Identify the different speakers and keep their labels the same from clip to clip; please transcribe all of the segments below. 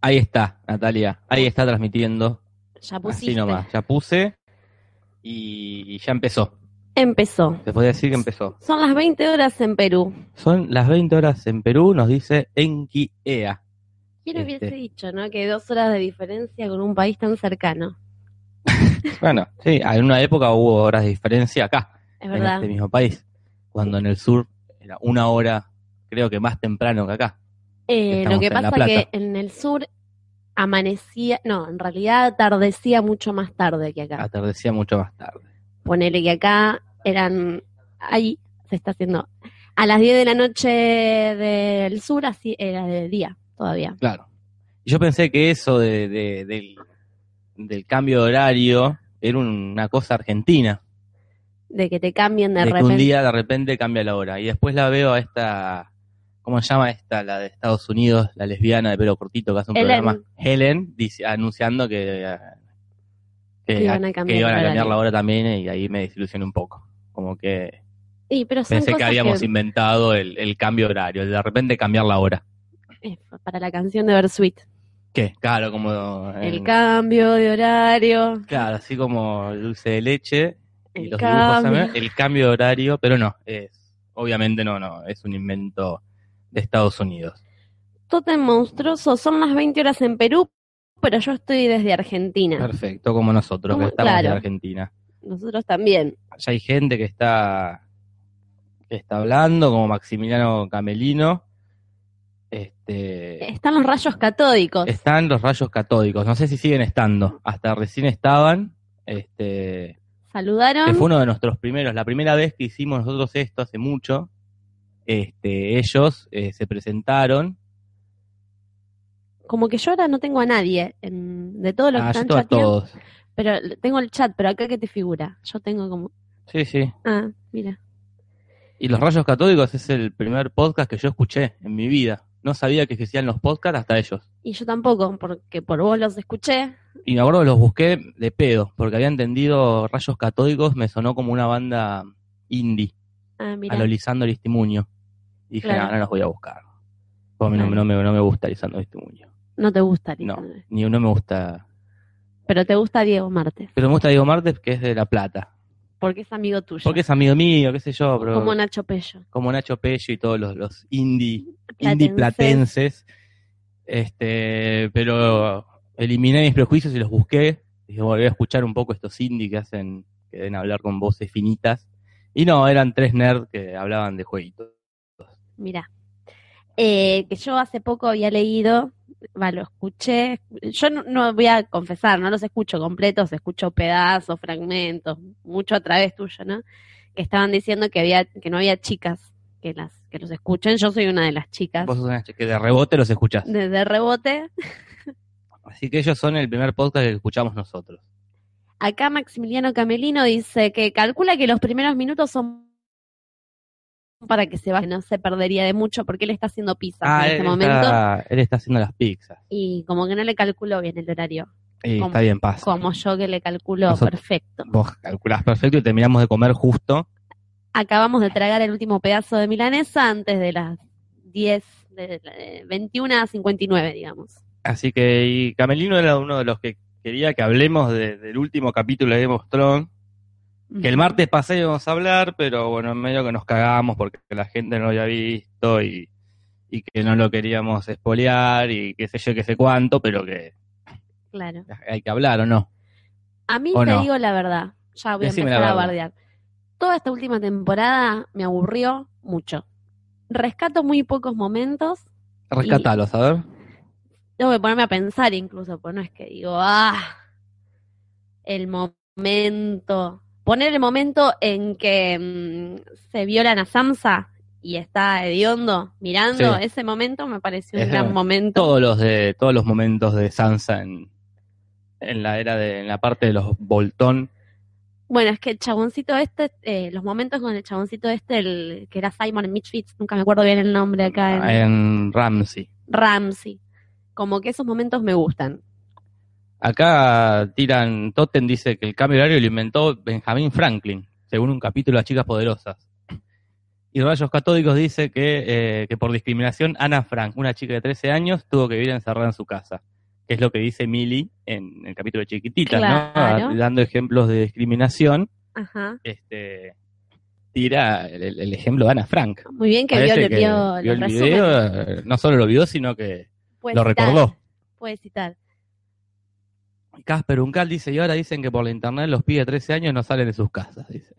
Speaker 1: Ahí está, Natalia. Ahí está transmitiendo.
Speaker 2: Ya pusiste.
Speaker 1: Así nomás. Ya puse y, y ya empezó.
Speaker 2: Empezó.
Speaker 1: Se podría decir que empezó.
Speaker 2: Son las 20 horas en Perú.
Speaker 1: Son las 20 horas en Perú, nos dice Enki Ea.
Speaker 2: ¿Quién
Speaker 1: Este.
Speaker 2: hubiese dicho, no? Que dos horas de diferencia con un país tan cercano.
Speaker 1: Bueno, sí, en una época hubo horas de diferencia acá,
Speaker 2: Es
Speaker 1: en
Speaker 2: verdad.
Speaker 1: este mismo país, cuando en el sur era una hora, creo que más temprano que acá.
Speaker 2: Eh,
Speaker 1: estamos
Speaker 2: lo que
Speaker 1: en La
Speaker 2: pasa que
Speaker 1: Plata.
Speaker 2: en el sur amanecía, no, en realidad atardecía mucho más tarde que
Speaker 1: Ah.
Speaker 2: acá.
Speaker 1: Atardecía mucho más tarde.
Speaker 2: Ponele que acá eran, ahí se está haciendo, a las 10 de la noche del sur, así era de día todavía.
Speaker 1: Claro. Y yo pensé que eso de, de- del, del cambio de horario era una cosa argentina.
Speaker 2: De que te cambien de,
Speaker 1: de que
Speaker 2: repente.
Speaker 1: un día de repente cambia la hora. Y después la veo a esta, ¿cómo se llama esta? La de Estados Unidos, la lesbiana de pelo cortito que hace un
Speaker 2: Helen.
Speaker 1: programa. Helen dice, anunciando que, eh, que,
Speaker 2: Que iban a
Speaker 1: que
Speaker 2: cambiar
Speaker 1: iban a
Speaker 2: el
Speaker 1: cambiar
Speaker 2: horario.
Speaker 1: la hora también eh, y ahí me desilusioné un poco. Como que
Speaker 2: Y, pero son
Speaker 1: pensé que
Speaker 2: cosas
Speaker 1: habíamos inventado el, el cambio de horario, de repente cambiar la hora.
Speaker 2: eh, para la canción de Bersuit.
Speaker 1: ¿Qué? Claro, como... en-
Speaker 2: El cambio de horario.
Speaker 1: Claro, así como el dulce de leche y
Speaker 2: El
Speaker 1: los dibujos,
Speaker 2: cambio.
Speaker 1: ¿sabes? el cambio de horario, pero no, es obviamente no, no, es un invento de Estados Unidos.
Speaker 2: Totem monstruoso. Son las 20 horas en Perú, pero yo estoy desde Argentina.
Speaker 1: Perfecto, como nosotros que
Speaker 2: Como-
Speaker 1: estamos en
Speaker 2: claro.
Speaker 1: Argentina.
Speaker 2: Nosotros también.
Speaker 1: Ya hay gente que está que está hablando como Maximiliano Camelino. Este
Speaker 2: Están los rayos catódicos.
Speaker 1: están los rayos catódicos, no sé si siguen estando, hasta recién estaban. Este que
Speaker 2: Saludaron.
Speaker 1: fue uno de nuestros primeros, la primera vez que hicimos nosotros esto hace mucho, este, ellos eh, se presentaron,
Speaker 2: Como que yo ahora no tengo a nadie en- de todos los que
Speaker 1: ah, yo
Speaker 2: están
Speaker 1: tengo a
Speaker 2: chateando,
Speaker 1: todos.
Speaker 2: Pero l- tengo el chat, pero acá que te figura. Yo tengo como.
Speaker 1: Sí, sí.
Speaker 2: Ah, mira.
Speaker 1: Y Los Rayos Católicos es el primer podcast que yo escuché en mi vida. No sabía que existían los podcasts hasta ellos.
Speaker 2: Y yo tampoco, porque por vos los escuché.
Speaker 1: Y me acuerdo que los busqué de pedo, porque había entendido Rayos Católicos, me sonó como una banda indie,
Speaker 2: Ah,
Speaker 1: a lo
Speaker 2: mira.
Speaker 1: Lisandro Listimuño. Y dije, "Ah,
Speaker 2: Claro.
Speaker 1: no, no los voy a buscar. Porque a mí no, no
Speaker 2: Claro.
Speaker 1: me, no me gusta Lisandro Listimuño.
Speaker 2: No te gusta,
Speaker 1: No,
Speaker 2: Lisandro.
Speaker 1: ni no me gusta.
Speaker 2: Pero te gusta Diego Martes,
Speaker 1: Pero me gusta Diego Martes, que es de La Plata.
Speaker 2: porque es amigo tuyo.
Speaker 1: Porque es amigo mío, qué sé yo, pero
Speaker 2: como
Speaker 1: como,
Speaker 2: Nacho Pello.
Speaker 1: Nacho Pello y todos los, los indie,
Speaker 2: Platenses.
Speaker 1: indie platenses. Este, pero eliminé mis prejuicios y los busqué. Dije, bueno, voy a escuchar un poco estos indie que hacen, que deben hablar con voces finitas. Y no, eran tres nerds que hablaban de jueguitos.
Speaker 2: Mira, eh, que yo hace poco había leído, va, lo escuché, yo no, no voy a confesar, no los escucho completos, escucho pedazos, fragmentos, mucho a través tuyo, ¿no? Que estaban diciendo que había, que no había chicas que las, que los escuchen, yo soy una de las chicas
Speaker 1: Vos sos una ch- que de rebote los escuchás.
Speaker 2: de, de rebote.
Speaker 1: Así que ellos son el primer podcast que escuchamos nosotros.
Speaker 2: Acá Maximiliano Camelino dice que calcula que los primeros minutos son para que se vaya, no se perdería de mucho porque él está haciendo pizza en
Speaker 1: Ah,
Speaker 2: este
Speaker 1: él,
Speaker 2: momento
Speaker 1: Está, él está haciendo las pizzas.
Speaker 2: y como que no le calculó bien el horario.
Speaker 1: Y
Speaker 2: Como-
Speaker 1: está bien, pasa.
Speaker 2: como yo que le calculo
Speaker 1: Nosotros-
Speaker 2: perfecto.
Speaker 1: Vos calculás perfecto y terminamos de comer justo.
Speaker 2: Acabamos de tragar el último pedazo de milanesa antes de las 10, de, la- de 21 a 59, digamos.
Speaker 1: Así que y Camelino era uno de los que quería que hablemos de- del último capítulo de Game of Thrones, que el martes pasé íbamos a hablar, pero bueno, medio que nos cagamos porque la gente no lo había visto y, y que no lo queríamos espolear y qué sé yo, qué sé cuánto, pero que
Speaker 2: Claro.
Speaker 1: hay que hablar o no.
Speaker 2: A mí
Speaker 1: ¿O
Speaker 2: te
Speaker 1: no?
Speaker 2: digo la verdad, ya voy
Speaker 1: Decime
Speaker 2: a empezar
Speaker 1: la verdad.
Speaker 2: a bardear. Toda esta última temporada me aburrió mucho. Rescato muy pocos momentos.
Speaker 1: Rescatalos, a ver.
Speaker 2: Tengo que ponerme a pensar incluso, porque no es que digo, ah, el momento. Poner el momento en que mm, se violan a Samsa y está hediondo mirando,
Speaker 1: Sí.
Speaker 2: ese momento me pareció un
Speaker 1: Es
Speaker 2: gran
Speaker 1: verdad.
Speaker 2: momento.
Speaker 1: Todos los de, todos los momentos de Sansa en, en la era de, en la parte de los Boltón.
Speaker 2: Bueno, es que el chaboncito este, eh, los momentos con el chaboncito este, el que era Simon Mitchfitz, nunca me acuerdo bien el nombre acá, en
Speaker 1: en Ramsey.
Speaker 2: Ramsey. Como que esos momentos me gustan.
Speaker 1: Acá tiran, Totten dice que el cambio de horario lo inventó Benjamin Franklin, según un capítulo de Chicas Poderosas. Y Rayos Catódicos dice que, eh, que por discriminación Ana Frank, una chica de 13 años, tuvo que vivir encerrada en su casa. que es lo que dice Millie en el capítulo de Chiquititas,
Speaker 2: Claro.
Speaker 1: ¿no? Dando ejemplos de discriminación,
Speaker 2: Ajá.
Speaker 1: este, tira el, el ejemplo de Ana Frank.
Speaker 2: Muy bien que vio,
Speaker 1: Parece
Speaker 2: el-
Speaker 1: que
Speaker 2: vio
Speaker 1: vio
Speaker 2: los
Speaker 1: el
Speaker 2: resúmenes.
Speaker 1: video, eh, no solo lo vio, sino que
Speaker 2: Puede
Speaker 1: lo
Speaker 2: citar,
Speaker 1: recordó.
Speaker 2: Puede citar.
Speaker 1: Casper Uncal dice, y ahora dicen que por la internet los pibes de 13 años no salen de sus casas, dice.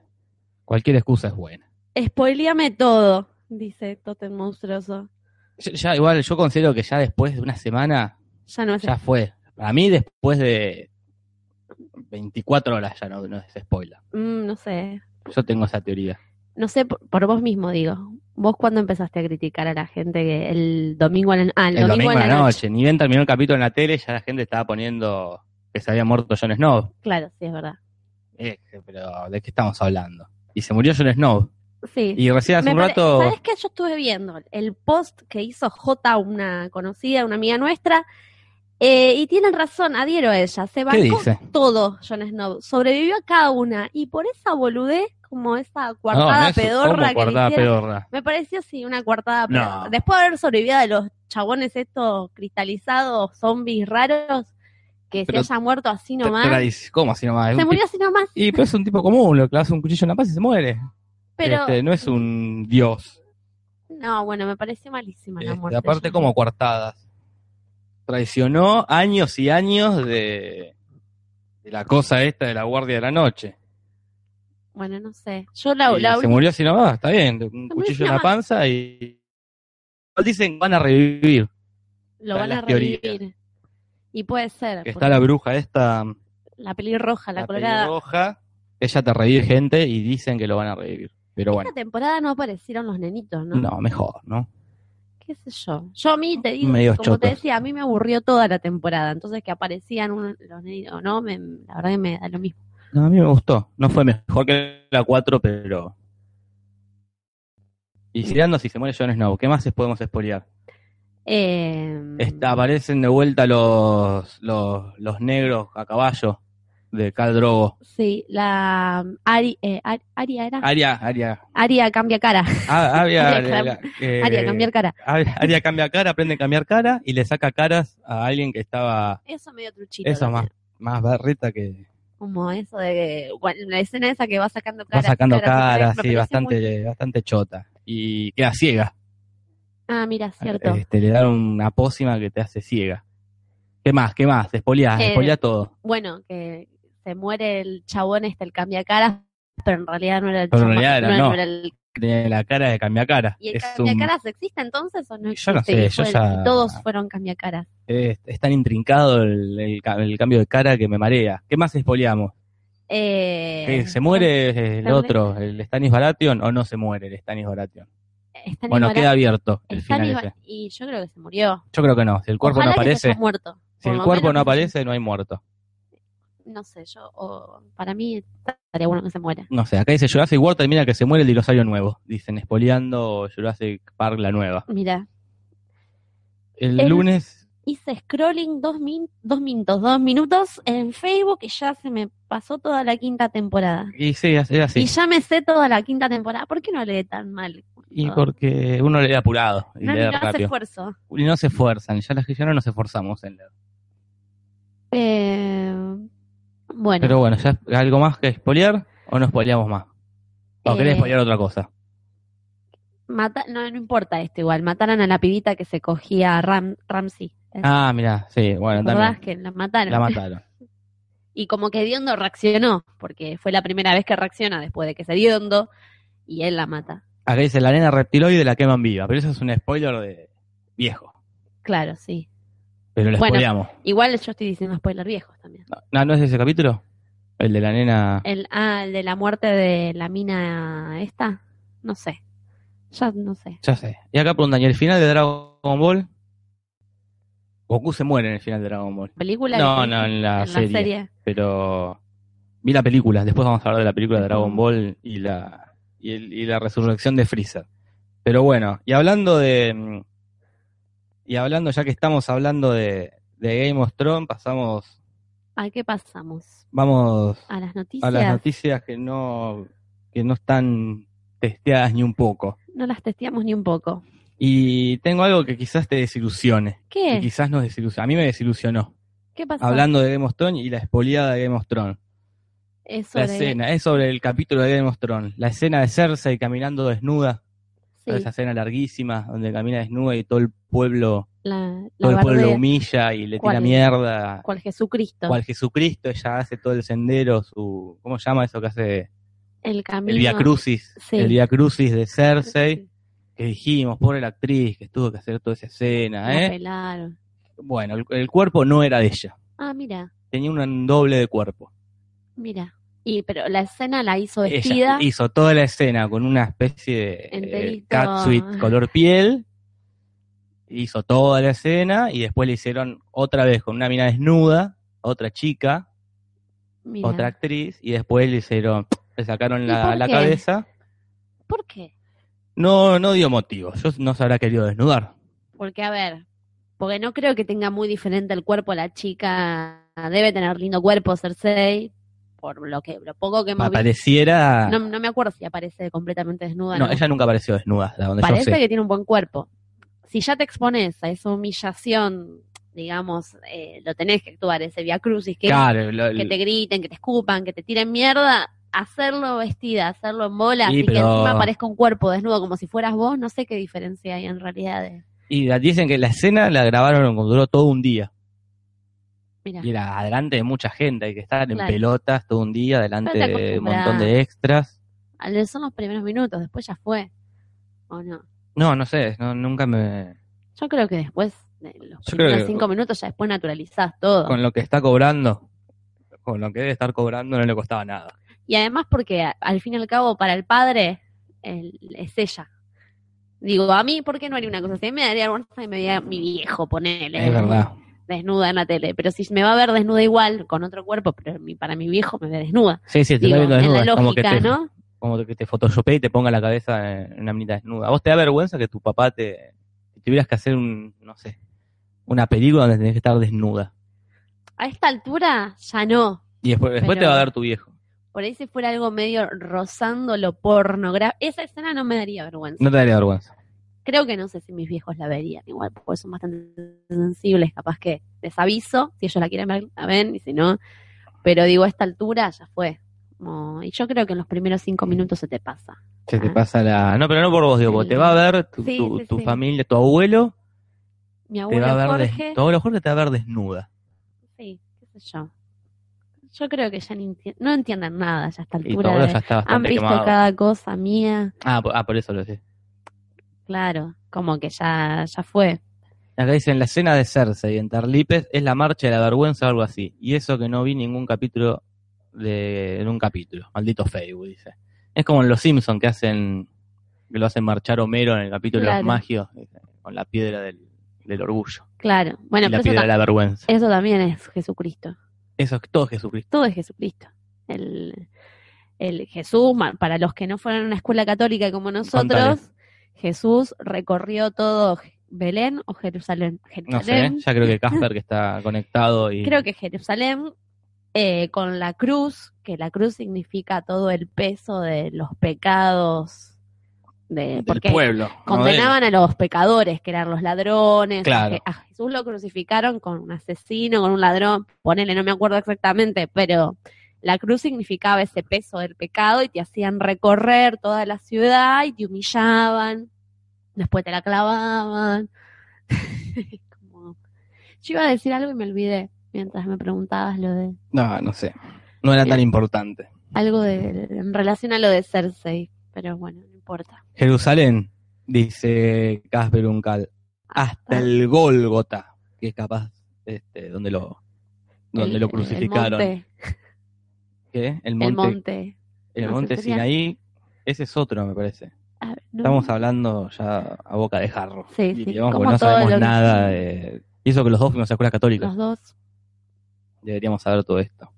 Speaker 1: Cualquier excusa es buena.
Speaker 2: Spoileame todo, dice Totem Monstruoso.
Speaker 1: Ya, ya igual, yo considero que ya después de una semana,
Speaker 2: Ya no es
Speaker 1: ya fue. Para mí, después de 24 horas ya no, no es spoiler.
Speaker 2: Mm, no sé.
Speaker 1: Yo tengo esa teoría.
Speaker 2: No sé, por, por vos mismo digo. ¿Vos cuándo empezaste a criticar a la gente que el domingo a la, ah, el
Speaker 1: El domingo
Speaker 2: domingo a
Speaker 1: a la noche, ni bien terminó el capítulo en la tele, ya la gente estaba poniendo que se había muerto Jon Snow.
Speaker 2: Claro, sí, es verdad.
Speaker 1: Eh, pero, ¿de qué estamos hablando? Y se murió Jon Snow.
Speaker 2: Sí.
Speaker 1: Y recién hace
Speaker 2: Me
Speaker 1: un
Speaker 2: pare-
Speaker 1: rato...
Speaker 2: ¿Sabes qué? Yo estuve viendo el post que hizo J, una conocida, una amiga nuestra, eh, y tienen razón, adhiero a ella. Se
Speaker 1: ¿Qué
Speaker 2: bancó
Speaker 1: dice?
Speaker 2: todo Jon Snow, sobrevivió a cada una, y por esa boludez, como esa coartada
Speaker 1: No, no es- ¿cómo
Speaker 2: pedorra que le
Speaker 1: coartada
Speaker 2: hicieron,
Speaker 1: pedorra?
Speaker 2: me pareció sí, una
Speaker 1: No.
Speaker 2: coartada pedorra. Después de haber sobrevivido a los chabones estos cristalizados, zombies raros, que
Speaker 1: Pero-
Speaker 2: se haya muerto así
Speaker 1: Tra-
Speaker 2: nomás.
Speaker 1: tradici- ¿Cómo así nomás? Es
Speaker 2: Se
Speaker 1: un
Speaker 2: murió así nomás,
Speaker 1: tipo- Y pero es un tipo común, lo clavas un cuchillo en la paz y se muere.
Speaker 2: pero...
Speaker 1: Este, no es un dios.
Speaker 2: No, bueno, me pareció malísima la
Speaker 1: Este,
Speaker 2: muerte. de
Speaker 1: aparte,
Speaker 2: Jon
Speaker 1: como coartadas. Traicionó años y años de, de la cosa esta de la Guardia de la Noche.
Speaker 2: Bueno, no sé. Yo la,
Speaker 1: Y
Speaker 2: la
Speaker 1: se
Speaker 2: última-
Speaker 1: murió así nomás, está bien. de Un
Speaker 2: murió
Speaker 1: cuchillo
Speaker 2: así
Speaker 1: en la
Speaker 2: nomás.
Speaker 1: panza y. Dicen que van a revivir.
Speaker 2: lo van a
Speaker 1: las teorías.
Speaker 2: revivir. Y puede
Speaker 1: Que
Speaker 2: ser. porque
Speaker 1: está la bruja esta,
Speaker 2: la pelirroja, la,
Speaker 1: la
Speaker 2: colorada.
Speaker 1: roja. Ella te revive gente y dicen que lo van a revivir. Pero bueno,
Speaker 2: Esta temporada no aparecieron los nenitos, ¿no?
Speaker 1: no, mejor, ¿no?
Speaker 2: ¿Qué sé yo? Yo a mí te digo,
Speaker 1: Medios
Speaker 2: como te
Speaker 1: chotos.
Speaker 2: decía, a mí me aburrió toda la temporada. Entonces que aparecían un- los nenitos, ¿no? me- la verdad que me da lo mismo.
Speaker 1: No, a mí me gustó. No fue mejor que la 4, pero. Y girando si se muere Jon Snow, ¿qué más les podemos spoilear?
Speaker 2: Eh,
Speaker 1: Está- aparecen de vuelta los, los, los negros a caballo de Cal Drogo.
Speaker 2: Sí, la Ari, eh, Ar- Aria era.
Speaker 1: Aria, Aria.
Speaker 2: Aria cambia cara.
Speaker 1: A- Aria,
Speaker 2: Aria
Speaker 1: la-
Speaker 2: cam-
Speaker 1: eh,
Speaker 2: Aria cambiar cara.
Speaker 1: Aria- Aria cambia cara, aprende a cambiar cara y le saca caras a alguien que estaba
Speaker 2: Eso medio truchito.
Speaker 1: eso
Speaker 2: también.
Speaker 1: más, más barreta que
Speaker 2: Como eso de. Bueno, la escena esa que va sacando
Speaker 1: va
Speaker 2: cara.
Speaker 1: sacando caras,
Speaker 2: me
Speaker 1: sí,
Speaker 2: pareció
Speaker 1: bastante,
Speaker 2: muy-
Speaker 1: bastante chota. Y queda ciega.
Speaker 2: Ah, mira, cierto.
Speaker 1: Este, le dan una pócima que te hace ciega. ¿Qué más? ¿Qué más? Espoliás,
Speaker 2: Eh,
Speaker 1: espoliá todo.
Speaker 2: bueno, que se muere el chabón este, el cambia cara, pero en realidad no era el
Speaker 1: Pero en
Speaker 2: chabón,
Speaker 1: realidad era, no.
Speaker 2: era el...
Speaker 1: Tiene la cara de cambia cara.
Speaker 2: ¿Y el
Speaker 1: Es,
Speaker 2: cambia
Speaker 1: un-
Speaker 2: caras existe entonces o no
Speaker 1: Yo no
Speaker 2: existe?
Speaker 1: sé,
Speaker 2: Y
Speaker 1: yo
Speaker 2: fue-
Speaker 1: ya-
Speaker 2: Todos fueron cambia caras.
Speaker 1: es- es tan intrincado el, el ca- el cambio de cara que me marea. ¿Qué más espoliamos?
Speaker 2: Eh,
Speaker 1: ¿Que ¿Se muere el
Speaker 2: ¿dónde?
Speaker 1: otro, el Stanis Baratheon, o no se muere el Stanis Baratheon?
Speaker 2: Está
Speaker 1: Bueno,
Speaker 2: Nicolás-
Speaker 1: queda abierto el
Speaker 2: está
Speaker 1: final
Speaker 2: Nicolás-
Speaker 1: ese.
Speaker 2: Y yo creo que se murió.
Speaker 1: Yo creo que no. Si el cuerpo no
Speaker 2: Ojalá que se
Speaker 1: aparece,
Speaker 2: haya muerto.
Speaker 1: si
Speaker 2: Por
Speaker 1: el
Speaker 2: lo
Speaker 1: cuerpo no
Speaker 2: menos que se-
Speaker 1: aparece, no hay muerto.
Speaker 2: No sé, yo. o- para mí estaría bueno que se muera.
Speaker 1: No sé, acá dice Jurassic World termina que se muere el dinosaurio nuevo. Dicen, espoleando Jurassic Park la nueva.
Speaker 2: Mira,
Speaker 1: el
Speaker 2: El-
Speaker 1: lunes
Speaker 2: hice scrolling dos, min- dos minutos, dos minutos en Facebook y ya se me pasó toda la quinta temporada.
Speaker 1: Y sí, es es así.
Speaker 2: Y ya me sé toda la quinta temporada. ¿Por qué no lee tan mal?
Speaker 1: Y
Speaker 2: Ah.
Speaker 1: porque uno le da apurado y
Speaker 2: No,
Speaker 1: le da
Speaker 2: no hace
Speaker 1: rápido.
Speaker 2: esfuerzo.
Speaker 1: Y no se esfuerzan, ya las que ya no nos esforzamos en leer.
Speaker 2: Eh, bueno,
Speaker 1: Pero bueno, ¿ya algo más que espolear o no espoleamos más? ¿O querés
Speaker 2: Eh.
Speaker 1: espolear otra cosa?
Speaker 2: mata- no, no importa esto igual. Mataron a la pibita que se cogía a Ram Ramsey.
Speaker 1: Ah, mira, sí, bueno,
Speaker 2: ¿Verdad?
Speaker 1: también.
Speaker 2: Que la mataron.
Speaker 1: La mataron.
Speaker 2: y como que Diondo reaccionó, porque fue la primera vez que reacciona después de que se Diondo y él la mata.
Speaker 1: Acá dice la nena reptiloide la queman viva, pero eso es un spoiler de viejo.
Speaker 2: Claro, sí.
Speaker 1: Pero lo
Speaker 2: Bueno.
Speaker 1: espoleamos. Ah,
Speaker 2: Igual yo estoy diciendo spoilers viejos también.
Speaker 1: No, ¿No es ese capítulo? El de la nena.
Speaker 2: El, ah, el de la muerte de la mina esta, no sé. Ya no sé.
Speaker 1: Ya sé. Y acá preguntan, ¿y el final de Dragon Ball? Goku se muere en el final de Dragon Ball.
Speaker 2: ¿Película?
Speaker 1: No,
Speaker 2: que-
Speaker 1: no, en la,
Speaker 2: en
Speaker 1: serie. pero vi la película, después vamos a hablar de la película de
Speaker 2: Mm.
Speaker 1: Dragon Ball y la y, el- y la resurrección de Freezer. Pero bueno, y hablando de mm, y hablando ya que estamos hablando de, de Game of Thrones, pasamos
Speaker 2: ¿A Ah, qué pasamos?
Speaker 1: vamos
Speaker 2: A las noticias.
Speaker 1: a las noticias que no que no están testeadas ni un poco.
Speaker 2: No las testeamos ni un poco.
Speaker 1: Y tengo algo que quizás te desilusione, y
Speaker 2: ¿Qué?
Speaker 1: quizás nos desilusione. A mí me desilusionó.
Speaker 2: ¿Qué pasó?
Speaker 1: hablando de Game of Thrones y la espoliada de Game of Thrones.
Speaker 2: Es
Speaker 1: La
Speaker 2: Eh, sobre-
Speaker 1: escena, es sobre el capítulo de Game of Thrones. La escena de Cersei caminando desnuda,
Speaker 2: sí,
Speaker 1: toda esa escena larguísima donde camina desnuda y todo el pueblo,
Speaker 2: la, la
Speaker 1: todo el pueblo
Speaker 2: bardea,
Speaker 1: la humilla y le
Speaker 2: ¿Cuál?
Speaker 1: tira mierda.
Speaker 2: cual Jesucristo.
Speaker 1: Cual Jesucristo, ella hace todo el sendero, su ¿cómo se llama eso que hace?
Speaker 2: El camino.
Speaker 1: El Via Crucis,
Speaker 2: Sí.
Speaker 1: el Via Crucis de Cersei, que dijimos, pobre la actriz que tuvo que hacer toda esa escena,
Speaker 2: La
Speaker 1: ¿eh?
Speaker 2: pelaron.
Speaker 1: Bueno, el, el cuerpo no era de ella,
Speaker 2: Ah, mira,
Speaker 1: tenía un doble de cuerpo.
Speaker 2: mira. Y pero la escena la hizo
Speaker 1: Ella
Speaker 2: vestida.
Speaker 1: hizo toda la escena con una especie de eh,
Speaker 2: Enterito.
Speaker 1: catsuit color piel. Hizo toda la escena y después le hicieron otra vez con una mina desnuda, otra chica,
Speaker 2: mira.
Speaker 1: otra actriz, y después le hicieron, le sacaron
Speaker 2: ¿Y
Speaker 1: la,
Speaker 2: por
Speaker 1: la
Speaker 2: qué?
Speaker 1: cabeza.
Speaker 2: ¿Por qué?
Speaker 1: No, no dio motivo. Yo no se habrá querido desnudar.
Speaker 2: Porque, a ver, porque no creo que tenga muy diferente el cuerpo la chica. Debe tener lindo cuerpo Cersei, por lo que lo poco que hemos visto.
Speaker 1: Pareciera.
Speaker 2: No,
Speaker 1: No,
Speaker 2: no me acuerdo si aparece completamente desnuda. ¿no?
Speaker 1: ah. ella nunca apareció desnuda, hasta donde
Speaker 2: Parece
Speaker 1: yo sé.
Speaker 2: que tiene un buen cuerpo. Si ya te expones a esa humillación, digamos, eh, lo tenés que actuar, ese via crucis, que,
Speaker 1: Claro, lo-
Speaker 2: que te griten, que te escupan, que te tiren mierda, hacerlo vestida, hacerlo en bola,
Speaker 1: Sí,
Speaker 2: y que
Speaker 1: pero-
Speaker 2: encima aparezca un cuerpo desnudo como si fueras vos, no sé qué diferencia hay en realidad. de-
Speaker 1: y dicen que la escena la grabaron, duró todo un día.
Speaker 2: Mira,
Speaker 1: Y era adelante de mucha gente, hay que estar en
Speaker 2: Claro.
Speaker 1: pelotas todo un día, delante
Speaker 2: Estás
Speaker 1: de un
Speaker 2: acostumbrada.
Speaker 1: montón de extras.
Speaker 2: al- son los primeros minutos, después ya fue. ¿O no?
Speaker 1: No, no sé, no, nunca me...
Speaker 2: Yo creo que después, de los
Speaker 1: Yo creo
Speaker 2: primeros
Speaker 1: que-
Speaker 2: cinco minutos, ya después naturalizás todo.
Speaker 1: Con lo que está cobrando, con lo que debe estar cobrando no le costaba nada.
Speaker 2: Y además porque a- al fin y al cabo para el padre el- es ella. Digo, a mí, ¿por qué no haría una cosa así? A mí Me daría vergüenza y me veía mi viejo, ponele.
Speaker 1: Es verdad.
Speaker 2: Desnuda en la tele. Pero si me va a ver desnuda igual, con otro cuerpo, pero mi- para mi viejo me ve desnuda.
Speaker 1: Sí, sí, te
Speaker 2: Digo,
Speaker 1: está viendo
Speaker 2: en
Speaker 1: desnuda,
Speaker 2: la
Speaker 1: es como que
Speaker 2: lógica,
Speaker 1: te,
Speaker 2: ¿no?
Speaker 1: como que te photoshopee y te ponga la cabeza en una minita desnuda. ¿A ¿Vos te da vergüenza que tu papá te... que tuvieras que hacer un, no sé, una película donde tenés que estar desnuda?
Speaker 2: A esta altura ya no.
Speaker 1: Y después, después te
Speaker 2: Pero-
Speaker 1: va a dar tu viejo.
Speaker 2: Por ahí si fuera algo medio rozando lo pornográfico. Esa escena no me daría vergüenza.
Speaker 1: No te daría vergüenza.
Speaker 2: Creo que no sé si mis viejos la verían igual, porque son bastante sensibles, capaz que les aviso, si ellos la quieren ver, la ven, y si no, pero digo, a esta altura ya fue. Como- y yo creo que en los primeros cinco minutos se te pasa.
Speaker 1: Se te
Speaker 2: Ah.
Speaker 1: pasa la... No, pero no por vos, digo, porque te va a ver tu,
Speaker 2: Sí,
Speaker 1: tu-
Speaker 2: sí,
Speaker 1: tu
Speaker 2: sí.
Speaker 1: familia, tu abuelo,
Speaker 2: Mi
Speaker 1: te va a
Speaker 2: abuelo
Speaker 1: ver des-
Speaker 2: Jorge,
Speaker 1: tu abuelo Jorge te va a ver desnuda.
Speaker 2: sí, qué sé yo. Yo creo que ya ni enti- no entienden nada ya a esta
Speaker 1: Y tu
Speaker 2: altura.
Speaker 1: abuelo
Speaker 2: de-
Speaker 1: ya está
Speaker 2: han
Speaker 1: bastante
Speaker 2: visto
Speaker 1: quemado.
Speaker 2: cada cosa mía,
Speaker 1: Ah, por, ah, por eso lo sé.
Speaker 2: claro, como que ya, ya fue.
Speaker 1: Acá dicen la escena de Cersei en Tarlipes es la marcha de la vergüenza o algo así. Y eso que no vi ningún capítulo de, en un capítulo. Maldito Facebook, dice. Es como en los Simpsons que hacen, que lo hacen marchar Homero en el capítulo de
Speaker 2: Claro.
Speaker 1: los magios, dice, con la piedra del, del orgullo.
Speaker 2: Claro, bueno,
Speaker 1: y la
Speaker 2: pero eso,
Speaker 1: piedra de
Speaker 2: ta-
Speaker 1: la vergüenza.
Speaker 2: eso también es Jesucristo.
Speaker 1: Eso es todo Jesucristo.
Speaker 2: todo es Jesucristo. El, el Jesús, ma- para los que no fueron a una escuela católica como nosotros,
Speaker 1: Contale.
Speaker 2: Jesús recorrió todo Je- Belén o Jerusalén.
Speaker 1: No sé,
Speaker 2: Jerusalén.
Speaker 1: ya creo que Casper que está conectado y...
Speaker 2: Creo que Jerusalén eh, con la cruz, que la cruz significa todo el peso de los pecados. De,
Speaker 1: del
Speaker 2: porque
Speaker 1: pueblo. no de él.
Speaker 2: condenaban a los pecadores, que eran los ladrones.
Speaker 1: Claro.
Speaker 2: A Jesús lo crucificaron con un asesino, con un ladrón, ponele, no me acuerdo exactamente, pero la cruz significaba ese peso del pecado y te hacían recorrer toda la ciudad y te humillaban, después te la clavaban. Como- Yo iba a decir algo y me olvidé mientras me preguntabas lo de
Speaker 1: No, no sé. Eh, No era tan importante.
Speaker 2: algo de, en relación a lo de Cersei, pero bueno, no importa.
Speaker 1: Jerusalén, dice Casper Uncal,
Speaker 2: Ah.
Speaker 1: hasta el Gólgota, que es capaz, este, donde lo, donde
Speaker 2: El-
Speaker 1: lo
Speaker 2: el
Speaker 1: crucificaron.
Speaker 2: monte,
Speaker 1: ¿Qué? El monte,
Speaker 2: el monte.
Speaker 1: el
Speaker 2: no,
Speaker 1: monte
Speaker 2: Centurión.
Speaker 1: Sinaí, ese es otro, me parece.
Speaker 2: A ver, no-
Speaker 1: Estamos hablando ya a boca de jarro.
Speaker 2: Mm. Sí, sí,
Speaker 1: Diríamos,
Speaker 2: como
Speaker 1: porque no
Speaker 2: todo lo
Speaker 1: sabemos
Speaker 2: que-
Speaker 1: nada de... Y eso que los dos fuimos a escuelas católicas,
Speaker 2: Los dos.
Speaker 1: deberíamos saber todo esto.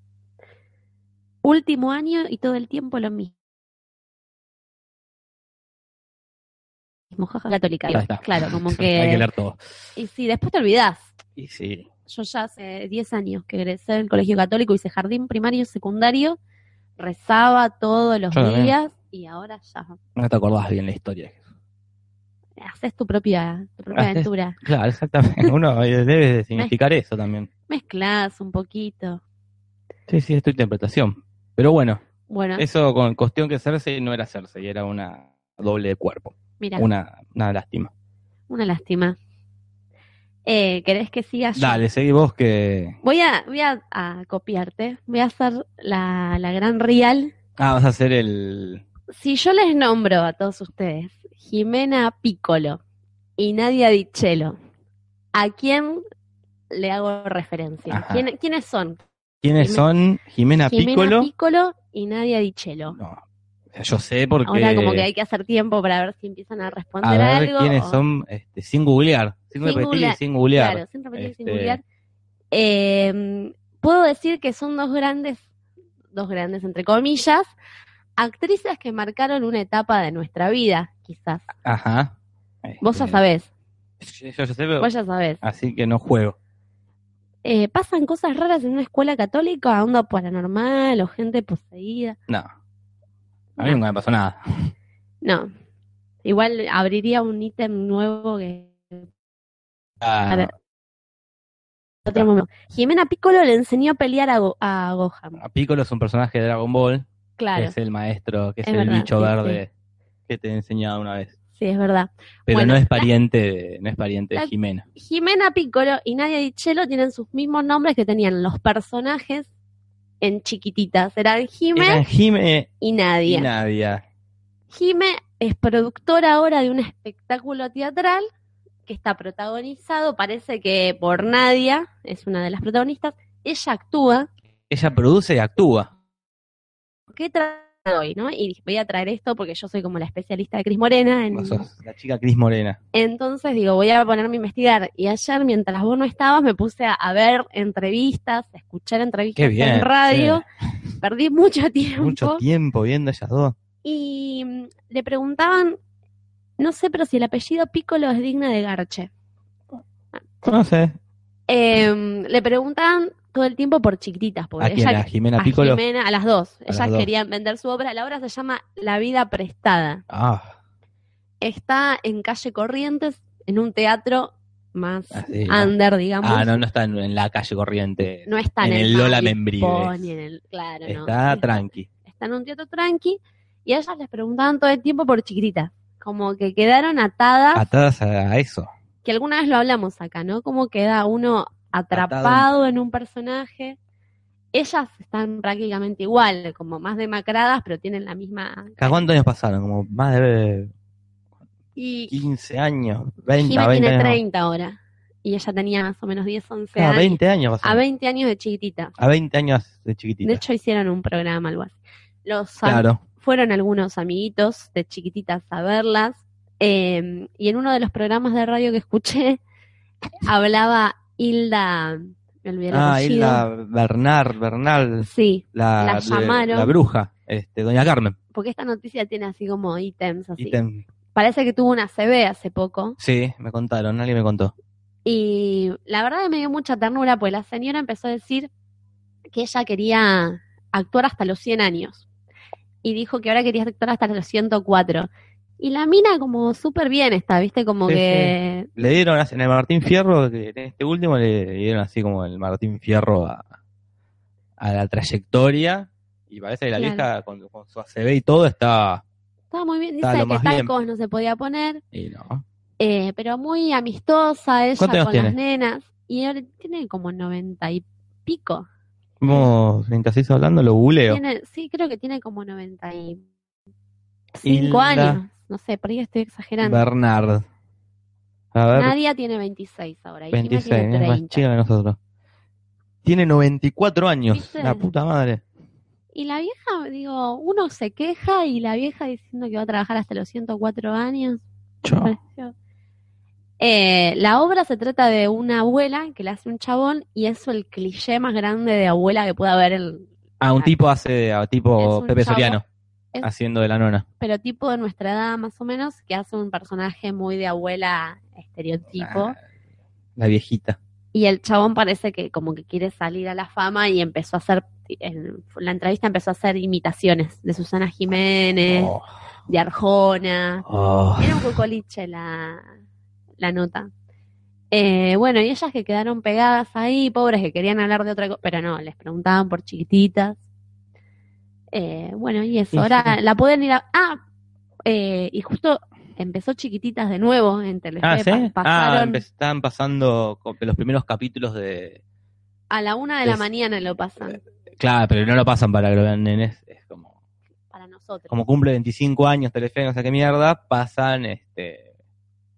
Speaker 2: Último año y todo el tiempo lo mismo. Jaja, católica.
Speaker 1: Ahí está.
Speaker 2: Claro, como
Speaker 1: Hay que
Speaker 2: que...
Speaker 1: leer todo.
Speaker 2: Y sí, después te olvidás.
Speaker 1: Y sí,
Speaker 2: Yo ya hace 10 años que egresé del colegio católico, hice jardín primario y secundario, rezaba todos los
Speaker 1: Yo también.
Speaker 2: días y ahora ya
Speaker 1: no te acordás bien la historia.
Speaker 2: haces tu propia, tu propia
Speaker 1: Haces-
Speaker 2: aventura.
Speaker 1: Claro, exactamente. Uno debe de significar eso también.
Speaker 2: Mezclas un poquito.
Speaker 1: Sí, sí, es tu interpretación. Pero bueno,
Speaker 2: Bueno,
Speaker 1: eso con cuestión que Cersei no era Cersei, era una doble de cuerpo.
Speaker 2: mira, una,
Speaker 1: Una, una lástima.
Speaker 2: lástima. Eh, ¿Querés que siga yo?
Speaker 1: Dale, seguí vos que.
Speaker 2: Voy a, voy a, a copiarte. Voy a hacer la, la gran real.
Speaker 1: Ah, vas a hacer el.
Speaker 2: Si yo les nombro a todos ustedes Jimena Piccolo y Nadia Dichelo, ¿a quién le hago referencia?
Speaker 1: Ajá.
Speaker 2: ¿Quién- ¿Quiénes son?
Speaker 1: ¿Quiénes
Speaker 2: Jime-
Speaker 1: son? Jimena,
Speaker 2: Jimena
Speaker 1: Piccolo.
Speaker 2: Piccolo, y Nadia Dichelo.
Speaker 1: No. O sea, Yo sé porque.
Speaker 2: Ahora como que hay que hacer tiempo para ver si empiezan a
Speaker 1: a
Speaker 2: responder
Speaker 1: ver
Speaker 2: algo.
Speaker 1: quiénes
Speaker 2: o-
Speaker 1: son, este, sin googlear, sin,
Speaker 2: Sin
Speaker 1: repetir
Speaker 2: googlea-
Speaker 1: y sin googlear.
Speaker 2: Claro, sin repetir, sin
Speaker 1: Este-
Speaker 2: googlear. Eh, puedo decir que son dos grandes, dos grandes entre comillas, actrices que marcaron una etapa de nuestra vida, quizás.
Speaker 1: Ajá. Este,
Speaker 2: Vos ya sabés,
Speaker 1: Yo, yo sé, pero-
Speaker 2: vos ya sabés.
Speaker 1: así que no juego.
Speaker 2: Eh, ¿Pasan cosas raras en una escuela católica, onda paranormal o gente poseída?
Speaker 1: No. A mí nunca me pasó nada.
Speaker 2: No. Igual abriría un ítem nuevo que
Speaker 1: Ah,
Speaker 2: ver. otro momento. Jimena Piccolo le enseñó a pelear a, Go- a Gohan.
Speaker 1: Piccolo es un personaje de Dragon Ball,
Speaker 2: Claro,
Speaker 1: que es el maestro, que es,
Speaker 2: Es
Speaker 1: el
Speaker 2: verdad,
Speaker 1: bicho
Speaker 2: sí,
Speaker 1: verde que te he enseñado una vez.
Speaker 2: sí, es verdad.
Speaker 1: Pero
Speaker 2: Bueno,
Speaker 1: no es pariente, de- no es pariente de
Speaker 2: tal-
Speaker 1: Jimena.
Speaker 2: Jimena Piccolo y Nadia Dichelo tienen sus mismos nombres que tenían los personajes en chiquititas. Eran Jime
Speaker 1: Eran Jime
Speaker 2: y Nadia.
Speaker 1: y Nadia.
Speaker 2: Jime es productora ahora de un espectáculo teatral que está protagonizado, parece que por Nadia, es una de las protagonistas. Ella actúa.
Speaker 1: Ella produce y actúa.
Speaker 2: ¿Qué trae hoy? No? Y dije, voy a traer esto porque yo soy como la especialista de Cris Morena. En...
Speaker 1: Vos sos la chica Cris Morena.
Speaker 2: Entonces digo, voy a ponerme a investigar. Y ayer, mientras vos no estabas, me puse a, a ver entrevistas, a escuchar entrevistas
Speaker 1: Qué bien,
Speaker 2: en radio. Perdí mucho tiempo.
Speaker 1: Mucho tiempo viendo ellas dos.
Speaker 2: Y mm, le preguntaban, no sé, pero si el apellido Piccolo es digna de Garche.
Speaker 1: No sé.
Speaker 2: Em, le preguntaban todo el tiempo por chiquititas, porque
Speaker 1: ¿A quién? ¿A
Speaker 2: ella,
Speaker 1: Jimena
Speaker 2: a
Speaker 1: Piccolo?
Speaker 2: Jimena, a las dos.
Speaker 1: A
Speaker 2: Ellas
Speaker 1: las dos.
Speaker 2: querían vender su obra. La obra se llama La vida prestada.
Speaker 1: Ah,
Speaker 2: Está en calle Corrientes, en un teatro más
Speaker 1: así.
Speaker 2: under, digamos.
Speaker 1: Ah, no, no está en, en la calle corriente.
Speaker 2: no está
Speaker 1: En
Speaker 2: en,
Speaker 1: el Lola
Speaker 2: Malibu,
Speaker 1: Membrives.
Speaker 2: ni en el- claro, no.
Speaker 1: está
Speaker 2: Sí,
Speaker 1: tranqui.
Speaker 2: está en un teatro tranqui y a ellas les preguntaban todo el tiempo por chiquititas. Como que quedaron atadas,
Speaker 1: Atadas a a eso.
Speaker 2: que alguna vez lo hablamos acá, ¿no? Como queda uno atrapado
Speaker 1: Atado.
Speaker 2: en un personaje. Ellas están prácticamente igual, como más demacradas, pero tienen la misma.
Speaker 1: ¿Cada cuántos años pasaron? Como más de
Speaker 2: Y
Speaker 1: 15 años, 20,
Speaker 2: Jimé
Speaker 1: 20
Speaker 2: tiene
Speaker 1: años.
Speaker 2: 30 ahora. Y ella tenía más o menos 10, 11
Speaker 1: Ah,
Speaker 2: años.
Speaker 1: 20 años
Speaker 2: A
Speaker 1: pasaron.
Speaker 2: 20 años de chiquitita.
Speaker 1: A 20 años de chiquitita.
Speaker 2: De hecho, hicieron un programa, algo así. Los am-
Speaker 1: claro.
Speaker 2: fueron algunos amiguitos de chiquititas a verlas. eh, y en uno de los programas de radio que escuché, hablaba Hilda. Me olvidé el
Speaker 1: Ah,
Speaker 2: apellido.
Speaker 1: Hilda Bernal, Bernal,
Speaker 2: Sí,
Speaker 1: la,
Speaker 2: La
Speaker 1: de-
Speaker 2: llamaron.
Speaker 1: la bruja, este, doña Carmen.
Speaker 2: porque esta noticia tiene así como ítems. así.
Speaker 1: Ítem.
Speaker 2: Parece que tuvo una CB hace poco.
Speaker 1: Sí, me contaron, alguien me contó.
Speaker 2: Y la verdad que me dio mucha ternura, pues la señora empezó a decir que ella quería actuar hasta los 100 años. Y dijo que ahora quería actuar hasta los 104. Y la mina como súper bien está, ¿viste? Como
Speaker 1: Sí,
Speaker 2: que
Speaker 1: Le dieron en el Martín Fierro, que en este último le dieron así como el Martín Fierro a, a la trayectoria. Y parece que la
Speaker 2: Claro.
Speaker 1: vieja con, con su ACB y todo está.
Speaker 2: Estaba muy bien, dice
Speaker 1: Estaba lo
Speaker 2: que
Speaker 1: más bien.
Speaker 2: tacos no se podía poner,
Speaker 1: Y no.
Speaker 2: eh, pero muy amistosa ella con
Speaker 1: ¿Cuántos años
Speaker 2: las
Speaker 1: tiene?
Speaker 2: nenas. Y ahora tiene como noventa y pico.
Speaker 1: Como, mientras sigo hablando, lo googleo.
Speaker 2: Tiene, sí, creo que tiene como noventa y cinco
Speaker 1: Hilda.
Speaker 2: años. No sé, por ahí estoy exagerando.
Speaker 1: Bernard. A ver,
Speaker 2: Nadia tiene 26 ahora. Y Jimena
Speaker 1: 26,
Speaker 2: tiene
Speaker 1: es más
Speaker 2: 30.
Speaker 1: chica que nosotros. Tiene 94 años,
Speaker 2: ¿Viste?
Speaker 1: la puta madre.
Speaker 2: Y la vieja, digo, uno se queja y la vieja diciendo que va a trabajar hasta los 104 años.
Speaker 1: Chao.
Speaker 2: pareció. Eh, la obra se trata de una abuela que la hace un chabón y es el cliché más grande de abuela que pueda haber, el,
Speaker 1: Ah, un
Speaker 2: Ah.
Speaker 1: tipo hace, a
Speaker 2: Es
Speaker 1: tipo
Speaker 2: un
Speaker 1: Pepe
Speaker 2: chavo.
Speaker 1: Soriano,
Speaker 2: Es-
Speaker 1: haciendo de la nona.
Speaker 2: pero tipo de nuestra edad más o menos, que hace un personaje muy de abuela estereotipo.
Speaker 1: Ah, La viejita.
Speaker 2: Y el chabón parece que como que quiere salir a la fama y empezó a hacer, en la entrevista empezó a hacer imitaciones de Susana Jiménez,
Speaker 1: Oh,
Speaker 2: de Arjona.
Speaker 1: oh.
Speaker 2: Era un cocoliche la, la nota. Eh, bueno, y ellas que quedaron pegadas ahí, pobres que querían hablar de otra cosa, pero no, les preguntaban por chiquititas. Eh, bueno, y eso, ahora la pueden ir a... Ah, eh, y justo empezó chiquititas de nuevo en Telefe.
Speaker 1: Ah, ¿sí?
Speaker 2: pa-
Speaker 1: Ah,
Speaker 2: pasaron
Speaker 1: empe- estaban pasando co- los primeros capítulos de...
Speaker 2: a la una de la
Speaker 1: es-
Speaker 2: mañana lo pasan,
Speaker 1: Claro, pero no lo pasan para que lo vean nenes. Es como,
Speaker 2: para nosotros.
Speaker 1: como cumple 25 años Telefe, no sé qué mierda, pasan este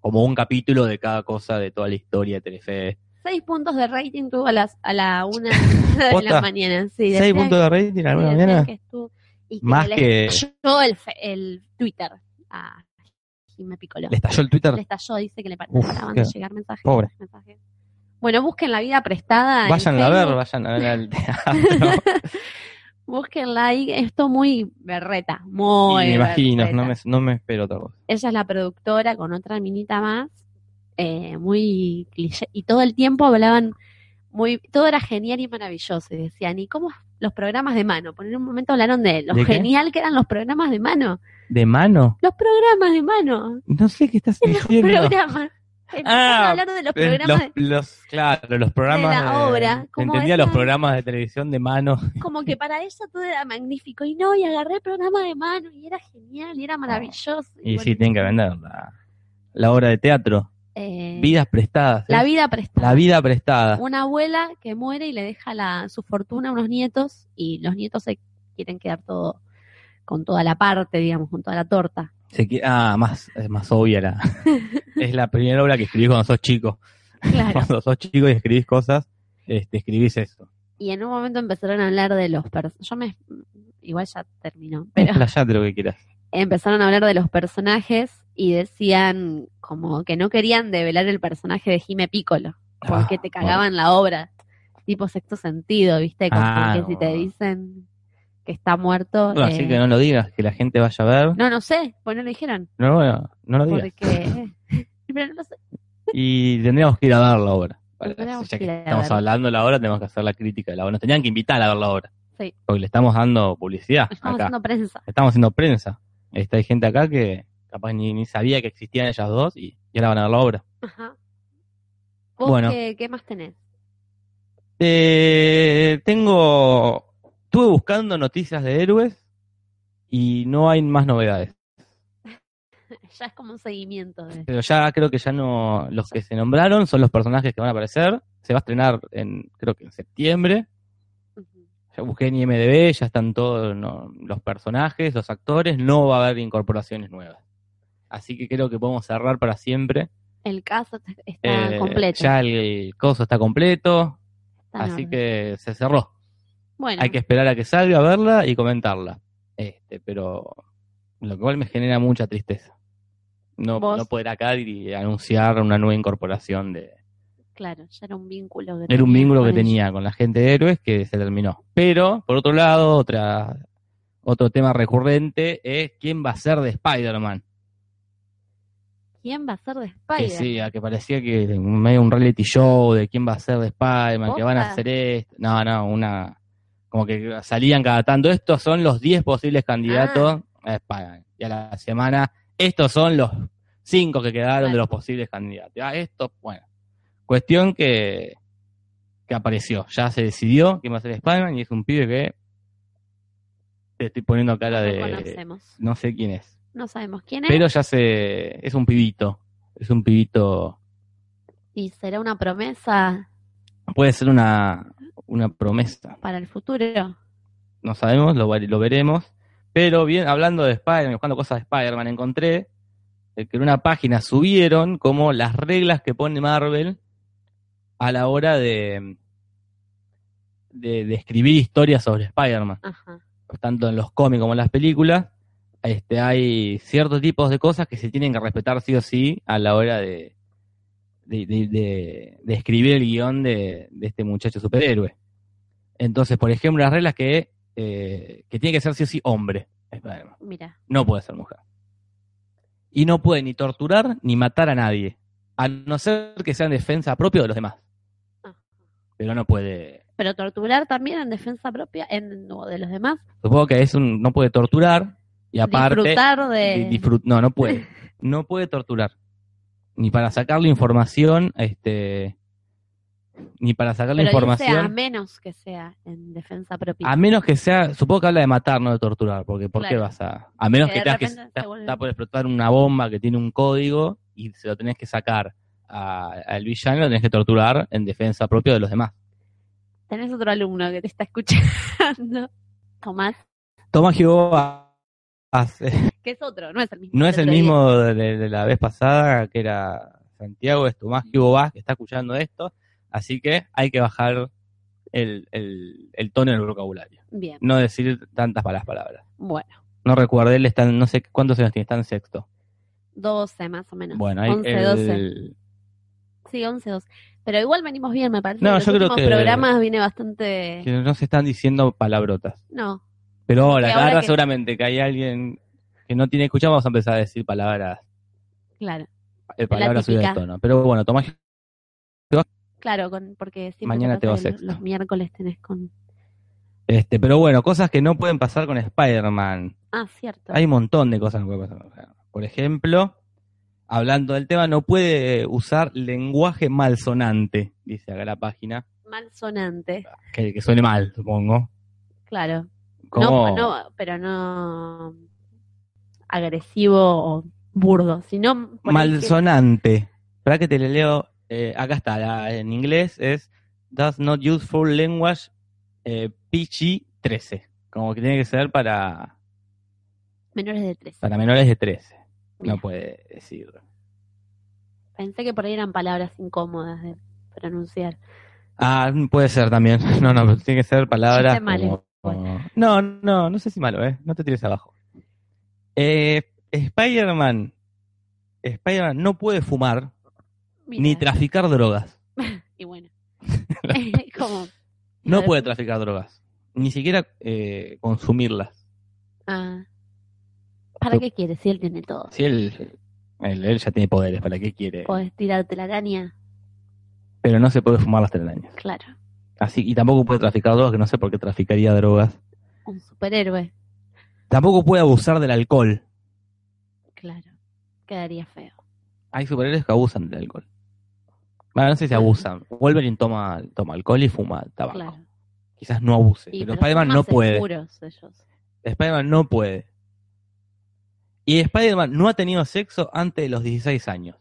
Speaker 1: como un capítulo de cada cosa de toda la historia de Telefe.
Speaker 2: Seis puntos de rating tuvo a, las, a la una de la
Speaker 1: ¿Posta?
Speaker 2: mañana. Sí,
Speaker 1: ¿Seis
Speaker 2: decían-
Speaker 1: puntos de rating
Speaker 2: sí,
Speaker 1: alguna
Speaker 2: decían
Speaker 1: mañana?
Speaker 2: que estuvo- y
Speaker 1: Más
Speaker 2: le
Speaker 1: que-
Speaker 2: estalló el, fe- el Twitter a Jimé Picoló.
Speaker 1: Le estalló el Twitter.
Speaker 2: le estalló, dice que le par-
Speaker 1: Uf,
Speaker 2: paraban
Speaker 1: qué-
Speaker 2: de llegar mensajes.
Speaker 1: pobre.
Speaker 2: mensajes. Bueno, busquen la vida prestada. en
Speaker 1: Vayan a ver,
Speaker 2: Facebook,
Speaker 1: vayan a ver al teatro.
Speaker 2: Búsquenla ahí. Esto muy berreta,
Speaker 1: Y
Speaker 2: muy.
Speaker 1: me imagino,
Speaker 2: berreta.
Speaker 1: no me, no me espero otra cosa.
Speaker 2: Ella es la productora con otra minita más. eh, muy cliché. Y todo el tiempo hablaban muy. Todo era genial y maravilloso. Y decían, ¿y cómo los programas de mano? Por un momento hablaron de lo
Speaker 1: ¿De qué?
Speaker 2: genial que eran los programas de mano.
Speaker 1: ¿De mano?
Speaker 2: Los programas de mano.
Speaker 1: No sé qué estás diciendo.
Speaker 2: Programas. Empezaron a
Speaker 1: Ah,
Speaker 2: hablar de los
Speaker 1: Eh,
Speaker 2: programas
Speaker 1: Los,
Speaker 2: de
Speaker 1: los- claro, los programas
Speaker 2: de la obra, como
Speaker 1: entendía
Speaker 2: esa-
Speaker 1: los programas de televisión de mano.
Speaker 2: como que para ella todo era magnífico. Y no, y agarré el programa de mano y era genial y era maravilloso.
Speaker 1: Y
Speaker 2: bueno,
Speaker 1: sí, tienen que vender la, la obra de teatro.
Speaker 2: eh,
Speaker 1: Vidas prestadas. ¿eh?
Speaker 2: La vida prestada.
Speaker 1: La vida prestada.
Speaker 2: Una abuela que muere y le deja la, su fortuna a unos nietos y los nietos se quieren quedar todo con toda la parte, digamos, con toda la torta.
Speaker 1: Se qui- ah, más, es más obvia la. es la primera obra que escribís cuando sos chico.
Speaker 2: Claro.
Speaker 1: Cuando sos chico y escribís cosas, este, escribís eso.
Speaker 2: y en un momento empezaron a hablar de los pers- yo me igual ya terminó, pero
Speaker 1: Explayate lo que quieras.
Speaker 2: empezaron a hablar de los personajes y decían como que no querían develar el personaje de Jime Piccolo. porque
Speaker 1: Ah,
Speaker 2: te cagaban la obra. Tipo sexto sentido, ¿viste? Como
Speaker 1: Ah,
Speaker 2: que
Speaker 1: no.
Speaker 2: si te dicen que está muerto.
Speaker 1: Bueno,
Speaker 2: eh,
Speaker 1: así que no lo digas, que la gente vaya a ver.
Speaker 2: no, no sé, pues no lo dijeron.
Speaker 1: No, bueno, no lo digas.
Speaker 2: Porque. eh, Pero no lo sé.
Speaker 1: Y tendríamos que ir a ver la obra. Para-
Speaker 2: Tendríamos
Speaker 1: ya
Speaker 2: que
Speaker 1: que
Speaker 2: ir a
Speaker 1: estamos
Speaker 2: verla.
Speaker 1: hablando de la obra, tenemos que hacer la crítica de la obra. Nos tenían que invitar a ver la obra.
Speaker 2: Sí.
Speaker 1: Porque le estamos dando publicidad
Speaker 2: Estamos
Speaker 1: acá.
Speaker 2: haciendo prensa.
Speaker 1: Estamos haciendo prensa. Este, hay gente acá que capaz ni, ni sabía que existían ellas dos y, y ahora van a ver la obra.
Speaker 2: Ajá. ¿Vos
Speaker 1: Bueno.
Speaker 2: qué, qué más tenés?
Speaker 1: Eh, tengo. Estuve buscando noticias de héroes y no hay más novedades.
Speaker 2: Ya es como un seguimiento. De...
Speaker 1: Pero ya creo que ya no. Los que se nombraron son los personajes que van a aparecer. Se va a estrenar en, creo que en septiembre.
Speaker 2: Ujú.
Speaker 1: Ya busqué en IMDB, ya están todos no, los personajes, los actores. No va a haber incorporaciones nuevas. Así que creo que podemos cerrar para siempre.
Speaker 2: El caso t- está
Speaker 1: Eh,
Speaker 2: Ah, completo.
Speaker 1: Ya el coso está completo.
Speaker 2: está en
Speaker 1: así
Speaker 2: orden.
Speaker 1: que se cerró.
Speaker 2: Bueno,
Speaker 1: Hay que esperar a que salga, verla y comentarla. Este, pero lo cual me genera mucha tristeza. No,
Speaker 2: Vos-
Speaker 1: no poder acá y anunciar una nueva incorporación de.
Speaker 2: claro, ya era un vínculo que
Speaker 1: Era un vínculo que
Speaker 2: con ellos.
Speaker 1: tenía con la gente de héroes que se terminó. Pero, por otro lado, otra, otro tema recurrente es quién va a ser de Spider-Man.
Speaker 2: ¿Quién va a ser de
Speaker 1: Que
Speaker 2: Spider?
Speaker 1: sí, a que parecía que medio un reality show de quién va a ser de Spider-Man, que van a
Speaker 2: Posta.
Speaker 1: hacer esto. No, no, una. Como que salían cada tanto. Estos son los 10 posibles candidatos
Speaker 2: Ah.
Speaker 1: a Spider-Man. Y a la semana, estos son los 5 que quedaron de
Speaker 2: Claro.
Speaker 1: los posibles candidatos. Ah, esto, bueno. Cuestión que. que apareció. Ya se decidió quién va a ser Spider-Man y es un pibe que. Te estoy poniendo cara
Speaker 2: No
Speaker 1: de.
Speaker 2: conocemos. Eh.
Speaker 1: No sé quién es.
Speaker 2: No sabemos quién es.
Speaker 1: Pero ya se. Es un pibito. Es un pibito.
Speaker 2: Y será una promesa
Speaker 1: puede ser una, una promesa.
Speaker 2: para el futuro.
Speaker 1: No sabemos, lo, va- lo veremos. Pero bien, hablando de Spider-Man, buscando cosas de Spider-Man, encontré eh, que en una página subieron como las reglas que pone Marvel a la hora de, de, de escribir historias sobre Spider-Man.
Speaker 2: Ajá.
Speaker 1: Tanto en los cómics como en las películas, este, hay ciertos tipos de cosas que se tienen que respetar sí o sí a la hora de, de, de- de- de escribir el guión de, de este muchacho superhéroe. Entonces, por ejemplo, las reglas que, eh, que tiene que ser sí o sí hombre. Spider-Man.
Speaker 2: Mira,
Speaker 1: No puede ser mujer. Y no puede ni torturar ni matar a nadie. A no ser que sea en defensa propia de los demás.
Speaker 2: Ah.
Speaker 1: Pero no puede.
Speaker 2: pero torturar también en defensa propia en, o de los demás.
Speaker 1: Supongo que es un. No puede torturar. Y aparte.
Speaker 2: Disfrutar de...
Speaker 1: Di- disfrut- no, no puede. No puede torturar. ni para sacarle información, este, ni para sacarle
Speaker 2: Pero
Speaker 1: información.
Speaker 2: dice a menos que sea en defensa propia.
Speaker 1: A menos que sea, supongo que habla de matar, no de torturar, porque ¿por qué
Speaker 2: Claro.
Speaker 1: vas a...? A menos
Speaker 2: Que
Speaker 1: que,
Speaker 2: de
Speaker 1: tengas que
Speaker 2: repente se vuelve-
Speaker 1: está por explotar una bomba que tiene un código y se lo tenés que sacar a- al villano, lo tenés que torturar en defensa propia de los demás.
Speaker 2: Tenés otro alumno que te está escuchando, Tomás,
Speaker 1: Toma Jehová hace-
Speaker 2: que es otro, no es el mismo.
Speaker 1: no
Speaker 2: del
Speaker 1: es el
Speaker 2: otro día.
Speaker 1: mismo de, de la vez pasada que era Santiago, es Tomás Jehová que está escuchando esto, así que hay que bajar el, el, el tono del vocabulario,
Speaker 2: Bien,
Speaker 1: no decir tantas malas palabras.
Speaker 2: bueno,
Speaker 1: No recuerdo, él está, en- no sé cuántos años tiene, está en sexto.
Speaker 2: 12 más o menos.
Speaker 1: Bueno, ahí
Speaker 2: 11,
Speaker 1: el-
Speaker 2: 12. Sí, 11, 12. Pero igual venimos bien, me parece.
Speaker 1: No,
Speaker 2: En los
Speaker 1: yo creo
Speaker 2: últimos
Speaker 1: que-
Speaker 2: programas vine bastante...
Speaker 1: que no se están diciendo palabrotas.
Speaker 2: No,
Speaker 1: Pero ahora,
Speaker 2: Que
Speaker 1: ahora,
Speaker 2: ahora que-
Speaker 1: seguramente que hay alguien que no tiene escuchado, vamos a empezar a decir palabras,
Speaker 2: claro,
Speaker 1: eh, palabras
Speaker 2: típica.
Speaker 1: subidas de tono. Pero bueno, Tomás,
Speaker 2: claro, con, porque siempre
Speaker 1: Mañana
Speaker 2: pasa
Speaker 1: te vas
Speaker 2: que los,
Speaker 1: sexto.
Speaker 2: los miércoles tenés con...
Speaker 1: este, pero bueno, cosas que no pueden pasar con Spider-Man.
Speaker 2: Ah, cierto.
Speaker 1: Hay un montón de cosas que no pueden pasar. con Spider-Man. Por ejemplo, hablando del tema, no puede usar lenguaje malsonante, dice acá la página,
Speaker 2: Mal sonante,
Speaker 1: que, que suene mal, supongo.
Speaker 2: claro.
Speaker 1: Como-
Speaker 2: No, no, pero no agresivo o burdo, sino... por ahí que-
Speaker 1: Malsonante. Para que te le leo, eh, acá está, la- en inglés es Does not use full language eh, PG-13. Como que tiene que ser para,
Speaker 2: Menores de 13.
Speaker 1: para menores de 13. No
Speaker 2: Mira.
Speaker 1: puede decir.
Speaker 2: Pensé que por ahí eran palabras incómodas de pronunciar.
Speaker 1: Ah, puede ser también. No, no, pero tiene que ser palabras.
Speaker 2: Chiste malo.
Speaker 1: como- como- No, no, no sé si malo, ¿eh? No te tires abajo. Eh, Spider-Man. Spider-Man no puede fumar
Speaker 2: Mira,
Speaker 1: ni traficar drogas.
Speaker 2: Y bueno. Como,
Speaker 1: No
Speaker 2: Claro.
Speaker 1: puede traficar drogas. Ni siquiera eh, consumirlas.
Speaker 2: ah, ¿Para qué quieres si él tiene todo?
Speaker 1: Si él, él, él ya tiene poderes, ¿para qué quiere?
Speaker 2: Podés tirarte la araña,
Speaker 1: Pero no se puede fumar las telarañas.
Speaker 2: claro.
Speaker 1: Así, y tampoco puede traficar drogas, que no sé por qué traficaría drogas.
Speaker 2: Un superhéroe,
Speaker 1: Tampoco puede abusar del alcohol.
Speaker 2: claro. Quedaría feo.
Speaker 1: Hay superhéroes que abusan del alcohol. Bueno, no sé si abusan. Wolverine toma, toma alcohol y fuma tabaco.
Speaker 2: Claro.
Speaker 1: Quizás no abuse.
Speaker 2: Y-
Speaker 1: pero
Speaker 2: son
Speaker 1: Spider-Man
Speaker 2: más
Speaker 1: no puede.
Speaker 2: seguros ellos.
Speaker 1: Spider-Man no puede. Y Spider-Man no ha tenido sexo antes de los 16 años.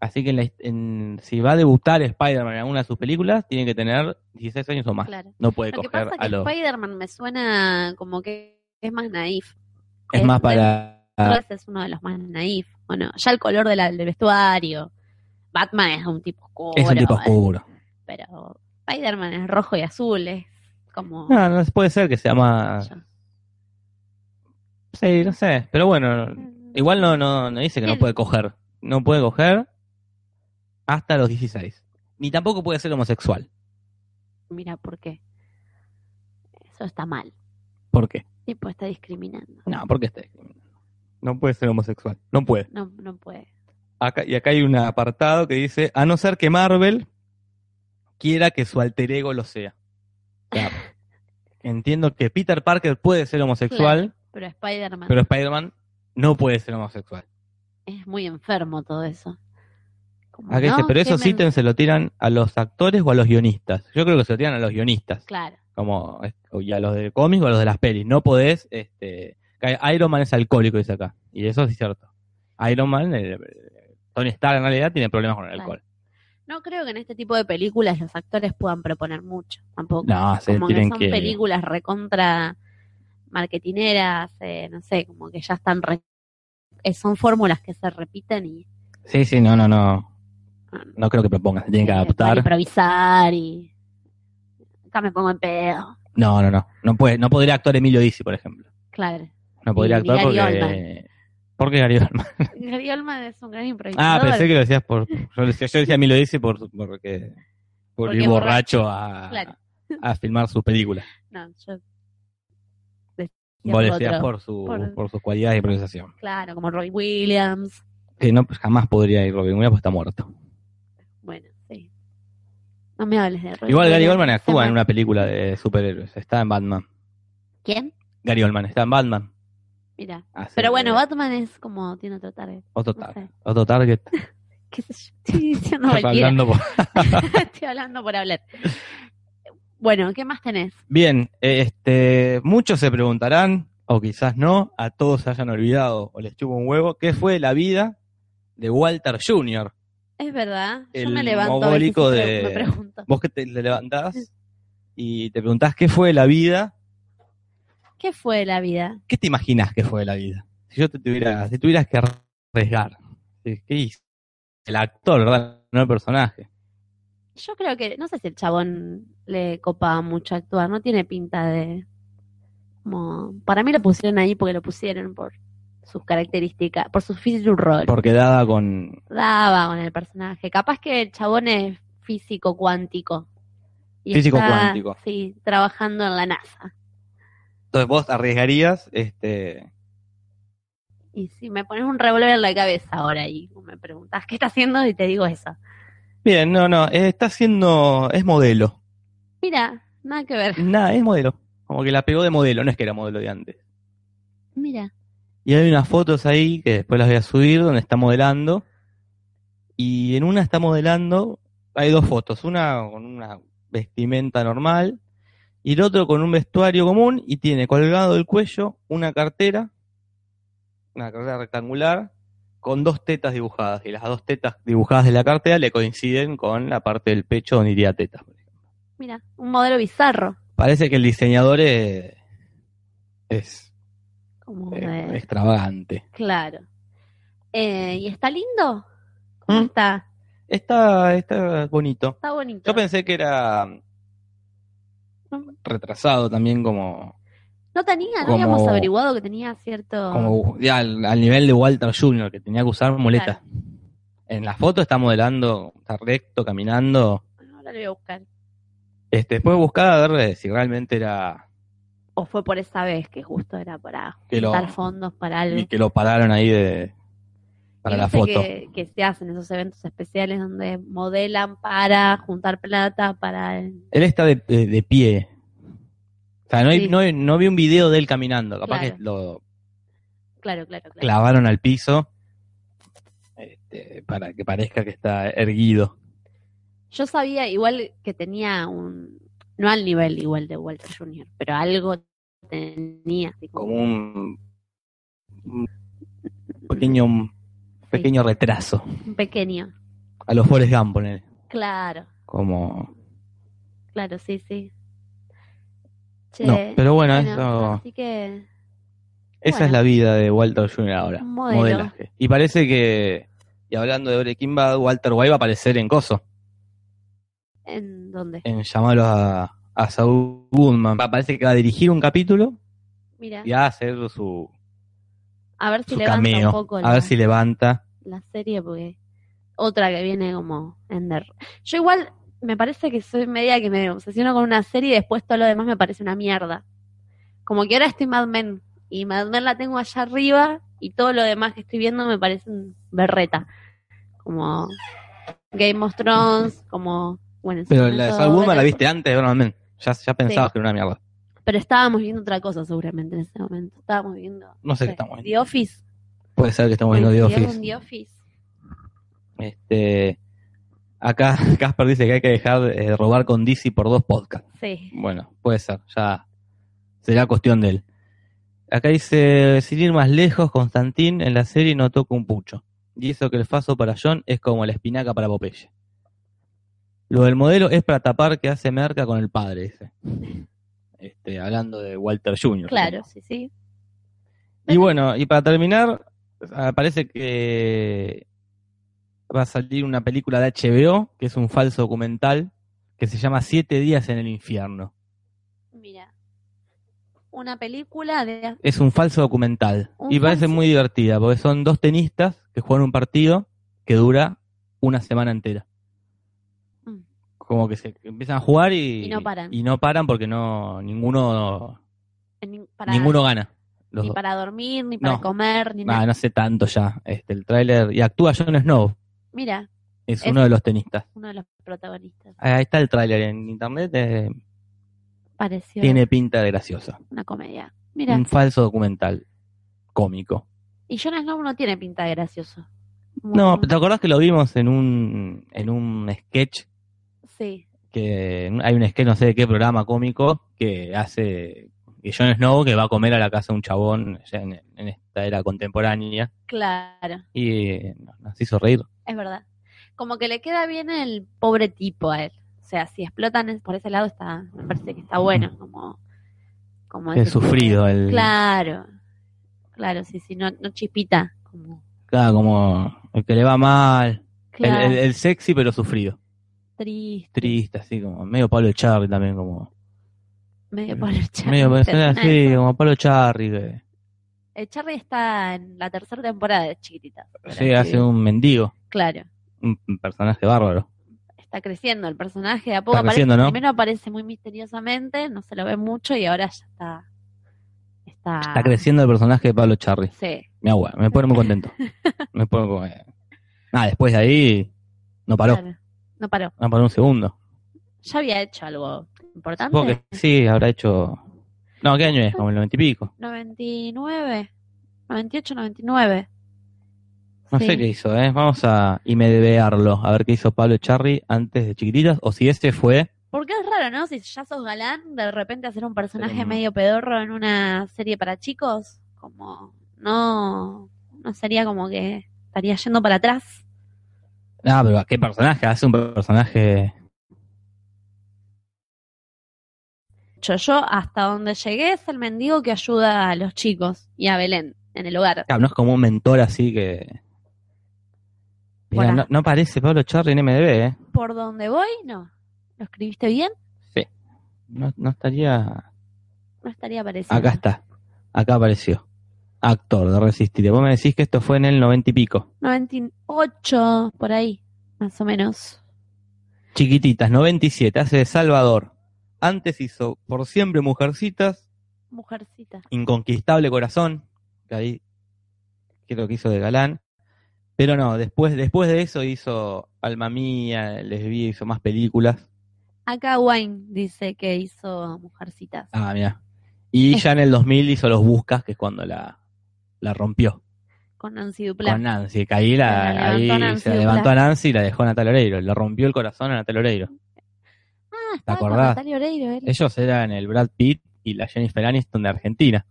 Speaker 1: Así que en la his- en- si va a debutar Spider-Man en alguna de sus películas, tiene que tener 16 años o más.
Speaker 2: Claro.
Speaker 1: No puede
Speaker 2: Lo que
Speaker 1: coger
Speaker 2: pasa es
Speaker 1: a
Speaker 2: que
Speaker 1: los...
Speaker 2: Spider-Man me suena como que es más naif.
Speaker 1: Es
Speaker 2: es
Speaker 1: más para...
Speaker 2: Entonces es uno de los más naif. Bueno, ya el color de la- del vestuario. Batman es un tipo oscuro.
Speaker 1: Es un tipo
Speaker 2: eh,
Speaker 1: oscuro.
Speaker 2: pero Spider-Man es rojo y azul, es como...
Speaker 1: No, no puede ser que sea más...
Speaker 2: Ya.
Speaker 1: Sí, no sé. Pero bueno, igual no, no, no dice que no
Speaker 2: Sí.
Speaker 1: puede coger. No puede coger hasta los 16. Ni tampoco puede ser homosexual.
Speaker 2: Mira, ¿por qué? Eso está mal.
Speaker 1: ¿Por qué?
Speaker 2: Tipo, está discriminando.
Speaker 1: No, porque está discriminando. No puede ser homosexual. No puede.
Speaker 2: No, no puede.
Speaker 1: Acá, y acá hay un apartado que dice, a no ser que Marvel quiera que su alter ego lo sea. O sea, entiendo que Peter Parker puede ser homosexual,
Speaker 2: Pero Spider-Man
Speaker 1: pero Spider-Man no puede ser homosexual.
Speaker 2: es muy enfermo todo eso. Como,
Speaker 1: Acá dice,
Speaker 2: ¿no?
Speaker 1: pero
Speaker 2: ¿Qué
Speaker 1: esos
Speaker 2: me-
Speaker 1: ítems se lo tiran a los actores o a los guionistas. Yo creo que se lo tiran a los guionistas.
Speaker 2: Claro,
Speaker 1: como o y a los de cómics o a los de las pelis. No podés, este, que Iron Man es alcohólico, dice acá. Y eso sí es cierto. Iron Man, el- el- Tony Stark en realidad tiene problemas con el
Speaker 2: Claro.
Speaker 1: alcohol.
Speaker 2: no creo que en este tipo de películas los actores puedan proponer mucho, tampoco.
Speaker 1: No, se
Speaker 2: como que
Speaker 1: tienen
Speaker 2: son
Speaker 1: que-
Speaker 2: películas recontra marketineras, eh, no sé, como que ya están... re- eh, son fórmulas que se repiten y...
Speaker 1: Sí, sí, no, no, no.
Speaker 2: no, no.
Speaker 1: No creo que propongan, se tienen que
Speaker 2: Eh, para
Speaker 1: adaptar.
Speaker 2: improvisar y. Acá me pongo en pedo.
Speaker 1: No, no, no. No puede, no podría actuar Emilio Dizzy, por ejemplo.
Speaker 2: Claro.
Speaker 1: No podría
Speaker 2: Y
Speaker 1: actuar
Speaker 2: Gary
Speaker 1: porque. ¿Por qué Gary Oldman?
Speaker 2: Gary Oldman es un gran
Speaker 1: Ah,
Speaker 2: improvisador.
Speaker 1: pensé que lo decías por. Yo decía, yo decía Emilio Dizzy por, porque. Por
Speaker 2: Porque
Speaker 1: ir
Speaker 2: es borracho.
Speaker 1: borracho a,
Speaker 2: Claro.
Speaker 1: a filmar sus películas.
Speaker 2: No, yo. decía
Speaker 1: Vos le
Speaker 2: otro.
Speaker 1: decías por, su,
Speaker 2: Por-
Speaker 1: por sus cualidades de improvisación.
Speaker 2: Claro, como Roy Williams.
Speaker 1: que no pues, jamás podría ir Robin Williams porque está muerto.
Speaker 2: Bueno, sí. No me hables de Roy
Speaker 1: Igual Gary
Speaker 2: Williams.
Speaker 1: Oldman actúa en
Speaker 2: muerto.
Speaker 1: una película de superhéroes, está en Batman.
Speaker 2: ¿Quién?
Speaker 1: Gary Oldman está en Batman.
Speaker 2: Mira.
Speaker 1: Así
Speaker 2: Pero bueno,
Speaker 1: que-
Speaker 2: Batman es como tiene otro target.
Speaker 1: Otro
Speaker 2: no
Speaker 1: target.
Speaker 2: sé.
Speaker 1: Otro target.
Speaker 2: ¿Qué sé yo? Estoy
Speaker 1: Ah.
Speaker 2: diciendo
Speaker 1: Estoy
Speaker 2: cualquiera.
Speaker 1: hablando por-
Speaker 2: Estoy hablando por hablar. Bueno, ¿qué más tenés?
Speaker 1: Bien, eh, este, muchos se preguntarán, o quizás no, a todos se hayan olvidado o les chupa un huevo, ¿qué fue la vida de Walter Jr.?
Speaker 2: Es verdad. Yo
Speaker 1: El
Speaker 2: me levanto. a veces y
Speaker 1: mogólico
Speaker 2: pre-
Speaker 1: de-
Speaker 2: Me pregunto.
Speaker 1: Vos que te te levantás y te preguntás qué fue la vida,
Speaker 2: ¿Qué fue la vida?
Speaker 1: ¿qué te imaginás que fue la vida? Si yo te tuviera, si tuvieras que arriesgar, ¿qué qué hice? El actor, ¿verdad? No el personaje.
Speaker 2: Yo creo que, no sé si el chabón le copaba mucho actuar, no tiene pinta de... Como, para mí lo pusieron ahí porque lo pusieron por sus características, por su físico rol.
Speaker 1: Porque daba con.
Speaker 2: Daba con el personaje. Capaz que el chabón es físico cuántico. Y
Speaker 1: Físico
Speaker 2: está,
Speaker 1: cuántico.
Speaker 2: Sí, trabajando en la NASA.
Speaker 1: Entonces vos arriesgarías, este.
Speaker 2: Y si me pones un revólver en la cabeza ahora y me preguntas qué está haciendo y te digo eso.
Speaker 1: Bien, no, no, eh, está siendo. Es modelo.
Speaker 2: Mira, nada que ver.
Speaker 1: Nada, es modelo. Como que la pegó de modelo, no es que era modelo de antes.
Speaker 2: Mira.
Speaker 1: Y hay unas fotos ahí que después las voy a subir donde está modelando. Y en una está modelando, hay dos fotos, una con una vestimenta normal y el otro con un vestuario común y tiene colgado del cuello una cartera, una cartera rectangular con dos tetas dibujadas y las dos tetas dibujadas de la cartera le coinciden con la parte del pecho donde iría tetas.
Speaker 2: Mira, un modelo bizarro,
Speaker 1: Parece que el diseñador eh, es
Speaker 2: como
Speaker 1: Eh,
Speaker 2: de-
Speaker 1: extravagante.
Speaker 2: claro. Eh, ¿Y está lindo? ¿Cómo
Speaker 1: ¿Mm?
Speaker 2: está?
Speaker 1: Está, está bonito.
Speaker 2: Está bonito.
Speaker 1: Yo pensé que era retrasado también como,
Speaker 2: no tenía, no
Speaker 1: como-
Speaker 2: habíamos averiguado que tenía cierto...
Speaker 1: como ya al, al nivel de Walter Jr., que tenía que usar muleta. En la foto está modelando, está recto, caminando.
Speaker 2: Ahora lo voy a buscar.
Speaker 1: Este, después buscaba a ver eh, si realmente era
Speaker 2: O fue por esa vez que justo era para
Speaker 1: que lo,
Speaker 2: juntar fondos para algo.
Speaker 1: y que lo pararon ahí de, para
Speaker 2: Y
Speaker 1: la
Speaker 2: viste
Speaker 1: foto.
Speaker 2: Que, que se hacen esos eventos especiales donde modelan para juntar plata, para... el-
Speaker 1: Él está de, de- de pie. O sea, no, hay-
Speaker 2: Sí.
Speaker 1: no, hay- no vi un video de él caminando. Capaz
Speaker 2: Claro.
Speaker 1: que lo,
Speaker 2: Claro, claro, claro.
Speaker 1: clavaron al piso este, para que parezca que está erguido.
Speaker 2: Yo sabía igual que tenía un... No al nivel igual de Walter Jr., pero algo tenía. Así
Speaker 1: Como un, un pequeño, un pequeño retraso.
Speaker 2: Un pequeño.
Speaker 1: A los Forrest Gump, ponele.
Speaker 2: Claro,
Speaker 1: Como.
Speaker 2: claro, sí, sí. Che,
Speaker 1: no, pero bueno,
Speaker 2: bueno,
Speaker 1: eso-
Speaker 2: Así que,
Speaker 1: esa
Speaker 2: bueno.
Speaker 1: es la vida de Walter Jr. ahora.
Speaker 2: Un modelo.
Speaker 1: Modelaje. Y parece que. Y hablando de Breaking Bad, Walter White va a aparecer en Coso.
Speaker 2: ¿en dónde?
Speaker 1: En llamarlos a, a Saul Goodman. Va- Parece que va a dirigir un capítulo
Speaker 2: Mira,
Speaker 1: y va a hacer su,
Speaker 2: a ver si
Speaker 1: su
Speaker 2: levanta un
Speaker 1: cameo.
Speaker 2: poco
Speaker 1: A
Speaker 2: la,
Speaker 1: ver si levanta.
Speaker 2: la serie, porque otra que viene como en der- Yo igual me parece que soy media que me obsesiono con una serie y después todo lo demás me parece una mierda. Como que ahora estoy Mad Men y Mad Men la tengo allá arriba y todo lo demás que estoy viendo me parece un berreta. Como Game of Thrones, como... Bueno, en su
Speaker 1: Pero la de
Speaker 2: momento-
Speaker 1: Saul Goodman la viste antes, bueno, amén. Ya, ya pensabas que era una mierda.
Speaker 2: Pero estábamos viendo otra cosa seguramente en ese momento. Estábamos viendo...
Speaker 1: No sé
Speaker 2: no
Speaker 1: qué
Speaker 2: sé,
Speaker 1: estamos viendo.
Speaker 2: The Office.
Speaker 1: Puede ser que estamos viendo The
Speaker 2: Coincidieron
Speaker 1: Office.
Speaker 2: The Office.
Speaker 1: Este, acá Casper dice que hay que dejar de eh, robar con DC por dos podcasts.
Speaker 2: Sí.
Speaker 1: Bueno, puede ser, ya será cuestión de él. Acá dice, sin ir más lejos, Constantín en la serie no toca un pucho. Y eso que el faso para John es como la espinaca para Popeye. Lo del modelo es para tapar que hace merca con el padre, dice. Este, hablando de Walter Jr.
Speaker 2: Claro, sí, sí.
Speaker 1: Y bueno, y para terminar, ah, parece que va a salir una película de HBO, que es un falso documental, que se llama Siete días en el infierno.
Speaker 2: Mira. Una película de...
Speaker 1: Es un falso documental.
Speaker 2: Un
Speaker 1: y parece
Speaker 2: falso.
Speaker 1: muy divertida, porque son dos tenistas que juegan un partido que dura una semana entera.
Speaker 2: Mm.
Speaker 1: Como que se empiezan a jugar y,
Speaker 2: Y no paran.
Speaker 1: y no paran porque no ninguno
Speaker 2: ni Para,
Speaker 1: ninguno gana. Los
Speaker 2: Ni
Speaker 1: dos.
Speaker 2: para dormir, ni para
Speaker 1: No.
Speaker 2: comer, ni
Speaker 1: Ah,
Speaker 2: nada.
Speaker 1: no sé tanto ya. Este, el tráiler y actúa Jon Snow,
Speaker 2: Mira,
Speaker 1: es
Speaker 2: Es-
Speaker 1: uno de los tenistas.
Speaker 2: uno de los protagonistas.
Speaker 1: Eh, Ahí está el tráiler en internet. eh,
Speaker 2: Pareció
Speaker 1: tiene pinta de graciosa.
Speaker 2: una comedia. Mira,
Speaker 1: Un falso documental. cómico.
Speaker 2: Y Jonas Snow no tiene pinta de gracioso.
Speaker 1: No, ¿te acordás que lo vimos en un, en un sketch?
Speaker 2: Sí.
Speaker 1: Que hay un sketch, no sé de qué programa cómico, que hace que Jon Snow que va a comer a la casa de un chabón ya en, en esta era contemporánea
Speaker 2: Claro,
Speaker 1: y eh, nos hizo reír.
Speaker 2: es verdad. Como que le queda bien el pobre tipo a él. O sea, si explotan es- por ese lado, está, me parece que está bueno. Como, como
Speaker 1: Qué
Speaker 2: ese tipo.
Speaker 1: sufrido el
Speaker 2: Claro, claro, sí, sí, no, no chispita. Como,
Speaker 1: claro, como el que le va mal, El-
Speaker 2: claro,
Speaker 1: el, el sexy pero sufrido,
Speaker 2: triste,
Speaker 1: triste así como medio Pablo Charri también como
Speaker 2: medio por el Charlie.
Speaker 1: medio
Speaker 2: Termina
Speaker 1: así
Speaker 2: eso.
Speaker 1: como Pablo Charri que
Speaker 2: El Charlie está en la tercera temporada de Chiquitita.
Speaker 1: sí, hace un mendigo,
Speaker 2: Claro,
Speaker 1: un un personaje bárbaro.
Speaker 2: está creciendo el personaje. De a poco
Speaker 1: Está
Speaker 2: aparece,
Speaker 1: creciendo, ¿no?
Speaker 2: Primero aparece muy misteriosamente, no se lo ve mucho y ahora ya está. Está,
Speaker 1: Está creciendo el personaje de Pablo Charri.
Speaker 2: Sí,
Speaker 1: Mi abuela, me pone muy contento. me pone como, eh, Nada, después de ahí no paró,
Speaker 2: claro, No paró.
Speaker 1: no paró un segundo.
Speaker 2: Ya había hecho algo importante.
Speaker 1: Supongo que sí, habrá hecho. No, ¿qué año es? Como el noventa y pico.
Speaker 2: 99, 98, 99.
Speaker 1: No
Speaker 2: Sí.
Speaker 1: sé qué hizo, ¿eh? Vamos a IMDBarlo, a ver qué hizo Pablo Charri antes de Chiquititas, o si este fue.
Speaker 2: Porque es raro, ¿no? Si ya sos galán, de repente hacer un personaje
Speaker 1: Pero, mm.
Speaker 2: medio pedorro en una serie para chicos, como no, no sería como que estaría yendo para atrás.
Speaker 1: Ah, pero ¿a qué personaje? Hace un personaje.
Speaker 2: Yo, yo hasta donde llegué es el mendigo que ayuda a los chicos y a Belén en el hogar.
Speaker 1: Claro, no es como un mentor así que. Mirá,
Speaker 2: Hola.
Speaker 1: no, no parece Pablo Charri en IMDB, ¿eh?
Speaker 2: Por donde voy, no. ¿Lo escribiste bien?
Speaker 1: No, no estaría.
Speaker 2: No estaría parecido.
Speaker 1: Acá está. Acá apareció. Actor de Resistir. Vos me decís que esto fue en el noventa y pico.
Speaker 2: 98, por ahí, más o menos.
Speaker 1: Chiquititas, 97, hace de Salvador. Antes hizo Por Siempre Mujercitas,
Speaker 2: Mujercita.
Speaker 1: Inconquistable Corazón, que ahí creo que hizo de galán. Pero no, después, después de eso hizo Alma Mía, Lesbía, hizo más películas.
Speaker 2: Acá Wine dice que hizo Mujercitas.
Speaker 1: Ah, mira. Y
Speaker 2: Eh.
Speaker 1: ya en el 2000 hizo Los Buscas, que es cuando la, la rompió
Speaker 2: Con Nancy Duplá. Ah,
Speaker 1: con Nancy. Que ahí,
Speaker 2: Se la
Speaker 1: la, ahí
Speaker 2: levantó Nancy
Speaker 1: se la levantó a Nancy y la dejó a Natalia Oreiro. Le rompió el corazón a Natalia Oreiro.
Speaker 2: Ah, estaba con
Speaker 1: acordás?
Speaker 2: Natalia Oreiro, él.
Speaker 1: Ellos eran el Brad Pitt y la Jennifer Aniston de Argentina.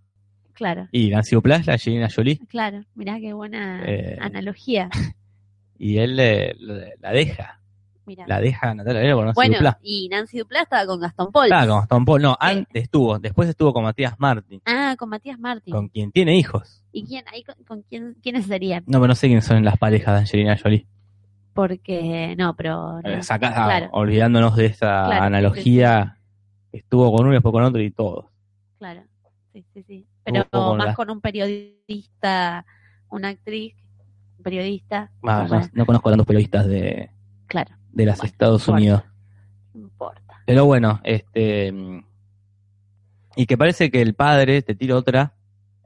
Speaker 2: Claro,
Speaker 1: Y Nancy Duplá es la Angelina Jolie.
Speaker 2: claro. Mirá qué buena
Speaker 1: Eh.
Speaker 2: analogía.
Speaker 1: Y él eh, la- la deja.
Speaker 2: Mirá.
Speaker 1: La deja a Natalia Oreiro por Nancy Ah,
Speaker 2: bueno,
Speaker 1: Duplá.
Speaker 2: y Nancy Duplá estaba con Gastón Paul.
Speaker 1: Claro, con Stone Paul. No, antes estuvo, después estuvo con Matías Martín,
Speaker 2: Ah, con Matías Martín.
Speaker 1: con quien tiene hijos.
Speaker 2: ¿Y quién, ahí con, con quién, quiénes serían?
Speaker 1: No, pero no sé quiénes son las parejas de Angelina Jolie.
Speaker 2: Porque, no, pero... no.
Speaker 1: Eh, sacá- ah,
Speaker 2: claro,
Speaker 1: Olvidándonos de esa
Speaker 2: Claro,
Speaker 1: analogía, estuvo con uno y después con otro y todo.
Speaker 2: claro. Sí, sí, sí. Pero
Speaker 1: Hubo con
Speaker 2: más
Speaker 1: la-
Speaker 2: con un periodista, una actriz, un periodista.
Speaker 1: Ah,
Speaker 2: bueno,
Speaker 1: no, no conozco tantos periodistas de,
Speaker 2: Claro,
Speaker 1: de los
Speaker 2: Bueno,
Speaker 1: Estados
Speaker 2: bueno.
Speaker 1: Unidos.
Speaker 2: no importa.
Speaker 1: Pero bueno, este. mm, Y que parece que el padre, te tiro otra.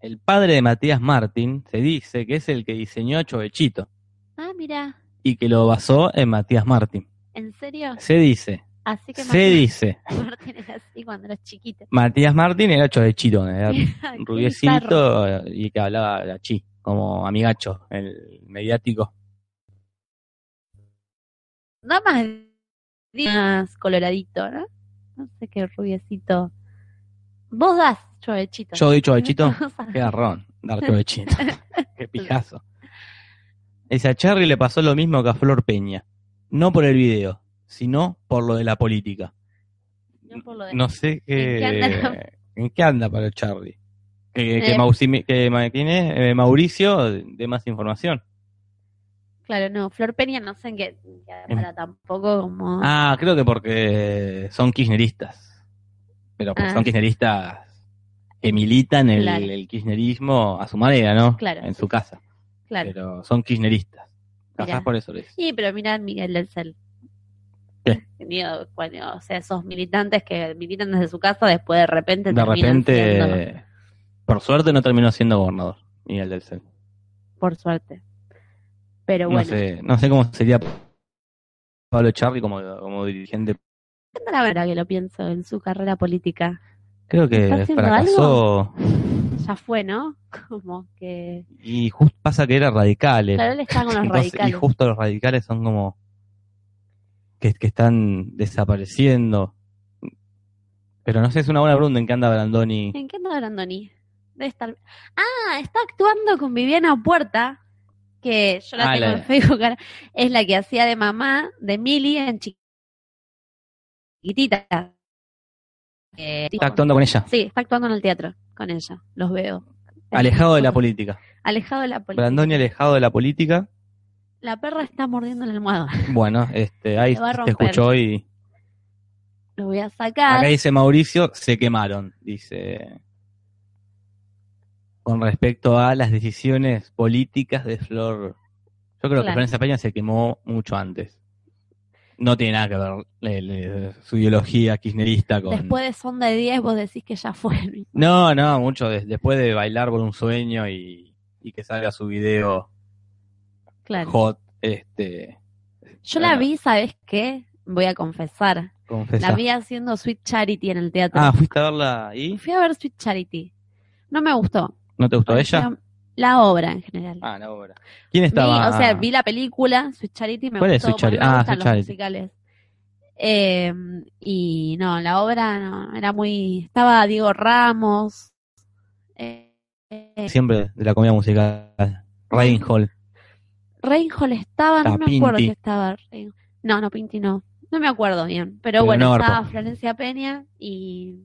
Speaker 1: El padre de Matías Martín se dice que es el que diseñó a Chovechito
Speaker 2: Ah, mira,
Speaker 1: y que lo basó en Matías Martín.
Speaker 2: ¿en serio?
Speaker 1: Se dice,
Speaker 2: Así que
Speaker 1: se dice.
Speaker 2: Martín era así cuando era chiquito.
Speaker 1: Matías Martín era chovechito, era
Speaker 2: Mirá, qué bizarro.
Speaker 1: rubiecito y que hablaba la chi, como amigacho, el mediático.
Speaker 2: Nada más, más coloradito, ¿no? No sé qué rubiecito. Vos das, chovechito.
Speaker 1: Yo doy chovechito,
Speaker 2: O sea,
Speaker 1: qué garrón, dar chovechito, qué pijazo. Dice, a Cherry le pasó lo mismo que a Flor Peña, no por el video, sino por lo de la política.
Speaker 2: no por lo de-
Speaker 1: No sé
Speaker 2: ¿En qué anda?
Speaker 1: qué, en qué anda para Charlie. Que, que
Speaker 2: Eh.
Speaker 1: Mausimi- que Ma- ¿quién es? Eh, Mauricio dé más información.
Speaker 2: Claro, no, Flor Peña no sé en qué, en qué andará tampoco como...
Speaker 1: Em. Ah, creo que porque son kirchneristas. Pero pues
Speaker 2: Ah.
Speaker 1: son kirchneristas que militan el,
Speaker 2: Claro.
Speaker 1: el kirchnerismo a su manera, ¿no?
Speaker 2: Claro.
Speaker 1: En su casa.
Speaker 2: claro.
Speaker 1: Pero son kirchneristas. Casás
Speaker 2: Mirá.
Speaker 1: por eso, Luis.
Speaker 2: Sí, pero mirá Miguel del Cel.
Speaker 1: ¿Qué?
Speaker 2: Digo, bueno, o sea, esos militantes que militan desde su casa después de repente
Speaker 1: De
Speaker 2: terminan siendo,
Speaker 1: repente, por suerte no terminó siendo gobernador, Miguel del Cel.
Speaker 2: por suerte. Pero bueno,
Speaker 1: No, sé, no sé cómo sería Pablo Charri como, como dirigente.
Speaker 2: ¿qué andará a ver ahora que lo pienso en su carrera política?
Speaker 1: Creo que
Speaker 2: ¿Está haciendo
Speaker 1: fracasó.
Speaker 2: ya fue, ¿no? Como que.
Speaker 1: Y justo pasa que era radicales.
Speaker 2: Claro, él está con los
Speaker 1: Eh, Entonces,
Speaker 2: radicales.
Speaker 1: Y justo los radicales son como que, que están desapareciendo. Pero no sé, es una buena pregunta en qué anda Brandoni.
Speaker 2: ¿En qué anda Brandoni? Debe estar. Ah, está actuando con Viviana Puerta, que yo la
Speaker 1: Ah,
Speaker 2: tengo
Speaker 1: la-
Speaker 2: en Facebook. ahora. Es la que hacía de mamá de Millie en chiquitita. Eh,
Speaker 1: Está actuando con ella.
Speaker 2: Sí, está actuando en el teatro con ella. Los veo.
Speaker 1: Alejado de la política.
Speaker 2: Alejado de la política.
Speaker 1: Brandoni alejado de la política.
Speaker 2: La perra está mordiendo la almohada.
Speaker 1: Bueno, este, ahí
Speaker 2: Lo va a
Speaker 1: te
Speaker 2: romper. Ah.
Speaker 1: escuchó y
Speaker 2: Lo voy a sacar.
Speaker 1: acá dice Mauricio, se quemaron, dice. Con respecto a las decisiones políticas de Flor. Yo creo que
Speaker 2: Claro.
Speaker 1: Florencia Peña se quemó mucho antes. No tiene nada que ver eh, le- su ideología kirchnerista con.
Speaker 2: Después de Sonda de 10, vos decís que ya fue.
Speaker 1: No, no, mucho de- después de bailar por un sueño y, y que salga su video
Speaker 2: Claro.
Speaker 1: hot, este,
Speaker 2: Yo la vi, ¿sabes qué? Voy a confesar. La
Speaker 1: confesar.
Speaker 2: vi haciendo Sweet Charity en el teatro.
Speaker 1: Ah, fuiste a verla y
Speaker 2: Fui a ver Sweet Charity. No me gustó.
Speaker 1: no te gustó ella.
Speaker 2: La obra en general.
Speaker 1: Ah, no, ahora. ¿Quién
Speaker 2: Vi-
Speaker 1: estaba?
Speaker 2: o sea, vi la película, Sweet Charity, me
Speaker 1: ¿Cuál es
Speaker 2: gustó,
Speaker 1: Sweet Charity?
Speaker 2: porque me
Speaker 1: Ah,
Speaker 2: gustan
Speaker 1: Sweet
Speaker 2: los
Speaker 1: Charity.
Speaker 2: musicales. Eh, y no, la obra no, era muy... Estaba Diego Ramos. Eh, eh,
Speaker 1: siempre de la comida musical. Reinhold.
Speaker 2: Reinhold estaba, no
Speaker 1: Ah,
Speaker 2: me acuerdo
Speaker 1: Pinti.
Speaker 2: si estaba. Rein- No, no, Pinti no. No me acuerdo bien. Pero,
Speaker 1: Pero
Speaker 2: bueno,
Speaker 1: no garpó.
Speaker 2: estaba Florencia Peña y.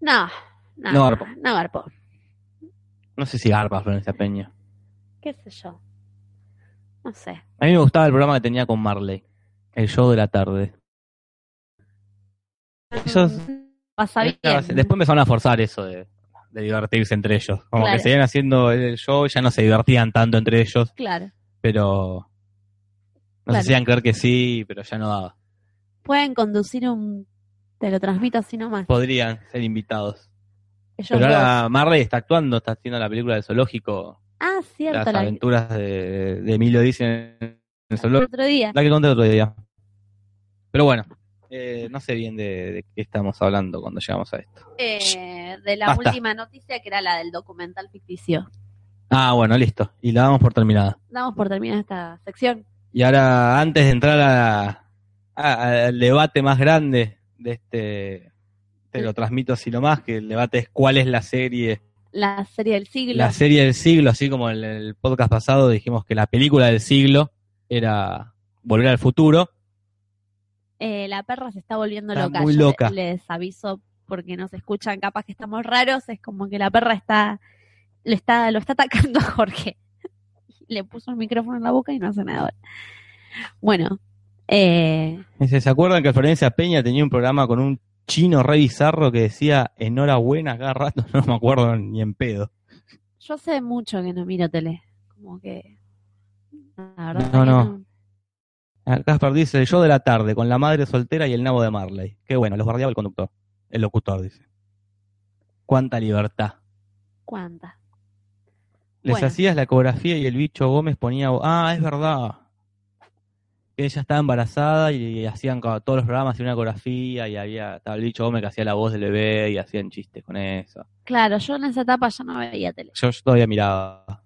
Speaker 2: No, no.
Speaker 1: No garpó.
Speaker 2: no garpó.
Speaker 1: No sé si garpa Florencia Peña.
Speaker 2: ¿Qué sé yo? No sé.
Speaker 1: A mí me gustaba el programa que tenía con Marley. El show de la tarde. Ellos-
Speaker 2: Pasa bien.
Speaker 1: Después empezaron a forzar eso de, de divertirse entre ellos. Como
Speaker 2: Claro.
Speaker 1: que seguían haciendo el show, ya no se divertían tanto entre ellos.
Speaker 2: Claro.
Speaker 1: pero no
Speaker 2: Claro.
Speaker 1: se hacían creer que sí, pero ya no daba.
Speaker 2: Pueden conducir un. Te lo transmito así nomás.
Speaker 1: Podrían ser invitados.
Speaker 2: Ellos
Speaker 1: pero
Speaker 2: dos.
Speaker 1: ahora Marley está actuando, está haciendo la película del zoológico,
Speaker 2: Ah, cierto,
Speaker 1: las
Speaker 2: la,
Speaker 1: aventuras de, de Emilio Dicen en el
Speaker 2: el
Speaker 1: zoológico,
Speaker 2: otro día.
Speaker 1: la que conté el otro día. Pero bueno, eh, no sé bien de, de qué estamos hablando cuando llegamos a esto.
Speaker 2: eh, de la
Speaker 1: Basta.
Speaker 2: última noticia que era la del documental ficticio.
Speaker 1: Ah, bueno, listo. Y la damos por terminada.
Speaker 2: Damos por terminada esta sección.
Speaker 1: Y ahora, antes de entrar a- a- al debate más grande de este, te lo transmito así nomás, que el debate es cuál es la serie
Speaker 2: La serie del siglo.
Speaker 1: la serie del siglo, así como en el podcast pasado dijimos que la película del siglo era Volver al Futuro.
Speaker 2: Eh, la perra se está volviendo
Speaker 1: Está
Speaker 2: loca.
Speaker 1: muy
Speaker 2: Yo
Speaker 1: loca.
Speaker 2: le- Les aviso porque nos escuchan, capaz que estamos raros. Es como que la perra está, le está, lo está atacando a Jorge. Le puso el micrófono en la boca y no hace nada. ahora. Bueno, eh,
Speaker 1: Dice, ¿Se acuerdan que Florencia Peña tenía un programa con un chino re bizarro que decía enhorabuena cada rato? No me acuerdo ni en pedo.
Speaker 2: yo sé mucho que no miro tele. Como que. La
Speaker 1: No,
Speaker 2: verdad que
Speaker 1: no. Acá dice, yo de la tarde con la madre soltera y el nabo de Marley. Qué bueno, los bardeaba el conductor. El locutor dice. Cuánta libertad.
Speaker 2: ¿Cuántas?
Speaker 1: Les
Speaker 2: Bueno.
Speaker 1: hacías la ecografía y el bicho Gómez ponía. Ah, es verdad. Ella estaba embarazada y hacían co- todos los programas hacían una ecografía y había estaba el bicho Gómez que hacía la voz del bebé y hacían chistes con eso.
Speaker 2: Claro, yo en esa etapa ya no veía tele.
Speaker 1: Yo, yo todavía miraba,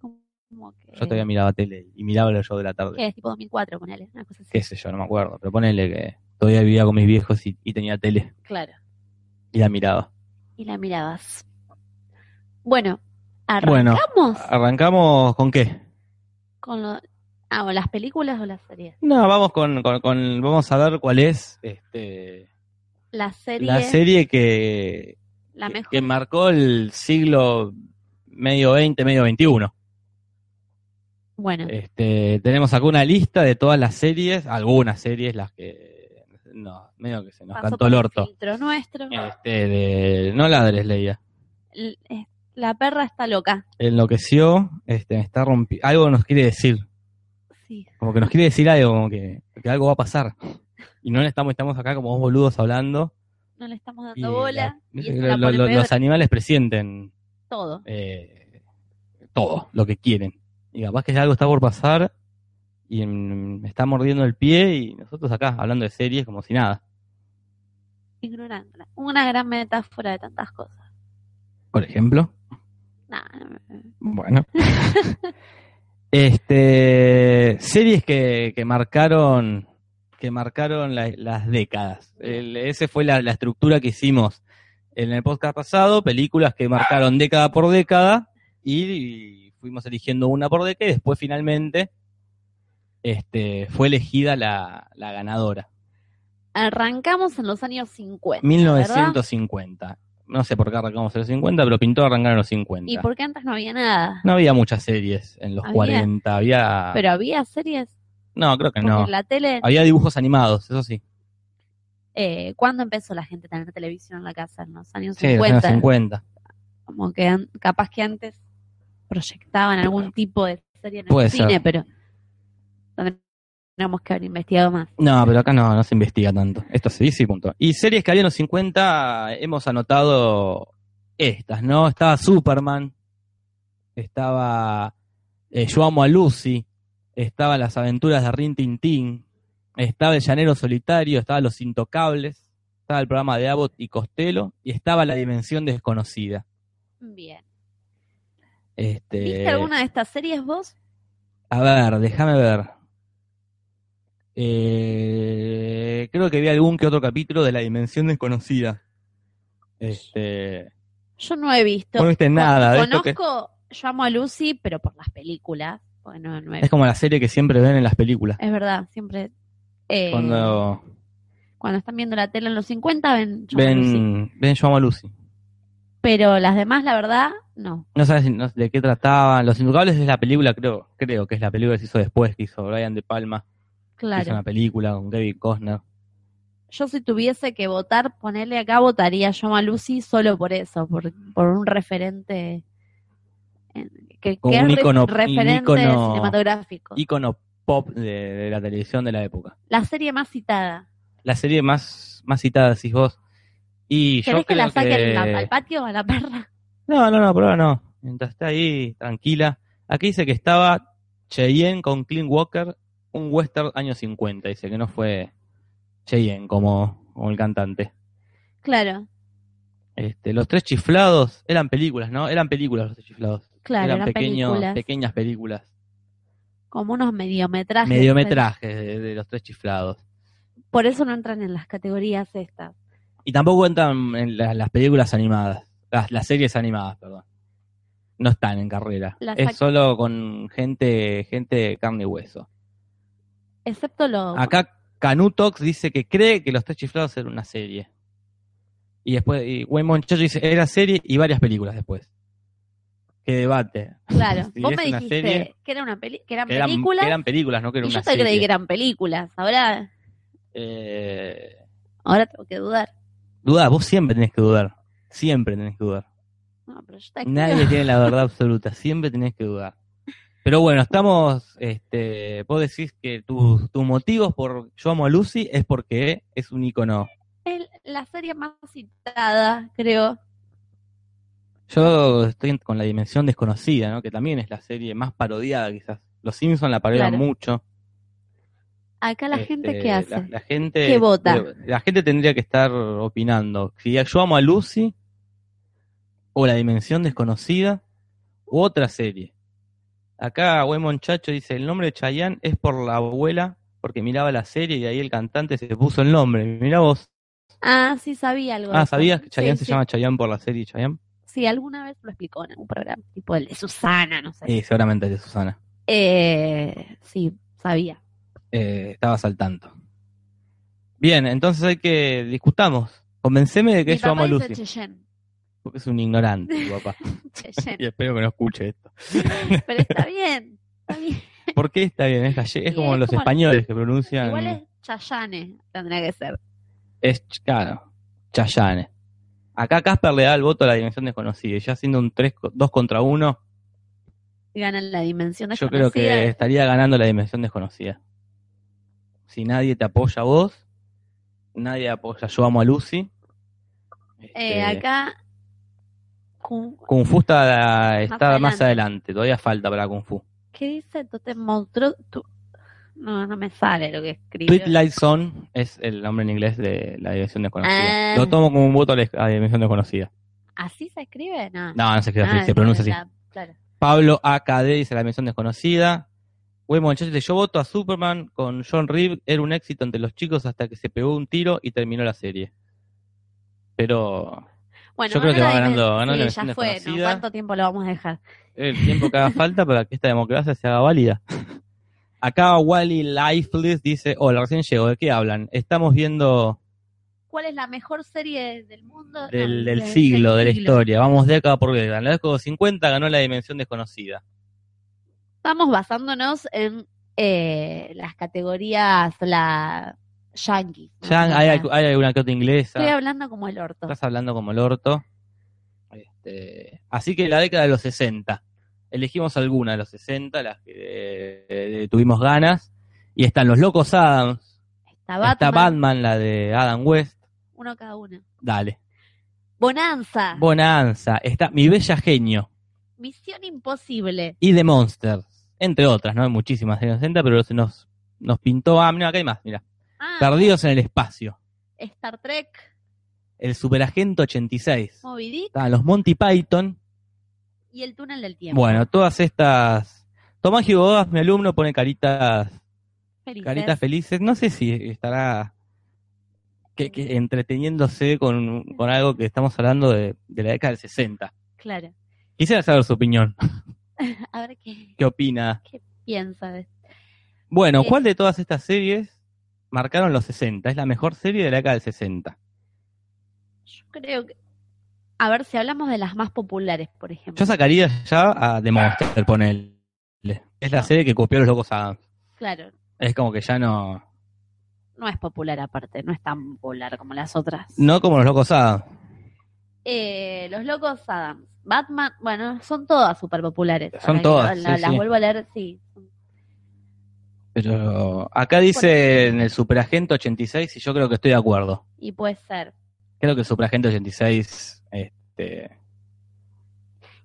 Speaker 2: Como que,
Speaker 1: yo todavía miraba tele y miraba el show de la tarde.
Speaker 2: que es tipo 2004, ponele. Una cosa así.
Speaker 1: Qué sé yo, no me acuerdo, pero ponele que todavía vivía con mis viejos y, y tenía tele
Speaker 2: Claro.
Speaker 1: y la miraba.
Speaker 2: y la mirabas. Bueno,
Speaker 1: Bueno.
Speaker 2: arrancamos
Speaker 1: ¿Arrancamos con qué?
Speaker 2: con lo- ah, o las películas o las series.
Speaker 1: No, vamos con, con- con- vamos a ver cuál es este,
Speaker 2: La serie,
Speaker 1: la
Speaker 2: la,
Speaker 1: serie que, que-
Speaker 2: mejor.
Speaker 1: que marcó el siglo medio 20, medio 21.
Speaker 2: bueno,
Speaker 1: Este, tenemos acá una lista de todas las series, algunas series, las que no, medio que se nos
Speaker 2: pasó
Speaker 1: cantó
Speaker 2: por
Speaker 1: el orto.
Speaker 2: filtro nuestro.
Speaker 1: Este, de, no ladres, leía.
Speaker 2: L- eh, La perra está loca.
Speaker 1: Enloqueció, este, está rompi algo nos quiere decir,
Speaker 2: Sí,
Speaker 1: como que nos quiere decir algo, como que, que algo va a pasar. Y no le estamos, estamos acá como dos boludos hablando.
Speaker 2: no le estamos
Speaker 1: y
Speaker 2: dando bola.
Speaker 1: la-
Speaker 2: y eso la
Speaker 1: lo-
Speaker 2: pone
Speaker 1: lo-
Speaker 2: peor
Speaker 1: los animales presienten
Speaker 2: todo.
Speaker 1: eh, todo lo que quieren. Y capaz que algo está por pasar y mm, me está mordiendo el pie y nosotros acá hablando de series como si nada.
Speaker 2: Ignorándola. Una gran metáfora de tantas cosas.
Speaker 1: por ejemplo.
Speaker 2: No, no me-
Speaker 1: Bueno. este, series que, que marcaron que marcaron la- las décadas. El- ese fue la, la estructura que hicimos en el podcast pasado, películas que marcaron década por década y, fuimos eligiendo una por década y después finalmente este, fue elegida la, la ganadora.
Speaker 2: Arrancamos en los años 50.
Speaker 1: 1950. No sé por qué arrancamos en los 50, pero pintó arrancar en los 50.
Speaker 2: ¿Y por qué antes no había nada?
Speaker 1: No había muchas series en los
Speaker 2: Había.
Speaker 1: 40, había...
Speaker 2: Pero había series.
Speaker 1: no, creo que
Speaker 2: Porque
Speaker 1: no.
Speaker 2: en la tele,
Speaker 1: Había dibujos animados, eso sí.
Speaker 2: eh, ¿cuándo empezó la gente a tener televisión en la casa? En los años
Speaker 1: Sí,
Speaker 2: 50.
Speaker 1: los años 50.
Speaker 2: Como que an- capaz que antes proyectaban algún tipo de serie en el
Speaker 1: Puede
Speaker 2: cine,
Speaker 1: ser.
Speaker 2: pero tendríamos que haber investigado más.
Speaker 1: No, pero acá no, no se investiga tanto. Esto se dice y punto. Y series que había en los 50 hemos anotado estas, ¿no? Estaba Superman, estaba eh, Yo amo a Lucy, estaba Las aventuras de Rin Tin Tin, estaba El llanero solitario, estaba Los intocables, estaba el programa de Abbott y Costello y estaba La dimensión desconocida.
Speaker 2: Bien.
Speaker 1: Este,
Speaker 2: ¿Viste alguna de estas series vos?
Speaker 1: A ver, déjame ver. Eh, creo que vi algún que otro capítulo de La Dimensión Desconocida. Este,
Speaker 2: Yo no he visto.
Speaker 1: no viste nada. de esto que-
Speaker 2: Conozco, yo amo a Lucy, pero por las películas. Bueno, no he-
Speaker 1: es como la serie que siempre ven en las películas.
Speaker 2: Es verdad, siempre. eh, cuando...
Speaker 1: Cuando
Speaker 2: están viendo la tele en los 50, ven. Yo amo a Lucy.
Speaker 1: ven, ven Yo amo a Lucy.
Speaker 2: Pero las demás, la verdad, no.
Speaker 1: No sabes no sé de qué trataban. Los Inducables es la película, creo, creo que es la película que se hizo después, que hizo Brian De Palma. que Hizo
Speaker 2: Claro.
Speaker 1: una película con Kevin Costner.
Speaker 2: Yo, si tuviese que votar, ponerle acá, votaría yo amo a Lucy solo por eso, por, por un referente. eh, Que,
Speaker 1: Como
Speaker 2: que
Speaker 1: un
Speaker 2: es re-
Speaker 1: ícono-
Speaker 2: referente
Speaker 1: un ícono-
Speaker 2: cinematográfico.
Speaker 1: Ícono pop de, de la televisión de la época.
Speaker 2: La serie más citada.
Speaker 1: La serie más, más citada, decís vos. Y yo
Speaker 2: ¿Querés que la
Speaker 1: creo
Speaker 2: saquen
Speaker 1: que-
Speaker 2: la- al patio o a la perra?
Speaker 1: No, no, no, por ahora no. Mientras está ahí, tranquila. Aquí dice que estaba Cheyenne con Clint Walker, un western año 50. Dice que no fue Cheyenne como, como el cantante.
Speaker 2: Claro,
Speaker 1: Este, los tres chiflados eran películas, ¿no? Eran películas los tres chiflados.
Speaker 2: claro,
Speaker 1: eran
Speaker 2: eran
Speaker 1: pequeños,
Speaker 2: películas.
Speaker 1: pequeñas películas.
Speaker 2: Como unos mediometrajes.
Speaker 1: Mediometrajes de, de los tres chiflados.
Speaker 2: Por eso no entran en las categorías estas.
Speaker 1: Y tampoco cuentan en la- las películas animadas, las, las series animadas, perdón. No están en carrera.
Speaker 2: Las ac-
Speaker 1: es solo con gente, gente de carne y hueso.
Speaker 2: Excepto los.
Speaker 1: Acá Canutox dice que cree que Los Tres Chiflados era una serie. Y después, y Wayne Chacho dice, era serie y varias películas después. Qué debate.
Speaker 2: Claro,
Speaker 1: si
Speaker 2: vos
Speaker 1: es
Speaker 2: me
Speaker 1: una
Speaker 2: dijiste
Speaker 1: serie-
Speaker 2: que, era una peli que eran
Speaker 1: Que eran,
Speaker 2: películas
Speaker 1: que eran películas, no que era
Speaker 2: y
Speaker 1: una
Speaker 2: yo te
Speaker 1: serie.
Speaker 2: creí que eran películas. Ahora,
Speaker 1: Eh,
Speaker 2: ahora tengo que dudar.
Speaker 1: dudá, vos siempre tenés que dudar. Siempre tenés que dudar.
Speaker 2: No, pero yo te
Speaker 1: Nadie
Speaker 2: creo.
Speaker 1: tiene la verdad absoluta, siempre tenés que dudar. Pero bueno, estamos, este, vos decís que tus tus motivos por Yo amo a Lucy es porque es un icono.
Speaker 2: Es la serie más citada, creo.
Speaker 1: Yo estoy con la dimensión desconocida, ¿no? Que también es la serie más parodiada quizás. Los Simpsons la parodian
Speaker 2: Claro.
Speaker 1: mucho.
Speaker 2: Acá la
Speaker 1: Este,
Speaker 2: gente que hace.
Speaker 1: La, la gente
Speaker 2: ¿Qué vota?
Speaker 1: eh, La gente tendría que estar opinando. Si yo amo a Lucy o la dimensión desconocida u otra serie. Acá buen Monchacho dice, el nombre de Chayanne es por la abuela porque miraba la serie y ahí el cantante se puso el nombre. Mirá vos.
Speaker 2: Ah, sí, sabía algo. de
Speaker 1: Ah,
Speaker 2: eso.
Speaker 1: ¿sabías que Chayanne
Speaker 2: Sí,
Speaker 1: se
Speaker 2: sí.
Speaker 1: llama Chayanne por la serie Chayanne?
Speaker 2: Sí, alguna vez lo explicó en un programa, tipo el de Susana, no sé.
Speaker 1: Sí, seguramente de Susana.
Speaker 2: Eh, sí, sabía.
Speaker 1: eh, estabas al tanto. Bien, entonces hay que discutamos. Convenceme de que
Speaker 2: Mi
Speaker 1: yo amo a
Speaker 2: papá
Speaker 1: Lucy.
Speaker 2: dice Cheyenne.
Speaker 1: Porque es un ignorante, tu papá. y
Speaker 2: Cheyenne.
Speaker 1: espero que no escuche esto.
Speaker 2: Pero está bien. Está bien.
Speaker 1: ¿Por qué está bien? Es, la ye- es
Speaker 2: Y
Speaker 1: como
Speaker 2: es
Speaker 1: los
Speaker 2: como-
Speaker 1: españoles que pronuncian.
Speaker 2: Igual es Chayane, tendría que ser.
Speaker 1: Es, ch- claro, Chayane. Acá Casper le da el voto a la dimensión desconocida. Y ya siendo un 3, 2 contra 1,
Speaker 2: Ganan la dimensión
Speaker 1: yo creo que
Speaker 2: desconocida.
Speaker 1: estaría ganando la dimensión desconocida. Si nadie te apoya a vos, nadie apoya yo amo a Lucy.
Speaker 2: Eh,
Speaker 1: Este,
Speaker 2: acá. Kun-
Speaker 1: Kung Fu está, está más,
Speaker 2: adelante.
Speaker 1: adelante, todavía falta para Kung Fu.
Speaker 2: ¿Qué dice Totem Monstruo? Tu- No, no me sale lo que escribe.
Speaker 1: Twilight Zone es el nombre en inglés de la dimensión desconocida.
Speaker 2: Ah.
Speaker 1: Lo tomo como un voto a la a la dimensión desconocida.
Speaker 2: ¿Así se escribe? No,
Speaker 1: No, no se escribe
Speaker 2: Ah,
Speaker 1: así, se pronuncia así.
Speaker 2: está- claro.
Speaker 1: Pablo AKD dice la misión desconocida. Bueno, muchachos, dice, yo voto a Superman con John Reeve. Era un éxito entre los chicos hasta que se pegó un tiro y terminó la serie. Pero
Speaker 2: Bueno,
Speaker 1: Yo creo que va
Speaker 2: Manuela
Speaker 1: ganando-
Speaker 2: Dimes-
Speaker 1: ganando la
Speaker 2: sí, ya
Speaker 1: versión
Speaker 2: fue, ¿no?
Speaker 1: desconocida.
Speaker 2: ¿Cuánto tiempo lo vamos a dejar?
Speaker 1: el tiempo que haga falta para que esta democracia se haga válida. Acá Wally Lifeless dice, hola, recién llego, ¿de qué hablan? Estamos viendo
Speaker 2: ¿Cuál es la mejor serie del mundo?
Speaker 1: del,
Speaker 2: No,
Speaker 1: Ah, del
Speaker 2: de-
Speaker 1: siglo, de la
Speaker 2: siglo.
Speaker 1: historia. Vamos de acá por década. En la década de 50 ganó la dimensión desconocida.
Speaker 2: Estamos basándonos en eh, las categorías, la yankee. ¿no?
Speaker 1: Ya
Speaker 2: La-
Speaker 1: hay, hay alguna que otra inglesa.
Speaker 2: Estoy hablando como el orto.
Speaker 1: Estás hablando como el orto. Este, así que la década de los 60. Elegimos alguna de los 60, las que eh, tuvimos ganas. Y están Los Locos Adams.
Speaker 2: Está Batman,
Speaker 1: Está Batman, la de Adam West.
Speaker 2: uno cada uno.
Speaker 1: Dale.
Speaker 2: Bonanza,
Speaker 1: Bonanza. Está Mi Bella Genio.
Speaker 2: Misión Imposible.
Speaker 1: Y The Monsters. Entre otras, ¿no? Hay muchísimas de los 60, pero se nos, nos pintó. Ah, mira, acá hay más, mira.
Speaker 2: Ah,
Speaker 1: Perdidos en el espacio.
Speaker 2: Star Trek,
Speaker 1: El Superagente 86.
Speaker 2: Moby Dick
Speaker 1: Estaban los Monty Python.
Speaker 2: y El Túnel del Tiempo.
Speaker 1: Bueno, todas estas. Tomás Gibodas, mi alumno, pone caritas,
Speaker 2: Felices.
Speaker 1: caritas felices. No sé si estará que, que entreteniéndose con, con algo que estamos hablando de, de la década del 60.
Speaker 2: Claro.
Speaker 1: Quisiera saber su opinión.
Speaker 2: A ver qué
Speaker 1: ¿Qué opina?
Speaker 2: piensa de
Speaker 1: Bueno,
Speaker 2: Eh.
Speaker 1: ¿cuál de todas estas series marcaron los 60? Es la mejor serie de la década del 60.
Speaker 2: Yo creo que. A ver, si hablamos de las más populares, por ejemplo.
Speaker 1: Yo sacaría ya a The Monster, ponele. Es la serie que copió a los locos Adams.
Speaker 2: Claro,
Speaker 1: Es como que ya no.
Speaker 2: no es popular aparte, no es tan popular como las otras.
Speaker 1: No como los locos Adams.
Speaker 2: Eh, los Locos Adams, Batman, bueno, son todas súper populares.
Speaker 1: Son
Speaker 2: Ahora que
Speaker 1: todas,
Speaker 2: la-
Speaker 1: sí,
Speaker 2: las
Speaker 1: sí.
Speaker 2: vuelvo a leer, sí.
Speaker 1: Pero acá dice en el Superagente 86 y yo creo que estoy de acuerdo.
Speaker 2: Y puede ser.
Speaker 1: Creo que el Superagente 86 este,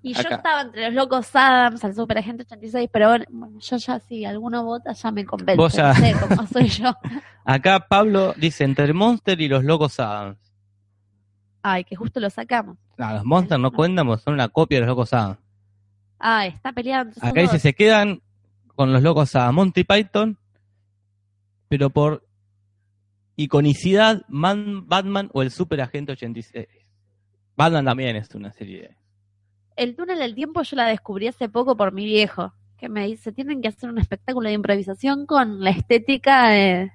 Speaker 2: Y yo
Speaker 1: Acá.
Speaker 2: estaba entre los Locos Adams, al Super Agente 86, pero bueno, bueno, yo ya si alguno vota ya me convence.
Speaker 1: Vos ya-
Speaker 2: No sé cómo soy yo.
Speaker 1: Acá Pablo dice entre el Monster y los Locos Adams.
Speaker 2: Ay, que justo lo sacamos.
Speaker 1: No, los Monsters no cuentan porque son una copia de los Locos Adams.
Speaker 2: Ah, está peleando. son
Speaker 1: Acá dice
Speaker 2: dos.
Speaker 1: se quedan con los Locos Adams Monty Python, pero por iconicidad Man- Batman o el Superagente 86. Batman también es una serie de-
Speaker 2: El túnel del tiempo yo la descubrí hace poco por mi viejo, que me dice, tienen que hacer un espectáculo de improvisación con la estética de,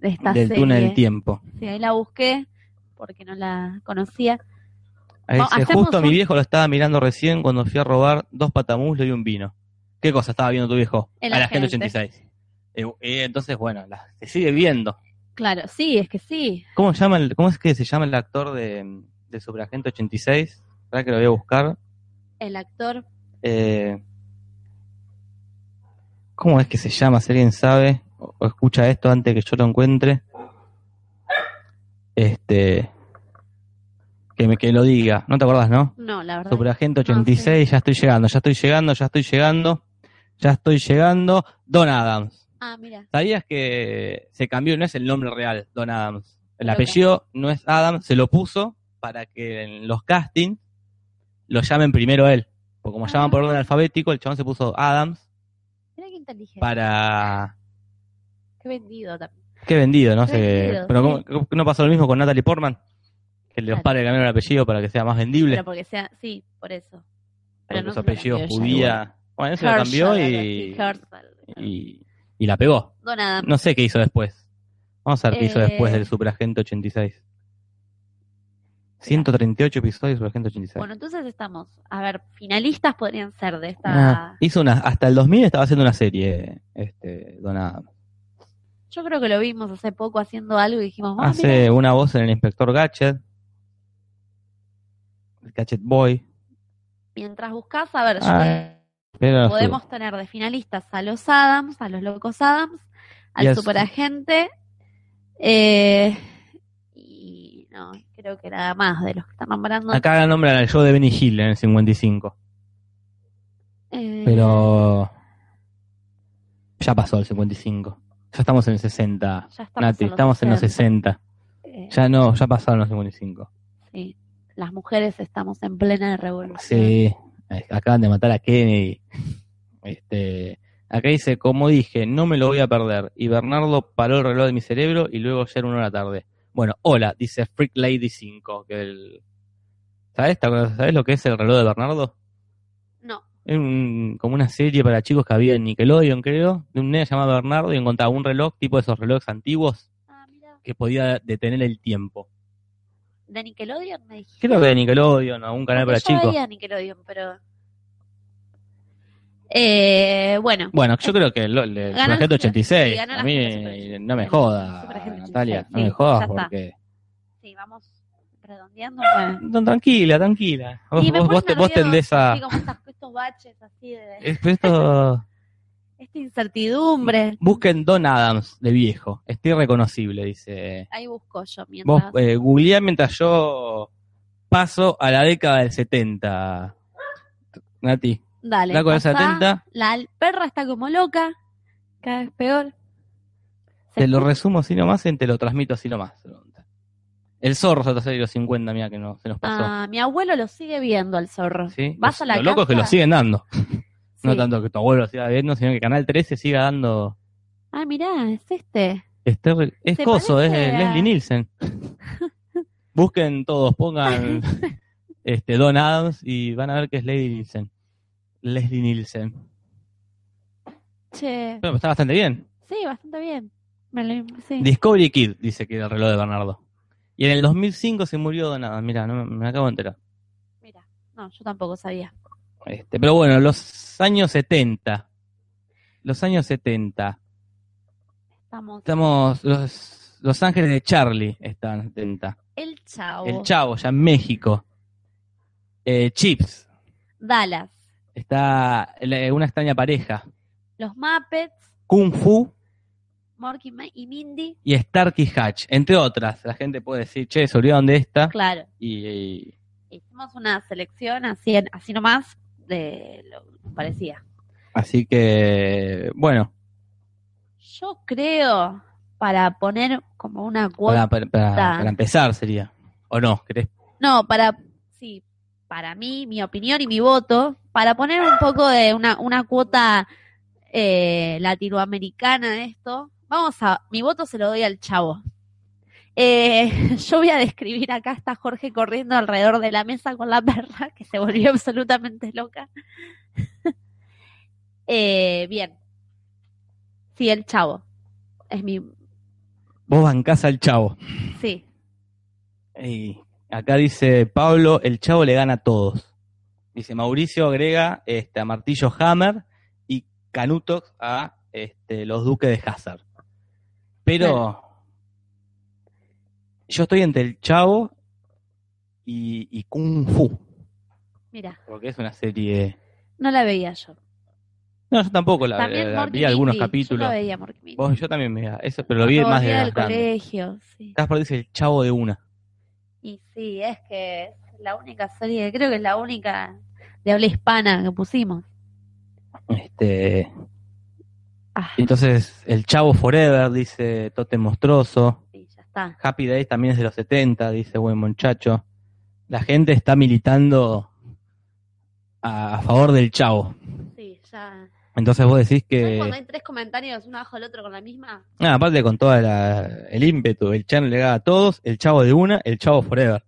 Speaker 2: de esta
Speaker 1: del
Speaker 2: serie.
Speaker 1: túnel del tiempo.
Speaker 2: Sí, ahí la busqué porque no la conocía.
Speaker 1: Ahí
Speaker 2: No,
Speaker 1: dice,
Speaker 2: hacemos
Speaker 1: justo
Speaker 2: un-
Speaker 1: mi viejo lo estaba mirando recién cuando fui a robar dos patamuslos y un vino. ¿Qué cosa estaba viendo tu viejo?
Speaker 2: El
Speaker 1: a la gente
Speaker 2: agente.
Speaker 1: 86. Eh, eh, entonces, bueno, la- se sigue viendo.
Speaker 2: Claro, sí, es que sí.
Speaker 1: ¿Cómo, llama el- ¿Cómo es que se llama el actor de, de Superagente 86? ¿Verdad que lo voy a buscar?
Speaker 2: El actor,
Speaker 1: Eh, ¿Cómo es que se llama? Si alguien sabe o, o escucha esto antes que yo lo encuentre. Este. Que, me, que lo diga. ¿No te acordás, no?
Speaker 2: no, la verdad.
Speaker 1: Superagente
Speaker 2: Ah, sí.
Speaker 1: 86, ya estoy llegando, ya estoy llegando, ya estoy llegando, ya estoy llegando. Don Adams.
Speaker 2: Ah, mira,
Speaker 1: ¿Sabías que se cambió? No es el nombre real, Don Adams. El
Speaker 2: Pero
Speaker 1: apellido no es Adams, se lo puso para que en los castings lo llamen primero él. Porque como
Speaker 2: Ah.
Speaker 1: llaman por orden alfabético, el chabón se puso Adams
Speaker 2: mira qué inteligente.
Speaker 1: para...
Speaker 2: Qué vendido también.
Speaker 1: Qué vendido, no sé.
Speaker 2: Vendido,
Speaker 1: Pero ¿cómo- cómo no pasó lo mismo con Natalie Portman? Que los
Speaker 2: Claro.
Speaker 1: padres cambiaron el apellido para que sea más vendible.
Speaker 2: Pero porque sea, sí, por eso. pero
Speaker 1: porque
Speaker 2: no
Speaker 1: su
Speaker 2: se lo
Speaker 1: apellido
Speaker 2: cambió ya,
Speaker 1: judía... Bueno, eso lo cambió
Speaker 2: Herschel,
Speaker 1: y...
Speaker 2: algo así, Herschel.
Speaker 1: y, y la pegó.
Speaker 2: Don Adam.
Speaker 1: No sé qué hizo después. Vamos a ver qué hizo
Speaker 2: Eh.
Speaker 1: después del Superagente 86. 138 episodios de Superagente 86.
Speaker 2: Bueno, entonces estamos. A ver, finalistas podrían ser de esta.
Speaker 1: Ah, hizo una, hasta el 2000 estaba haciendo una serie, este, Don Adam.
Speaker 2: Yo creo que lo vimos hace poco haciendo algo y dijimos, ah,
Speaker 1: Hace
Speaker 2: mira,
Speaker 1: una voz en el Inspector Gadget. El Gadget Boy.
Speaker 2: mientras buscas, a ver, yo te-
Speaker 1: Ah, pero no
Speaker 2: podemos tener de finalistas a los Adams, a los locos Adams, al
Speaker 1: Y al-
Speaker 2: superagente. eh, y no, creo que nada más de los que están nombrando.
Speaker 1: estuvo. Acá la nombran al show de Benny Hill en el 55.
Speaker 2: eh,
Speaker 1: Pero. Ya pasó el 55. Ya estamos en el 60.
Speaker 2: ya estamos
Speaker 1: Nati,
Speaker 2: en los
Speaker 1: estamos en los 60.
Speaker 2: 60, eh,
Speaker 1: Ya no, ya pasaron los 55.
Speaker 2: sí. Las mujeres estamos en plena revolución.
Speaker 1: Sí, eh, acaban de matar a Kennedy. Este, acá dice, como dije, no me lo voy a perder. Y Bernardo paró el reloj de mi cerebro y luego ya era una hora tarde. Bueno, hola, dice Freak Lady 5. Que el... ¿Sabes? ¿Te acuerdas- ¿Sabes lo que es el reloj de Bernardo?
Speaker 2: No.
Speaker 1: Es un- como una serie para chicos que había en Nickelodeon, creo, de un nene llamado Bernardo y encontraba un reloj, tipo de esos relojes antiguos,
Speaker 2: Ah, mira.
Speaker 1: que podía detener el tiempo.
Speaker 2: De Nickelodeon me dijiste.
Speaker 1: Creo que de Nickelodeon o un canal para
Speaker 2: Porque yo
Speaker 1: chicos.
Speaker 2: veía Nickelodeon, pero... Eh, bueno.
Speaker 1: Bueno, yo creo que lo- le-
Speaker 2: Ganó
Speaker 1: Proyecto
Speaker 2: la-
Speaker 1: 86,
Speaker 2: sí, ganó
Speaker 1: a
Speaker 2: la
Speaker 1: mí
Speaker 2: Super Agente
Speaker 1: no me
Speaker 2: 86.
Speaker 1: joda,
Speaker 2: Super Agente
Speaker 1: Natalia,
Speaker 2: 86,
Speaker 1: no me
Speaker 2: sí, ya
Speaker 1: jodas
Speaker 2: está.
Speaker 1: porque...
Speaker 2: Sí, vamos redondeando.
Speaker 1: No, tranquila, tranquila. Vos,
Speaker 2: Y me
Speaker 1: vos-
Speaker 2: pone
Speaker 1: vos te- vos
Speaker 2: nerviosa,
Speaker 1: tendés a...
Speaker 2: así como estas- estos baches así de...
Speaker 1: es- esto-
Speaker 2: Esta incertidumbre.
Speaker 1: busquen Don Adams de viejo, está irreconocible, dice.
Speaker 2: Ahí busco yo
Speaker 1: Vos
Speaker 2: mientras...
Speaker 1: eh, googleá mientras yo paso a la década del 70. Nati,
Speaker 2: Dale.
Speaker 1: la con el
Speaker 2: pasá.
Speaker 1: 70,
Speaker 2: La al- perra está como loca. Cada vez peor. Se
Speaker 1: te lo
Speaker 2: escu-
Speaker 1: resumo así nomás y te lo transmito así nomás. El zorro se de los 50, mira que no, se nos pasó.
Speaker 2: Ah, mi abuelo lo sigue viendo al zorro.
Speaker 1: ¿Sí?
Speaker 2: Vas
Speaker 1: Los-
Speaker 2: a la
Speaker 1: lo loco es que
Speaker 2: casa.
Speaker 1: lo siguen dando. No
Speaker 2: Sí.
Speaker 1: tanto que tu abuelo lo siga viendo, sino que Canal 13 siga dando.
Speaker 2: Ah, mirá, es este.
Speaker 1: este- es
Speaker 2: Se
Speaker 1: coso, es
Speaker 2: parece
Speaker 1: de
Speaker 2: a-
Speaker 1: Leslie Nielsen. Busquen todos, pongan este Don Adams y van a ver que es Lady Nielsen. Leslie Nielsen.
Speaker 2: Che.
Speaker 1: Bueno, está bastante bien.
Speaker 2: Sí, bastante bien. Me lo- sí.
Speaker 1: Discovery Kid, dice que era el reloj de Bernardo. Y en el 2005 se murió Don Adams. Mira, no, me- me acabo de enterar.
Speaker 2: Mira. No, yo tampoco sabía.
Speaker 1: Este, pero bueno, los años 70. Los años 70.
Speaker 2: Estamos.
Speaker 1: Estamos los, los Ángeles de Charlie están 70.
Speaker 2: El chavo.
Speaker 1: El Chavo, ya en México. Eh, Chips,
Speaker 2: Dallas.
Speaker 1: está la- una extraña pareja.
Speaker 2: Los Muppets.
Speaker 1: Kung Fu
Speaker 2: Morky Ma- y Mindy.
Speaker 1: y Starkey Hatch, entre otras. La gente puede decir, che, se olvidaron de esta.
Speaker 2: Claro.
Speaker 1: Y, y-
Speaker 2: Hicimos una selección así, en- así nomás de lo que nos parecía.
Speaker 1: así que, bueno,
Speaker 2: Yo creo, para poner como una
Speaker 1: para,
Speaker 2: cuota.
Speaker 1: para- para-
Speaker 2: Está.
Speaker 1: para empezar sería. ¿O no? ¿Querés?
Speaker 2: No, para. Sí, para mí, mi opinión y mi voto, para poner un poco de una, una cuota eh, latinoamericana de esto, vamos a. Mi voto se lo doy al chavo. Eh, yo voy a describir acá está Jorge corriendo alrededor de la mesa con la perra que se volvió absolutamente loca. Eh, bien. Sí, el chavo. Es mi.
Speaker 1: Vos bancás al Chavo.
Speaker 2: Sí.
Speaker 1: Y acá dice Pablo, el Chavo le gana a todos. Dice Mauricio agrega este, a Martillo Hammer y Canuto a este, los duques de Hazard. Pero yo estoy entre el Chavo y, y Kung Fu,
Speaker 2: Mira,
Speaker 1: porque es una serie...
Speaker 2: no la veía yo.
Speaker 1: No, yo tampoco la,
Speaker 2: También
Speaker 1: la
Speaker 2: Morky
Speaker 1: vi algunos
Speaker 2: Mindy.
Speaker 1: capítulos.
Speaker 2: Yo lo veía Morky Mindy.
Speaker 1: Vos, yo también me eso, pero lo vi
Speaker 2: Cuando
Speaker 1: más de
Speaker 2: volvía
Speaker 1: las
Speaker 2: del
Speaker 1: grandes.
Speaker 2: colegio, sí.
Speaker 1: Casper dice el Chavo de una.
Speaker 2: Y sí, es que es la única serie, creo que es la única de habla hispana que pusimos.
Speaker 1: Este,
Speaker 2: Ah,
Speaker 1: Entonces, el Chavo Forever, dice Tote Monstruoso.
Speaker 2: sí, ya está.
Speaker 1: Happy Days también es de los 70, dice Buen Muchacho. La gente está militando a, a favor del Chavo.
Speaker 2: Sí, ya.
Speaker 1: Entonces vos decís
Speaker 2: ¿Sabés
Speaker 1: que...
Speaker 2: Cuando hay tres comentarios uno bajo el otro con la misma,
Speaker 1: Ah, aparte con todo el ímpetu, el Chano le da a todos, el Chavo de una, el Chavo Forever.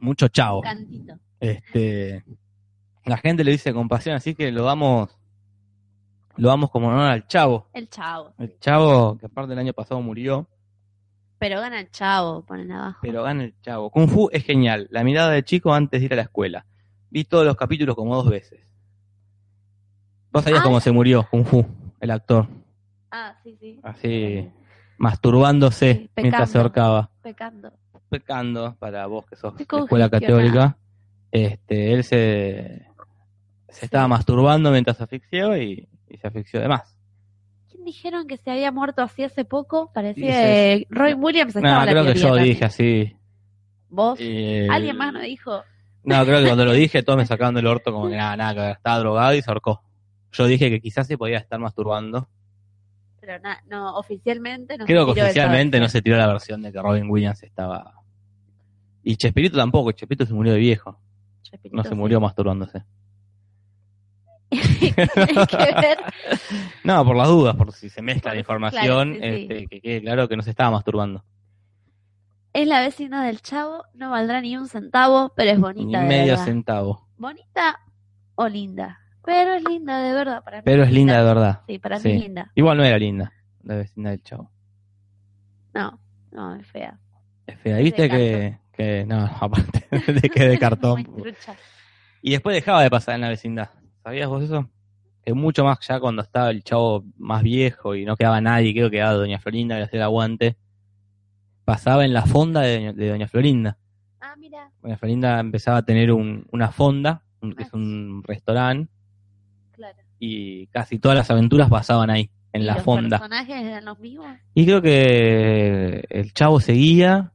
Speaker 1: Mucho Chavo.
Speaker 2: cantito.
Speaker 1: Este, la gente le dice con pasión, así que lo damos, lo damos como honor al Chavo.
Speaker 2: El chavo. sí.
Speaker 1: El Chavo, que aparte el año pasado murió.
Speaker 2: Pero gana el chavo, ponen abajo.
Speaker 1: pero gana el chavo. Kung Fu es genial. La mirada de chico antes de ir a la escuela. Vi todos los capítulos como dos veces. Vos sabías
Speaker 2: Ah.
Speaker 1: cómo se murió Kung Fu, el actor,
Speaker 2: Ah, sí, sí.
Speaker 1: así masturbándose
Speaker 2: Sí, pecando.
Speaker 1: mientras se ahorcaba.
Speaker 2: Pecando.
Speaker 1: Pecando, para vos que sos de
Speaker 2: Estoy
Speaker 1: escuela
Speaker 2: congestionada.
Speaker 1: católica. Este, él se, se estaba masturbando mientras se asfixió y, y se asfixió de más.
Speaker 2: ¿Quién dijeron que se había muerto así hace poco? Parecía
Speaker 1: Dices-
Speaker 2: eh, Roy Williams.
Speaker 1: No,
Speaker 2: Estaba la
Speaker 1: creo que
Speaker 2: teoría
Speaker 1: yo
Speaker 2: también.
Speaker 1: dije así.
Speaker 2: ¿Vos?
Speaker 1: eh,
Speaker 2: ¿Alguien más nos dijo?
Speaker 1: No, creo que cuando lo dije todos me sacaron del orto como que nada, nada, que ver, estaba drogado y se ahorcó. Yo dije que quizás se podía estar masturbando.
Speaker 2: Pero na- no, oficialmente no
Speaker 1: Creo
Speaker 2: se
Speaker 1: que
Speaker 2: tiró esa
Speaker 1: oficialmente
Speaker 2: versión.
Speaker 1: no se tiró la versión de que Robin Williams estaba Y Chespirito tampoco, Chespirito se murió de viejo.
Speaker 2: Chespirito,
Speaker 1: No se murió masturbándose.
Speaker 2: tiene que ver.
Speaker 1: No, por las dudas, por si se mezcla
Speaker 2: Por-
Speaker 1: la información,
Speaker 2: claro, sí, sí.
Speaker 1: este, que quede claro que no se estaba masturbando.
Speaker 2: Es la vecina del chavo, no valdrá ni un centavo, pero es
Speaker 1: Ni
Speaker 2: bonita de
Speaker 1: medio
Speaker 2: verdad.
Speaker 1: centavo.
Speaker 2: Bonita o linda, pero es linda de verdad para mí.
Speaker 1: Pero es linda de verdad.
Speaker 2: Sí, para
Speaker 1: Sí.
Speaker 2: mí es linda.
Speaker 1: Igual no era linda, la vecina del chavo.
Speaker 2: No, no, es fea.
Speaker 1: Es fea. ¿Viste
Speaker 2: De
Speaker 1: que, que- No, aparte de que de
Speaker 2: Muy
Speaker 1: cartón.
Speaker 2: trucha.
Speaker 1: Y después dejaba de pasar en la vecindad. ¿Sabías vos eso? Que mucho más ya cuando estaba el chavo más viejo y no quedaba nadie, creo que quedaba Doña Florinda que hacía el aguante, pasaba en la fonda de Doña, de Doña Florinda.
Speaker 2: Ah, mira,
Speaker 1: Doña Florinda empezaba a tener un- una fonda, un- que es un restaurante,
Speaker 2: claro.
Speaker 1: y casi todas las aventuras pasaban ahí,
Speaker 2: ¿Y
Speaker 1: en la
Speaker 2: los
Speaker 1: fonda.
Speaker 2: personajes eran los mismos?
Speaker 1: Y creo que el chavo seguía.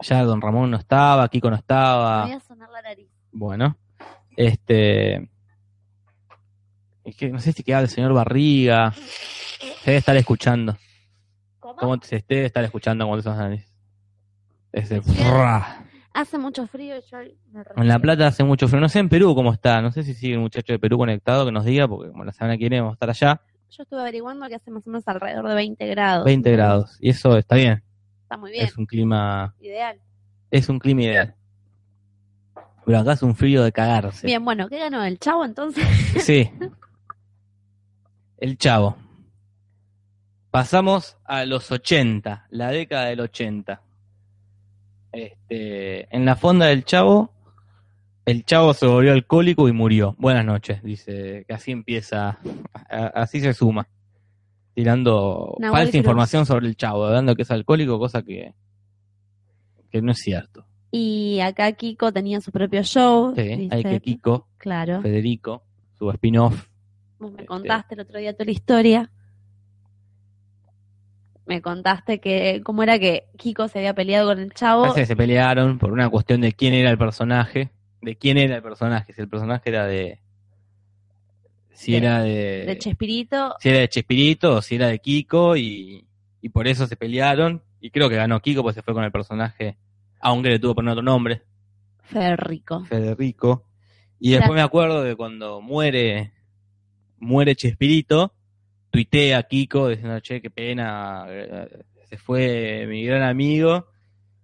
Speaker 1: Ya Don Ramón no estaba, Kiko no
Speaker 2: Me
Speaker 1: estaba.
Speaker 2: voy a sonar la nariz.
Speaker 1: Bueno. Este. es que no sé si quedaba el señor Barriga. Se debe estar escuchando.
Speaker 2: ¿Cómo?
Speaker 1: ¿Cómo se esté debe estar escuchando cuando esos análisis? Ese.
Speaker 2: Sí.
Speaker 1: frrra.
Speaker 2: Hace mucho frío y yo me
Speaker 1: En La
Speaker 2: refiero.
Speaker 1: Plata hace mucho frío. No sé en Perú cómo está. No sé si sigue un muchacho de Perú conectado que nos diga, porque como la semana que viene vamos a estar allá.
Speaker 2: Yo estuve averiguando que hace más o menos alrededor de 20 grados.
Speaker 1: 20 grados. Y eso está bien.
Speaker 2: Está muy bien,
Speaker 1: Es un clima
Speaker 2: ideal.
Speaker 1: Es un clima ideal. Pero acá es un frío de cagarse.
Speaker 2: Bien, bueno, ¿qué ganó el chavo entonces?
Speaker 1: Sí. El chavo. Pasamos a los 80, la década del 80. Este, en la fonda del chavo, el chavo se volvió alcohólico y murió. Buenas noches, dice, que así empieza, a- así se suma. Tirando
Speaker 2: Nahuel
Speaker 1: falsa
Speaker 2: Cruz.
Speaker 1: información sobre el chavo, dando que es alcohólico, cosa que, que no es cierto.
Speaker 2: Y acá Kiko tenía su propio show.
Speaker 1: Sí, hay
Speaker 2: ¿viste?
Speaker 1: que Kiko
Speaker 2: Claro.
Speaker 1: Federico, su spin-off.
Speaker 2: Vos me
Speaker 1: Este-
Speaker 2: contaste el otro día toda la historia. Me contaste que cómo era que Kiko se había peleado con el chavo.
Speaker 1: Parece que se pelearon por una cuestión de quién era el personaje. De quién era el personaje. Si el personaje era de. Si
Speaker 2: De-
Speaker 1: era
Speaker 2: de
Speaker 1: de.
Speaker 2: Chespirito.
Speaker 1: si era de Chespirito o si era de Kiko. Y, y por eso se pelearon. Y creo que ganó Kiko porque se fue con el personaje. Aunque le tuvo que poner otro nombre.
Speaker 2: Federico.
Speaker 1: Federico. Y después me acuerdo de cuando muere. Muere Chespirito. Tuitea Kiko diciendo, che, qué pena, eh, se fue mi gran amigo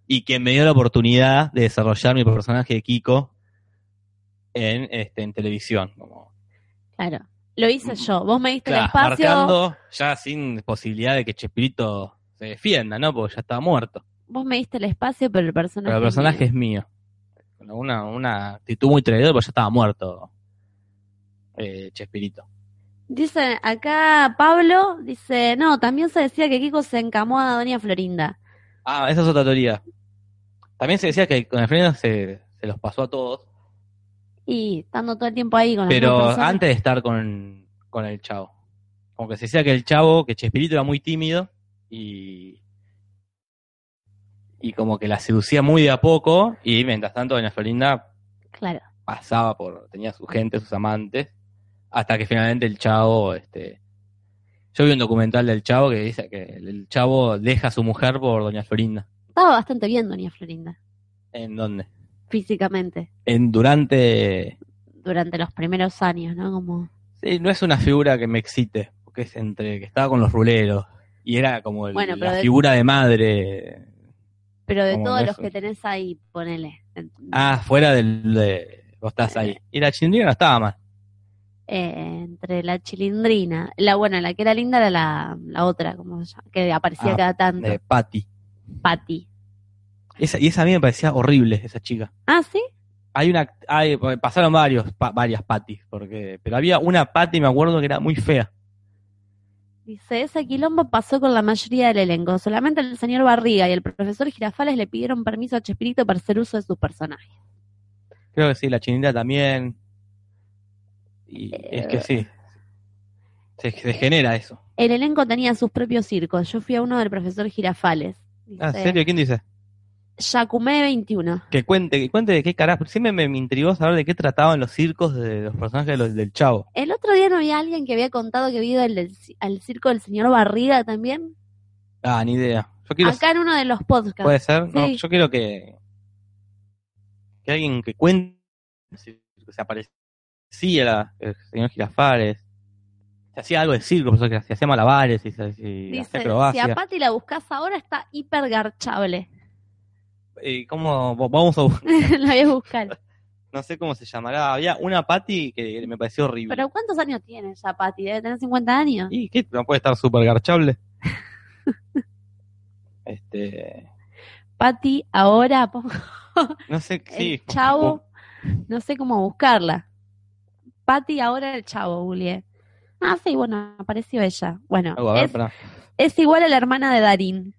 Speaker 1: y que me dio la oportunidad de desarrollar mi personaje de Kiko en, este, en televisión. Como,
Speaker 2: Claro. Lo hice yo. Vos me diste
Speaker 1: claro,
Speaker 2: el espacio.
Speaker 1: marcando ya sin posibilidad de que Chespirito se defienda, ¿no? Porque ya estaba muerto.
Speaker 2: Vos me diste el espacio, pero el personaje.
Speaker 1: Pero el personaje es mío. Bueno, Una, una actitud muy traidora, porque ya estaba muerto eh, Chespirito.
Speaker 2: Dice acá Pablo, dice, no, también se decía que Kiko se encamó a Doña Florinda.
Speaker 1: Ah, esa es otra teoría. También se decía que con el freno se, se los pasó a todos,
Speaker 2: Y estando todo el tiempo ahí con las dos
Speaker 1: pero
Speaker 2: personas.
Speaker 1: antes de estar con, con el chavo. Como que se decía que el chavo, que Chespirito era muy tímido y. Y como que la seducía muy de a poco, y mientras tanto Doña Florinda
Speaker 2: Claro.
Speaker 1: pasaba por. tenía su gente, sus amantes, hasta que finalmente el chavo. este Yo vi un documental del chavo que dice que el chavo deja a su mujer por Doña Florinda.
Speaker 2: Estaba bastante bien Doña Florinda,
Speaker 1: ¿En dónde?
Speaker 2: físicamente,
Speaker 1: En, durante
Speaker 2: durante los primeros años, ¿no? Como
Speaker 1: Sí, no es una figura que me excite, porque es entre que estaba con los ruleros y era como el-
Speaker 2: Bueno, pero
Speaker 1: la
Speaker 2: de-
Speaker 1: figura de madre.
Speaker 2: Pero de
Speaker 1: Como
Speaker 2: todos
Speaker 1: no
Speaker 2: los
Speaker 1: sé.
Speaker 2: que tenés ahí, ponele.
Speaker 1: Ah, fuera del. De, vos estás ahí. Y la chindrina no estaba mal.
Speaker 2: Eh, entre la chilindrina. La buena, la que era linda era la, la otra, como se llama, que aparecía
Speaker 1: Ah,
Speaker 2: cada tanto.
Speaker 1: De Patty.
Speaker 2: Patty.
Speaker 1: Esa, y esa a mí me parecía horrible, esa chica.
Speaker 2: Ah, sí.
Speaker 1: Hay una. Hay, pasaron varios, pa- varias Patty, porque pero había una Patty, me acuerdo, que era muy fea.
Speaker 2: Dice, ese quilombo pasó con la mayoría del elenco. Solamente el señor Barriga y el profesor Girafales le pidieron permiso a Chespirito para hacer uso de sus personajes.
Speaker 1: Creo que sí, la chindrina también. Y es que sí. Se, se genera eso.
Speaker 2: El elenco tenía sus propios circos. Yo fui a uno del profesor Girafales. Dice,
Speaker 1: Ah, ¿En serio? ¿Quién dice?
Speaker 2: Yacumé 21.
Speaker 1: Que cuente, que cuente de qué carajo. Siempre me, me intrigó saber de qué trataban los circos de los personajes de los, del Chavo.
Speaker 2: El otro día no había alguien que había contado que había ido al, del- al circo del señor Barriga también.
Speaker 1: Ah, ni idea. Yo quiero,
Speaker 2: Acá en uno de los podcasts.
Speaker 1: ¿Puede ser? No,
Speaker 2: Sí.
Speaker 1: yo quiero que, que alguien que cuente si- que se aparecía la- el eh, señor Girafares, se hacía algo de circo, por eso que se hacía malabares y se y hacía
Speaker 2: Dice, si
Speaker 1: acrobacias.
Speaker 2: a Pati la buscas ahora está hipergarchable.
Speaker 1: Eh, ¿Cómo Vo- vamos a bu-
Speaker 2: la voy a buscar.
Speaker 1: No sé cómo se llamará. Había una Patti que me pareció horrible.
Speaker 2: Pero ¿cuántos años tiene ya Pati? Debe tener 50 años.
Speaker 1: ¿Y qué? ¿No puede estar súper garchable? este.
Speaker 2: Pati ahora, pongo
Speaker 1: No sé, sí.
Speaker 2: el chavo, no sé cómo buscarla. Pati ahora el chavo, Juliet. Ah, sí, bueno, apareció ella. Bueno,
Speaker 1: Hago, a, ver,
Speaker 2: es,
Speaker 1: pará.
Speaker 2: es igual a la hermana de Darín.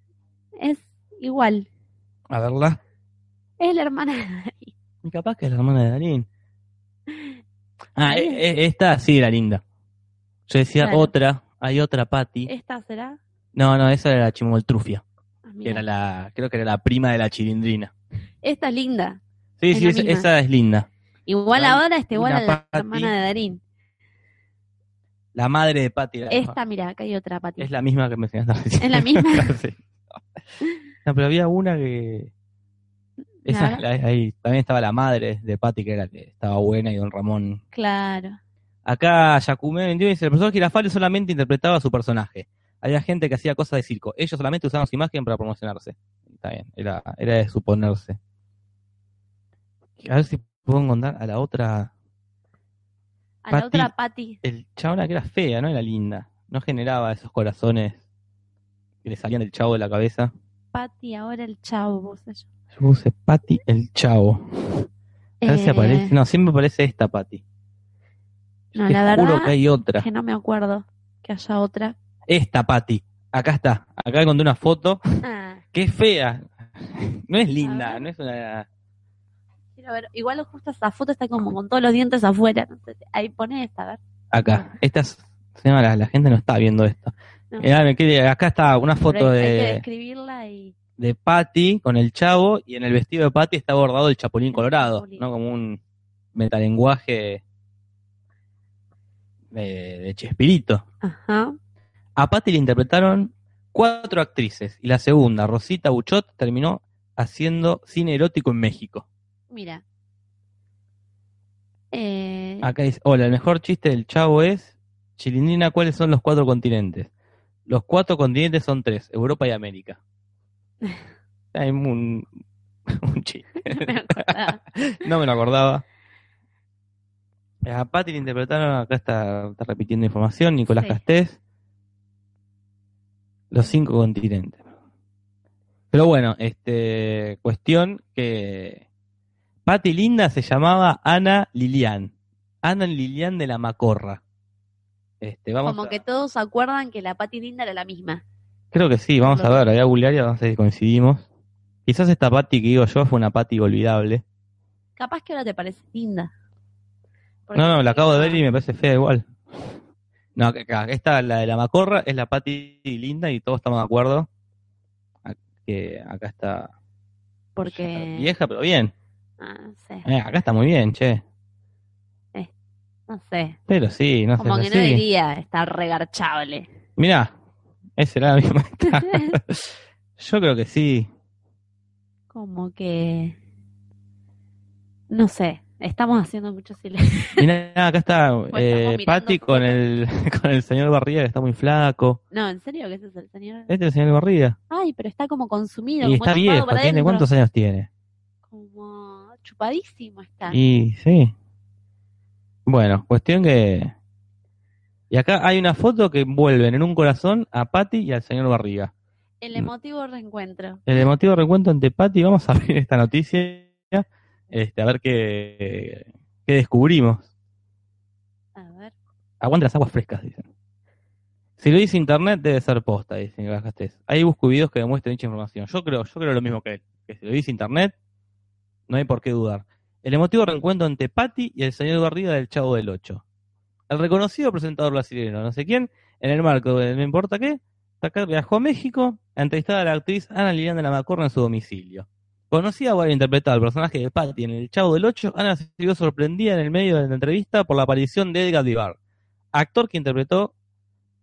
Speaker 2: Es igual.
Speaker 1: a verla.
Speaker 2: Es la hermana de Darín.
Speaker 1: Y Capaz que es la hermana de Darín. Ah,
Speaker 2: Ahí
Speaker 1: e- e- esta sí era linda. Yo decía
Speaker 2: Claro.
Speaker 1: otra, hay otra Patti.
Speaker 2: ¿Esta será?
Speaker 1: No, no, esa era la Chimoltrufia,
Speaker 2: Ah,
Speaker 1: que
Speaker 2: mira.
Speaker 1: era la, creo que era la prima de la Chilindrina.
Speaker 2: Esta es linda.
Speaker 1: Sí,
Speaker 2: Es
Speaker 1: sí,
Speaker 2: la
Speaker 1: esa,
Speaker 2: misma.
Speaker 1: esa es linda.
Speaker 2: Igual
Speaker 1: Darín,
Speaker 2: ahora está igual
Speaker 1: una
Speaker 2: a la
Speaker 1: Pati.
Speaker 2: hermana de Darín.
Speaker 1: La madre de Patti. era-
Speaker 2: Esta, mira, acá hay otra Pati.
Speaker 1: Es la misma que me enseñaste recién.
Speaker 2: Es la misma.
Speaker 1: Sí. No, pero había una que. Esa,
Speaker 2: Nada.
Speaker 1: la- ahí también estaba la madre de Patti, que era la que estaba buena, y don Ramón.
Speaker 2: Claro.
Speaker 1: Acá Yacume 21 dice: el profesor Girafales solamente interpretaba a su personaje. Había gente que hacía cosas de circo. Ellos solamente usaban su imagen para promocionarse. Está bien, era, era de suponerse. A ver si puedo encontrar a la otra.
Speaker 2: A
Speaker 1: Pati.
Speaker 2: la otra Pati.
Speaker 1: El chabona que era fea, no era linda. No generaba esos corazones que le salían del chavo de la cabeza.
Speaker 2: Pati, ahora el chavo. puse yo.
Speaker 1: Yo puse Patty el Chavo. A ver si
Speaker 2: Eh,
Speaker 1: aparece. No, siempre aparece esta Patty.
Speaker 2: no,
Speaker 1: Te
Speaker 2: la
Speaker 1: juro
Speaker 2: verdad
Speaker 1: que hay otra.
Speaker 2: que no me acuerdo que haya otra.
Speaker 1: Esta Patty. Acá está. Acá encontré una foto.
Speaker 2: Ah,
Speaker 1: que es fea. No es
Speaker 2: A
Speaker 1: linda.
Speaker 2: ver.
Speaker 1: No es una.
Speaker 2: quiero ver. Igual justo esa foto está como con todos los dientes afuera. No sé, Ahí pone esta, a ver.
Speaker 1: Acá. Esta es- se llama la, la gente no está viendo esto.
Speaker 2: No.
Speaker 1: Mirá, me quedé- acá está una foto
Speaker 2: Pero hay- Hay que
Speaker 1: de,
Speaker 2: describirla y...
Speaker 1: de Patty con el chavo y en el vestido de Patty está bordado el chapulín colorado,
Speaker 2: Chapulín.
Speaker 1: ¿no? Como un metalenguaje de, de Chespirito.
Speaker 2: Ajá.
Speaker 1: A Patty le interpretaron cuatro actrices y la segunda, Rosita Buchot, terminó haciendo cine erótico en México.
Speaker 2: Mira. Eh,
Speaker 1: Acá dice, hola, el mejor chiste del chavo es, Chilindrina, ¿cuáles son los cuatro continentes? Los cuatro continentes son tres, Europa y América. Hay un, un chiste,
Speaker 2: no me acordaba.
Speaker 1: no me lo acordaba. A Patty le interpretaron, acá está, está repitiendo información, Nicolás
Speaker 2: Sí.
Speaker 1: Castés. Los cinco continentes. Pero bueno, este cuestión que Patti Linda se llamaba Ana Lilian. Ana Lilian de la Macorra. Este, vamos
Speaker 2: Como
Speaker 1: a-
Speaker 2: que todos se acuerdan que la Pati linda era la misma.
Speaker 1: Creo que sí, vamos a ver, la voy a googlear y vamos a ver si coincidimos. Quizás esta Patti que digo yo fue una Patti olvidable.
Speaker 2: Capaz que ahora te parece linda. Porque-
Speaker 1: No, no, la acabo de ver y me parece fea igual. No, acá- acá, esta, la de la Macorra, es la Patti Linda y todos estamos de acuerdo. a- Que acá está
Speaker 2: Porque...
Speaker 1: vieja, pero bien.
Speaker 2: Ah, no sé.
Speaker 1: Eh, acá está muy bien, che.
Speaker 2: No sé.
Speaker 1: Pero sí, no sé.
Speaker 2: Como que no
Speaker 1: sí.
Speaker 2: diría está regarchable.
Speaker 1: Mirá, esa era la misma. Yo creo que sí.
Speaker 2: Como que. No sé. Estamos haciendo mucho silencio.
Speaker 1: Mirá, acá está
Speaker 2: Pues estamos
Speaker 1: eh,
Speaker 2: mirando
Speaker 1: Patti con el, con el señor Barriga, que está muy flaco.
Speaker 2: No, en serio que ese es el señor.
Speaker 1: Este es el señor Barriga.
Speaker 2: Ay, pero está como consumido.
Speaker 1: Y
Speaker 2: como
Speaker 1: está
Speaker 2: chupado
Speaker 1: viejo,
Speaker 2: para
Speaker 1: ¿tiene
Speaker 2: adentro.
Speaker 1: cuántos años tiene?
Speaker 2: Como chupadísimo está.
Speaker 1: Y sí. Bueno, cuestión que... Y acá hay una foto que envuelven en un corazón a Patti y al señor Barriga.
Speaker 2: El emotivo reencuentro.
Speaker 1: El emotivo recuento ante Patti, vamos a ver esta noticia, este, a ver qué, qué descubrimos.
Speaker 2: A ver.
Speaker 1: Aguante las aguas frescas, dicen. Si lo dice internet, debe ser posta, dice Nicolás Castés. Ahí busco videos que demuestren dicha información. Yo creo, yo creo lo mismo que él. Que si lo dice internet, no hay por qué dudar. El emotivo reencuentro entre Patti y el señor Barriga del Chavo del Ocho. El reconocido presentador brasileño, no sé quién, en el marco de No importa qué, Tacar viajó a México a entrevistar a la actriz Ana Liliana de la Macorra en su domicilio. Conocida por haber interpretado al personaje de Patty en El Chavo del Ocho, Ana se vio sorprendida en el medio de la entrevista por la aparición de Edgar Vivar, actor que interpretó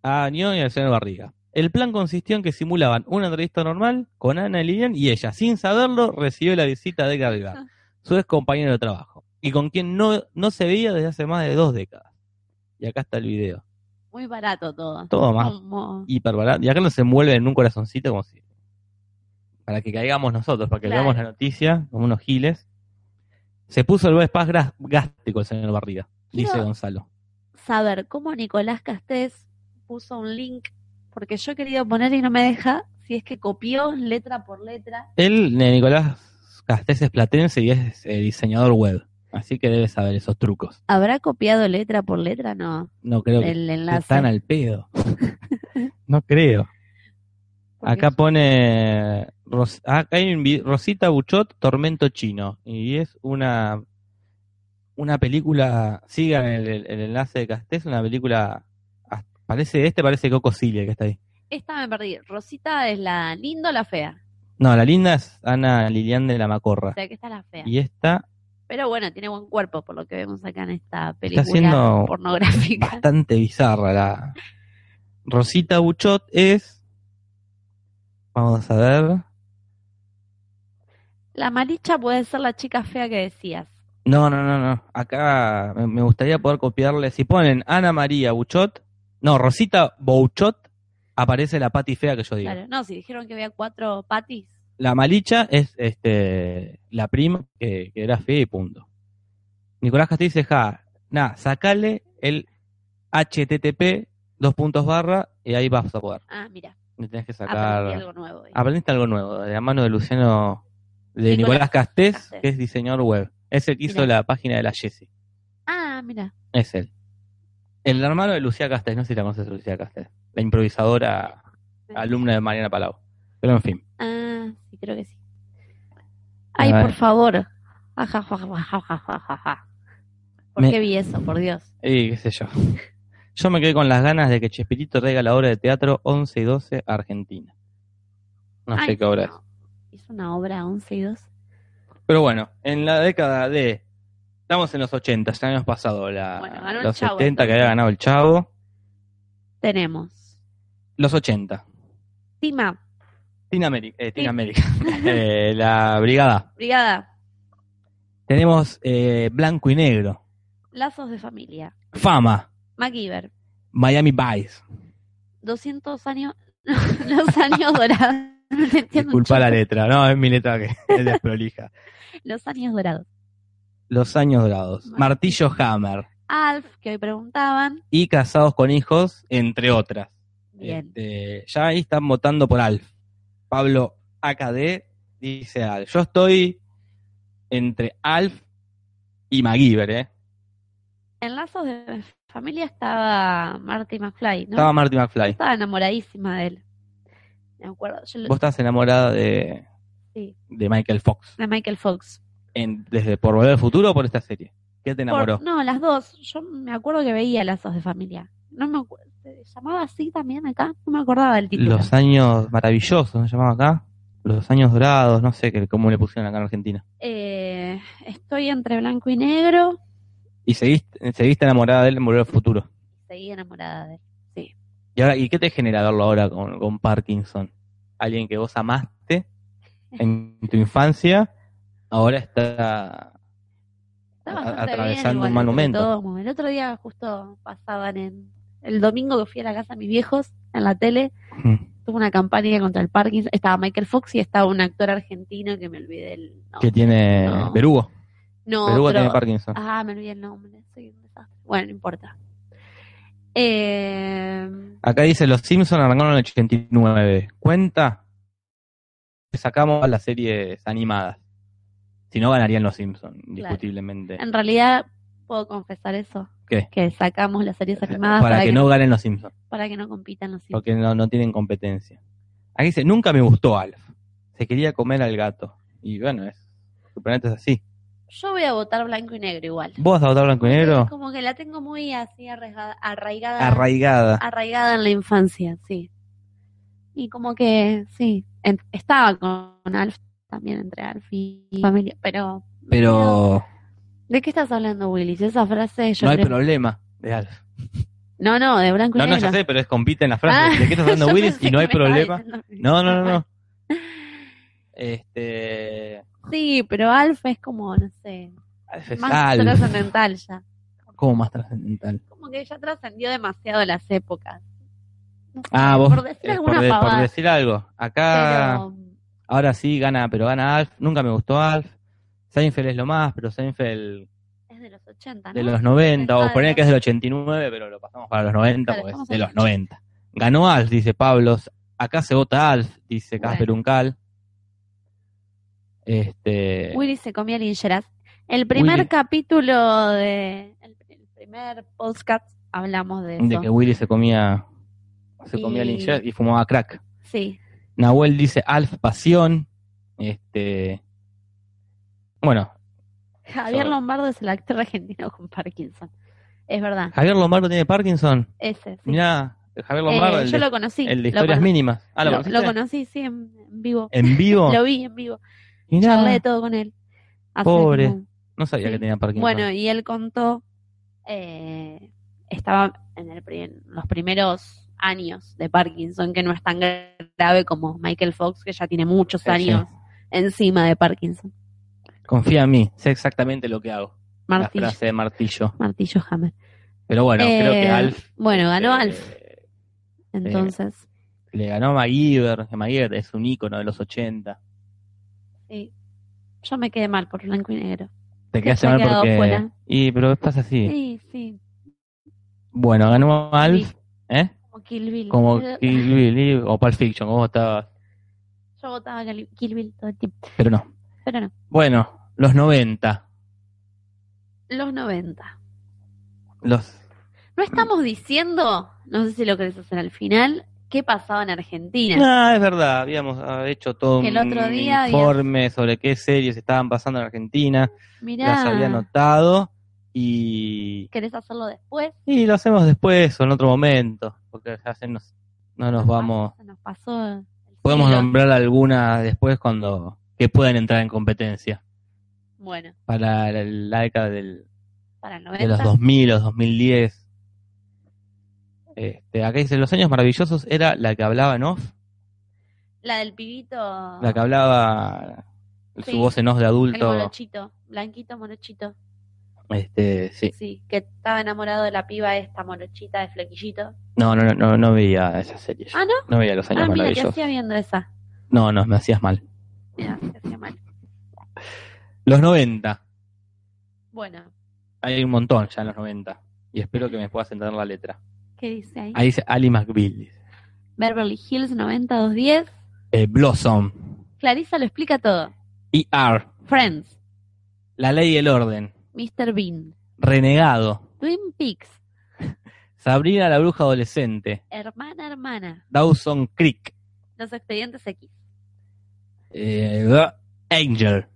Speaker 1: a Neon y al señor Barriga. El plan consistió en que simulaban una entrevista normal con Ana y Lilian y ella, sin saberlo, recibió la visita de
Speaker 2: Ah.
Speaker 1: Garga, su ex compañero de trabajo, y con quien no, no se veía desde hace más de dos décadas. Y acá está el video.
Speaker 2: Muy barato todo.
Speaker 1: Todo más
Speaker 2: Como-
Speaker 1: hiper barato. Y acá nos envuelven en un corazoncito como si. Para que caigamos nosotros, para que
Speaker 2: Claro.
Speaker 1: veamos la noticia, como unos giles. Se puso el Best Pass gra- gástrico el señor Barriga,
Speaker 2: Quiero-
Speaker 1: dice Gonzalo.
Speaker 2: Saber cómo Nicolás Castés puso un link, porque yo he querido poner y no me deja, si es que copió letra por letra.
Speaker 1: Él, eh, Nicolás Castés, es platense y es eh, diseñador web. Así que debe saber esos trucos.
Speaker 2: ¿Habrá copiado letra por letra? No,
Speaker 1: No creo que
Speaker 2: el
Speaker 1: esté
Speaker 2: enlace.
Speaker 1: tan al pedo. no creo.
Speaker 2: Porque
Speaker 1: Acá pone. Ros- ah, acá hay un vi- Rosita Buchot, Tormento Chino. Y es una. Una película. Sigan el, el- el enlace de Castés, una película. ah, Parece este, parece Coco Cilia que está ahí.
Speaker 2: Esta me perdí. Rosita es la linda o la fea.
Speaker 1: No, la linda es Ana Lilian de la Macorra.
Speaker 2: O sea, que esta es la fea.
Speaker 1: Y esta,
Speaker 2: Pero bueno, tiene buen cuerpo, por lo que vemos acá en esta película
Speaker 1: siendo
Speaker 2: pornográfica.
Speaker 1: bastante bizarra. La... Rosita Buchot es. Vamos a ver.
Speaker 2: La Maricha puede ser la chica fea que decías.
Speaker 1: No, no, no, no. Acá me- me gustaría poder copiarle. Si ponen Ana María Buchot, no, Rosita Bouchot, aparece la pati fea que yo digo.
Speaker 2: Claro. No, si dijeron que había cuatro patis.
Speaker 1: La malicha es este la prima que, que era fea y punto. Nicolás Castillo dice, ja, nada, sacale el HTTP, dos puntos barra, y ahí vas a poder.
Speaker 2: Ah, mira,
Speaker 1: Le tenés que
Speaker 2: aprendí
Speaker 1: sacar...
Speaker 2: algo nuevo. hoy.
Speaker 1: Aprendiste algo nuevo, de la mano de Luciano, de
Speaker 2: Nicolás
Speaker 1: Nicolás, Castés,
Speaker 2: Castés.
Speaker 1: que es diseñador web. Es el que hizo
Speaker 2: Mirá.
Speaker 1: la página de la Jessie.
Speaker 2: Ah, mira.
Speaker 1: Es él. El hermano de Lucía Castés, no sé si la conoces, Lucía Castés. La improvisadora, alumna de Mariana Palau. Pero en fin.
Speaker 2: Ah, sí, creo que sí. Ay,
Speaker 1: A ver.
Speaker 2: por favor. Ajá, ajá, ajá, ajá, ajá, ajá. ¿Por
Speaker 1: Me-
Speaker 2: qué vi eso? Por Dios.
Speaker 1: Y qué sé yo. Yo me quedé con las ganas de que Chespirito traiga la obra de teatro 11 y 12 a Argentina. No
Speaker 2: Ay,
Speaker 1: sé qué obra es.
Speaker 2: no. Es una obra 11 y 2.
Speaker 1: Pero bueno, en la década de. Estamos en los 80, ya hemos pasado la,
Speaker 2: Bueno, ganó el
Speaker 1: los 70
Speaker 2: Chavo,
Speaker 1: que
Speaker 2: entonces.
Speaker 1: había ganado el Chavo.
Speaker 2: Tenemos.
Speaker 1: Los 80.
Speaker 2: Tima,
Speaker 1: Teen América. Eh, Teen
Speaker 2: Sí.
Speaker 1: América. Eh, la Brigada.
Speaker 2: Brigada,
Speaker 1: Tenemos eh, Blanco y Negro.
Speaker 2: Lazos de Familia,
Speaker 1: Fama.
Speaker 2: MacGyver,
Speaker 1: Miami Vice.
Speaker 2: 200 años, los años dorados. No entiendo un
Speaker 1: Disculpa la
Speaker 2: choto.
Speaker 1: letra, no, es mi letra que es desprolija.
Speaker 2: Los años dorados.
Speaker 1: Los años dorados. Martillo Hammer.
Speaker 2: Alf, que hoy preguntaban.
Speaker 1: Y Casados con Hijos, entre otras.
Speaker 2: Bien.
Speaker 1: Este, ya ahí están votando por Alf. Pablo AKD dice Alf. Yo estoy entre Alf y MacGyver, ¿eh?
Speaker 2: En lazos de familia estaba Marty McFly, ¿no?
Speaker 1: Estaba Marty McFly.
Speaker 2: Estaba enamoradísima de él. Me acuerdo. Yo lo-
Speaker 1: Vos estás enamorada de,
Speaker 2: Sí.
Speaker 1: de Michael Fox.
Speaker 2: de Michael Fox.
Speaker 1: En- ¿Desde por volver al futuro o por esta serie? ¿Qué te
Speaker 2: Por-
Speaker 1: enamoró?
Speaker 2: no, las dos. Yo me acuerdo que veía lazos de familia. No me acuerdo. ¿Se llamaba así también acá? No me acordaba del título.
Speaker 1: Los años maravillosos, ¿no se llamaba acá? Los años dorados, no sé qué- cómo le pusieron acá en Argentina.
Speaker 2: Eh, estoy entre blanco y negro.
Speaker 1: Y seguiste, seguiste enamorada de él en Volver al Futuro.
Speaker 2: seguí enamorada de él.
Speaker 1: ¿Y ahora y qué te genera verlo ahora con, con Parkinson? Alguien que vos amaste en tu infancia, ahora está...
Speaker 2: Está
Speaker 1: A-
Speaker 2: bastante
Speaker 1: atravesando
Speaker 2: bien,
Speaker 1: un mal
Speaker 2: igual,
Speaker 1: momento.
Speaker 2: todo como El otro día justo pasaban en... El domingo que fui a la casa de mis viejos, en la tele,
Speaker 1: Hmm.
Speaker 2: tuvo una campaña contra el Parkinson. Estaba Michael Fox y estaba un actor argentino que me olvidé el
Speaker 1: que
Speaker 2: nombre.
Speaker 1: tiene...
Speaker 2: No.
Speaker 1: Perugo.
Speaker 2: No,
Speaker 1: Perugo
Speaker 2: otro-
Speaker 1: tiene Parkinson.
Speaker 2: Ah, me olvidé el nombre. Soy un desastre. Bueno, no importa. Eh,
Speaker 1: Acá dice, los Simpsons arrancaron en el 89. Cuenta que sacamos a las series animadas. Si no, ganarían los Simpsons, indiscutiblemente.
Speaker 2: en realidad, puedo confesar eso.
Speaker 1: ¿Qué? Eh,
Speaker 2: Que sacamos las series animadas
Speaker 1: Para,
Speaker 2: para,
Speaker 1: que, no ganen los Simpsons,
Speaker 2: para que no compitan los
Speaker 1: porque no, no tienen competencia. Aquí dice, nunca me gustó Alf. Se quería comer al gato. Y bueno, es, suponete es así.
Speaker 2: Yo voy a votar blanco y negro igual.
Speaker 1: ¿Vos vas a votar blanco y negro?
Speaker 2: Como que la tengo muy así arraigada, arraigada,
Speaker 1: Arraigada.
Speaker 2: arraigada en la infancia, sí. Y como que, sí, en- estaba con Alf también, entre Alf y familia, pero...
Speaker 1: Pero
Speaker 2: ¿De qué estás hablando, Willis? Esa frase yo
Speaker 1: no hay
Speaker 2: creo-
Speaker 1: problema de Alf.
Speaker 2: No, no, de blanco y
Speaker 1: No, no,
Speaker 2: negro.
Speaker 1: ya sé, pero es compiten las frases.
Speaker 2: Ah,
Speaker 1: ¿De qué estás hablando
Speaker 2: yo
Speaker 1: Willis?
Speaker 2: pensé
Speaker 1: Y no
Speaker 2: que
Speaker 1: hay
Speaker 2: me estaba
Speaker 1: problema.
Speaker 2: diciendo-
Speaker 1: No, no, no, no. Este.
Speaker 2: Sí, pero Alfa es como, no sé,
Speaker 1: es
Speaker 2: más
Speaker 1: algo,
Speaker 2: trascendental ya.
Speaker 1: como más trascendental.
Speaker 2: Como que ya trascendió demasiado las épocas. No sé,
Speaker 1: Ah, vos.
Speaker 2: Por decir
Speaker 1: eh,
Speaker 2: alguna
Speaker 1: de- por
Speaker 2: pavada.
Speaker 1: decir ah. algo. Acá.
Speaker 2: Pero,
Speaker 1: Ahora sí gana, pero gana Alf. Nunca me gustó Alf. Seinfeld es lo más, pero Seinfeld
Speaker 2: es de los 80, Ah, ¿no?
Speaker 1: de los 90. O
Speaker 2: Exacto.
Speaker 1: poner que es del 89, pero lo pasamos para los 90
Speaker 2: Claro,
Speaker 1: porque es
Speaker 2: estamos
Speaker 1: de
Speaker 2: en
Speaker 1: los
Speaker 2: los
Speaker 1: 90. Ganó Alf, dice Pablos. Acá se vota Alf, dice
Speaker 2: Bueno.
Speaker 1: Casper Uncal. Este.
Speaker 2: Willy se comía lincheras. El primer
Speaker 1: Willy.
Speaker 2: capítulo de. El, el primer podcast hablamos de eso.
Speaker 1: De que Willy se comía. Se
Speaker 2: Y-
Speaker 1: comía linchera y fumaba crack.
Speaker 2: Sí.
Speaker 1: Nahuel dice Alf, pasión. Este. Bueno,
Speaker 2: Javier
Speaker 1: Yo-
Speaker 2: Lombardo es el actor argentino con Parkinson. Es verdad.
Speaker 1: Javier Lombardo tiene Parkinson.
Speaker 2: Ese. sí.
Speaker 1: Mirá, Javier
Speaker 2: Eh,
Speaker 1: Lombardo. el
Speaker 2: yo
Speaker 1: de-
Speaker 2: lo conocí.
Speaker 1: El de
Speaker 2: lo,
Speaker 1: historias
Speaker 2: cono-
Speaker 1: mínimas. Ah, ¿lo
Speaker 2: lo-
Speaker 1: conociste?
Speaker 2: lo conocí, sí, en, en vivo.
Speaker 1: ¿En vivo?
Speaker 2: Lo vi en vivo.
Speaker 1: Mirá,
Speaker 2: Charlé de todo con él. Hace
Speaker 1: Pobre.
Speaker 2: como-
Speaker 1: no sabía
Speaker 2: Sí.
Speaker 1: que tenía Parkinson.
Speaker 2: Bueno, y él contó, eh, estaba en, el pri- en los primeros años de Parkinson, que no es tan grave como Michael Fox, que ya tiene muchos
Speaker 1: Sí, sí.
Speaker 2: años encima de Parkinson.
Speaker 1: Confía en mí, sé exactamente lo que hago.
Speaker 2: Martillo,
Speaker 1: La frase de martillo.
Speaker 2: Martillo Hammer.
Speaker 1: Pero bueno, creo que
Speaker 2: Eh,
Speaker 1: Alf.
Speaker 2: Bueno, ganó
Speaker 1: eh,
Speaker 2: Alf, entonces.
Speaker 1: Le ganó a MacGyver. que MacGyver es un ícono de los 80.
Speaker 2: sí. Yo me quedé mal por blanco y negro.
Speaker 1: Te quedaste
Speaker 2: se ha
Speaker 1: mal
Speaker 2: quedado
Speaker 1: porque.
Speaker 2: fuera.
Speaker 1: Y, pero pasa así.
Speaker 2: Sí, sí,
Speaker 1: Bueno, ganó Alf, ¿eh?
Speaker 2: como Kill Bill.
Speaker 1: Como
Speaker 2: Yo-
Speaker 1: Kill Bill y- o Pulp Fiction, como estaba.
Speaker 2: Yo votaba Kill Kill Bill todo el tiempo,
Speaker 1: Pero no.
Speaker 2: pero no.
Speaker 1: Bueno, los 90.
Speaker 2: Los 90.
Speaker 1: Los.
Speaker 2: No estamos diciendo, no sé si lo querés hacer al final, qué pasaba en Argentina.
Speaker 1: Ah, es verdad, habíamos ah, hecho todo
Speaker 2: Que el otro
Speaker 1: un
Speaker 2: día había-
Speaker 1: informe sobre qué series estaban pasando en Argentina, las había
Speaker 2: Mirá,
Speaker 1: anotado y,
Speaker 2: ¿querés hacerlo después?
Speaker 1: y lo hacemos después o en otro momento, porque ya se nos, no nos vamos.
Speaker 2: Ah, Se nos pasó. el
Speaker 1: Podemos
Speaker 2: siglo.
Speaker 1: nombrar algunas después cuando que puedan entrar en competencia
Speaker 2: Bueno,
Speaker 1: para la, la década del,
Speaker 2: para el
Speaker 1: de
Speaker 2: 90.
Speaker 1: los 2000, los 2010. Este, acá dice, los años maravillosos era la que hablaba en off,
Speaker 2: La del pibito.
Speaker 1: la que hablaba
Speaker 2: Ah. Sí.
Speaker 1: su voz en off de
Speaker 2: el
Speaker 1: adulto.
Speaker 2: monochito. Blanquito monochito.
Speaker 1: Este, sí.
Speaker 2: Sí, que estaba enamorado de la piba esta monochita de flequillito.
Speaker 1: No, no, no, no, no veía esa serie. yo.
Speaker 2: Ah, ¿no?
Speaker 1: No veía los años
Speaker 2: Ah, mira, te
Speaker 1: maravillosos.
Speaker 2: hacía viendo esa.
Speaker 1: No, no, me hacías mal.
Speaker 2: Mira, te hacía mal.
Speaker 1: Los 90.
Speaker 2: Bueno,
Speaker 1: Hay un montón ya en los 90. Y espero que me puedas entender la letra.
Speaker 2: ¿qué dice ahí?
Speaker 1: Ahí dice Ali McBeal. dice,
Speaker 2: Beverly Hills 90210.
Speaker 1: eh, Blossom.
Speaker 2: Clarisa lo explica todo.
Speaker 1: ER.
Speaker 2: Friends,
Speaker 1: La ley y el orden.
Speaker 2: Mr. Bean,
Speaker 1: Renegado.
Speaker 2: Twin Peaks,
Speaker 1: Sabrina la bruja adolescente.
Speaker 2: Hermana Hermana,
Speaker 1: Dawson Creek.
Speaker 2: Los Expedientes X,
Speaker 1: eh, The Angel.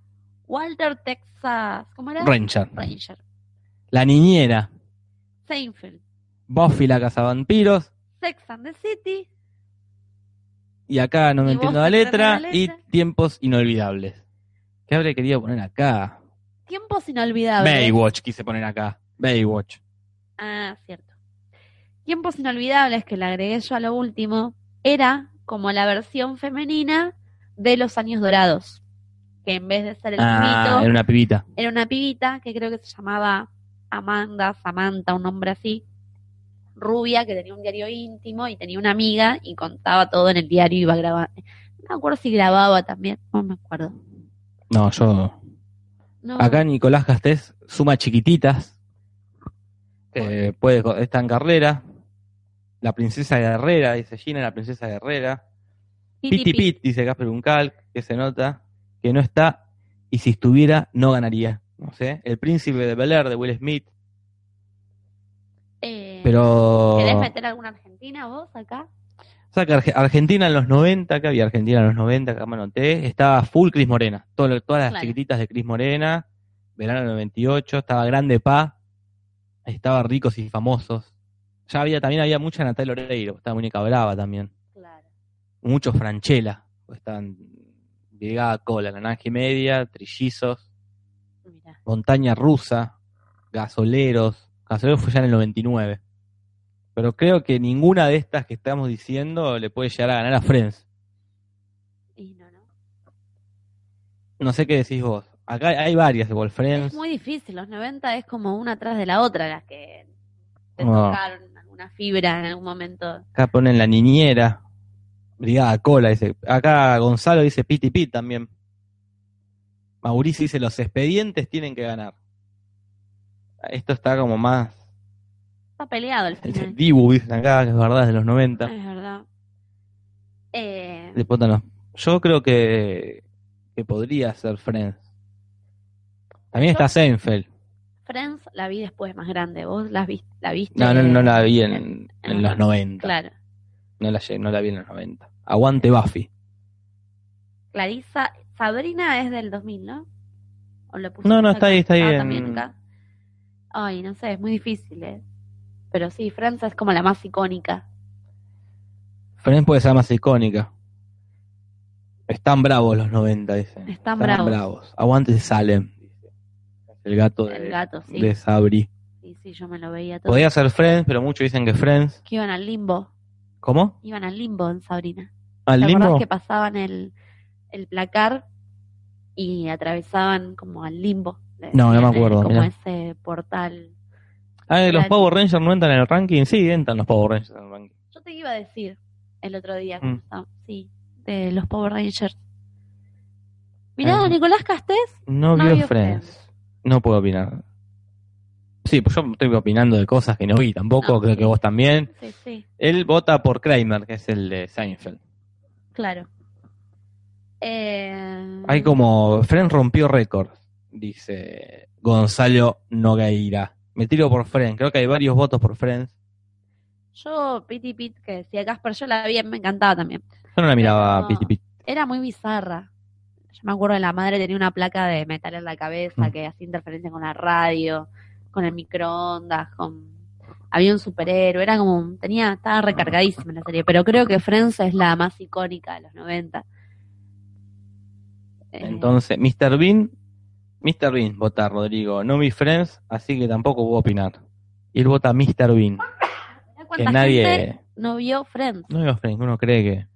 Speaker 2: Walter Texas, ¿cómo era?
Speaker 1: Ranger.
Speaker 2: Ranger.
Speaker 1: La niñera.
Speaker 2: Seinfeld,
Speaker 1: Buffy la cazavampiros.
Speaker 2: Sex and the City,
Speaker 1: y acá no me
Speaker 2: Y
Speaker 1: entiendo
Speaker 2: vos
Speaker 1: la
Speaker 2: te
Speaker 1: letra,
Speaker 2: entendés la
Speaker 1: y
Speaker 2: letra.
Speaker 1: tiempos inolvidables. ¿Qué habré querido poner acá?
Speaker 2: Tiempos Inolvidables.
Speaker 1: Baywatch quise poner acá. Baywatch.
Speaker 2: Ah, cierto. Tiempos Inolvidables, que le agregué yo a lo último, era como la versión femenina de Los Años Dorados, que en vez de ser el
Speaker 1: Ah,
Speaker 2: pibito,
Speaker 1: era una pibita.
Speaker 2: era una pibita que creo que se llamaba Amanda, Samantha, un nombre así, rubia, que tenía un diario íntimo y tenía una amiga y contaba todo en el diario y iba grabando. No me acuerdo si grababa también, no me acuerdo.
Speaker 1: No, yo.
Speaker 2: No,
Speaker 1: Acá Nicolás Castés suma chiquititas. Eh, puede, co- está en carrera. La princesa guerrera, dice Gina, la princesa guerrera.
Speaker 2: Piti
Speaker 1: Piti
Speaker 2: Pit.
Speaker 1: Pit, dice Casper Uncal, que se nota que no está y si estuviera no ganaría. No sé. El príncipe de Bel Air de Will Smith.
Speaker 2: Eh,
Speaker 1: Pero.
Speaker 2: ¿Querés meter alguna argentina vos acá?
Speaker 1: O sea, que Arge- Argentina en los 90, que había Argentina en los 90, acá me anoté, estaba full Cris Morena. Todo lo- todas las
Speaker 2: Claro.
Speaker 1: chiquititas de Cris Morena, verano del 98, estaba Grande Pa, estaba Ricos y Famosos. Ya había, también había mucha Natalia Oreiro, estaba Mónica Brava también.
Speaker 2: Claro.
Speaker 1: Muchos Franchella, pues estaban Virgada Cola, La Naranja y Media, Trillizos,
Speaker 2: Mira.
Speaker 1: Montaña Rusa, Gasoleros. Gasoleros fue ya en el 99. Pero creo que ninguna de estas que estamos diciendo le puede llegar a ganar a Friends.
Speaker 2: Y no, no.
Speaker 1: No sé qué decís vos. Acá hay varias de Friends.
Speaker 2: Es muy difícil, los 90 es como una atrás de la otra las que te
Speaker 1: No.
Speaker 2: tocaron alguna fibra en algún momento.
Speaker 1: Acá ponen la niñera. Brigada Cola dice. Acá Gonzalo dice Piti Pit también. Mauricio dice los expedientes tienen que ganar. Esto está como más.
Speaker 2: Está peleado al final.
Speaker 1: Dibu dicen acá, que es verdad, es de los 90.
Speaker 2: Es verdad. Eh,
Speaker 1: Después no. Yo creo que, que podría ser Friends. También está Seinfeld.
Speaker 2: Friends la vi después más grande. ¿Vos la, vis- la viste?
Speaker 1: No, no, no la vi en, en los 90.
Speaker 2: Claro.
Speaker 1: No, la, lle- no la vi en los 90. Aguante Buffy.
Speaker 2: Clarisa, Sabrina es del 2000, ¿no? ¿O lo pusimos
Speaker 1: No, no,
Speaker 2: acá?
Speaker 1: está ahí, está ahí.
Speaker 2: Ah,
Speaker 1: en-
Speaker 2: también acá. Ay, no sé, es muy difícil, ¿eh? Pero sí, Friends es como la más icónica.
Speaker 1: Friends puede ser más icónica. Están bravos los 90, dicen.
Speaker 2: Están bravos.
Speaker 1: Aguante Salem, dice. El gato de,
Speaker 2: El gato, sí.
Speaker 1: de Sabri.
Speaker 2: Sí, sí, yo me lo veía todo.
Speaker 1: Podría ser Friends, pero muchos dicen que Friends.
Speaker 2: Que iban al limbo.
Speaker 1: ¿Cómo?
Speaker 2: Iban al limbo en Sabrina.
Speaker 1: ¿Al
Speaker 2: ¿Te acordás
Speaker 1: limbo?
Speaker 2: que pasaban el, el placar y atravesaban como al limbo? Le
Speaker 1: No, no me
Speaker 2: decían, eh,
Speaker 1: acuerdo,
Speaker 2: Como
Speaker 1: mirá.
Speaker 2: ese portal.
Speaker 1: Ah, ¿Los
Speaker 2: Claro.
Speaker 1: Power Rangers no entran en el ranking? Sí, entran los Power Rangers en el ranking.
Speaker 2: Yo te iba a decir el otro día,
Speaker 1: Mm.
Speaker 2: ah, sí, de los Power Rangers. Mirá,
Speaker 1: Ah.
Speaker 2: Nicolás Castés,
Speaker 1: No,
Speaker 2: No
Speaker 1: vio,
Speaker 2: vio
Speaker 1: Friends.
Speaker 2: Friends.
Speaker 1: No puedo opinar. Sí, pues yo estoy opinando de cosas que no vi tampoco,
Speaker 2: No,
Speaker 1: creo
Speaker 2: sí.
Speaker 1: que vos también.
Speaker 2: sí, sí,
Speaker 1: Él vota por Kramer, que es el de Seinfeld.
Speaker 2: claro. Eh,
Speaker 1: Hay como, Friends rompió récords, dice Gonzalo Nogueira. Me tiro por Friends, creo que hay varios votos por Friends.
Speaker 2: Yo, Pity Pit, que decía Casper, yo la vi, me encantaba también.
Speaker 1: Yo no la miraba
Speaker 2: No.
Speaker 1: piti piti.
Speaker 2: Era muy bizarra. Yo me acuerdo de la madre tenía una placa de metal en la cabeza
Speaker 1: Mm.
Speaker 2: que hacía interferencia con la radio, con el microondas, con... Había un superhéroe, era como, un- tenía, estaba recargadísima la serie, pero creo que Friends es la más icónica de los 90. Eh,
Speaker 1: Entonces, Mr. Bean, Mr. Bean vota Rodrigo. No vi Friends, así que tampoco puedo opinar. Y él vota Mr. Bean,
Speaker 2: mirá
Speaker 1: que
Speaker 2: cuánta gente
Speaker 1: nadie,
Speaker 2: no vio Friends?
Speaker 1: no vio Friends, uno cree que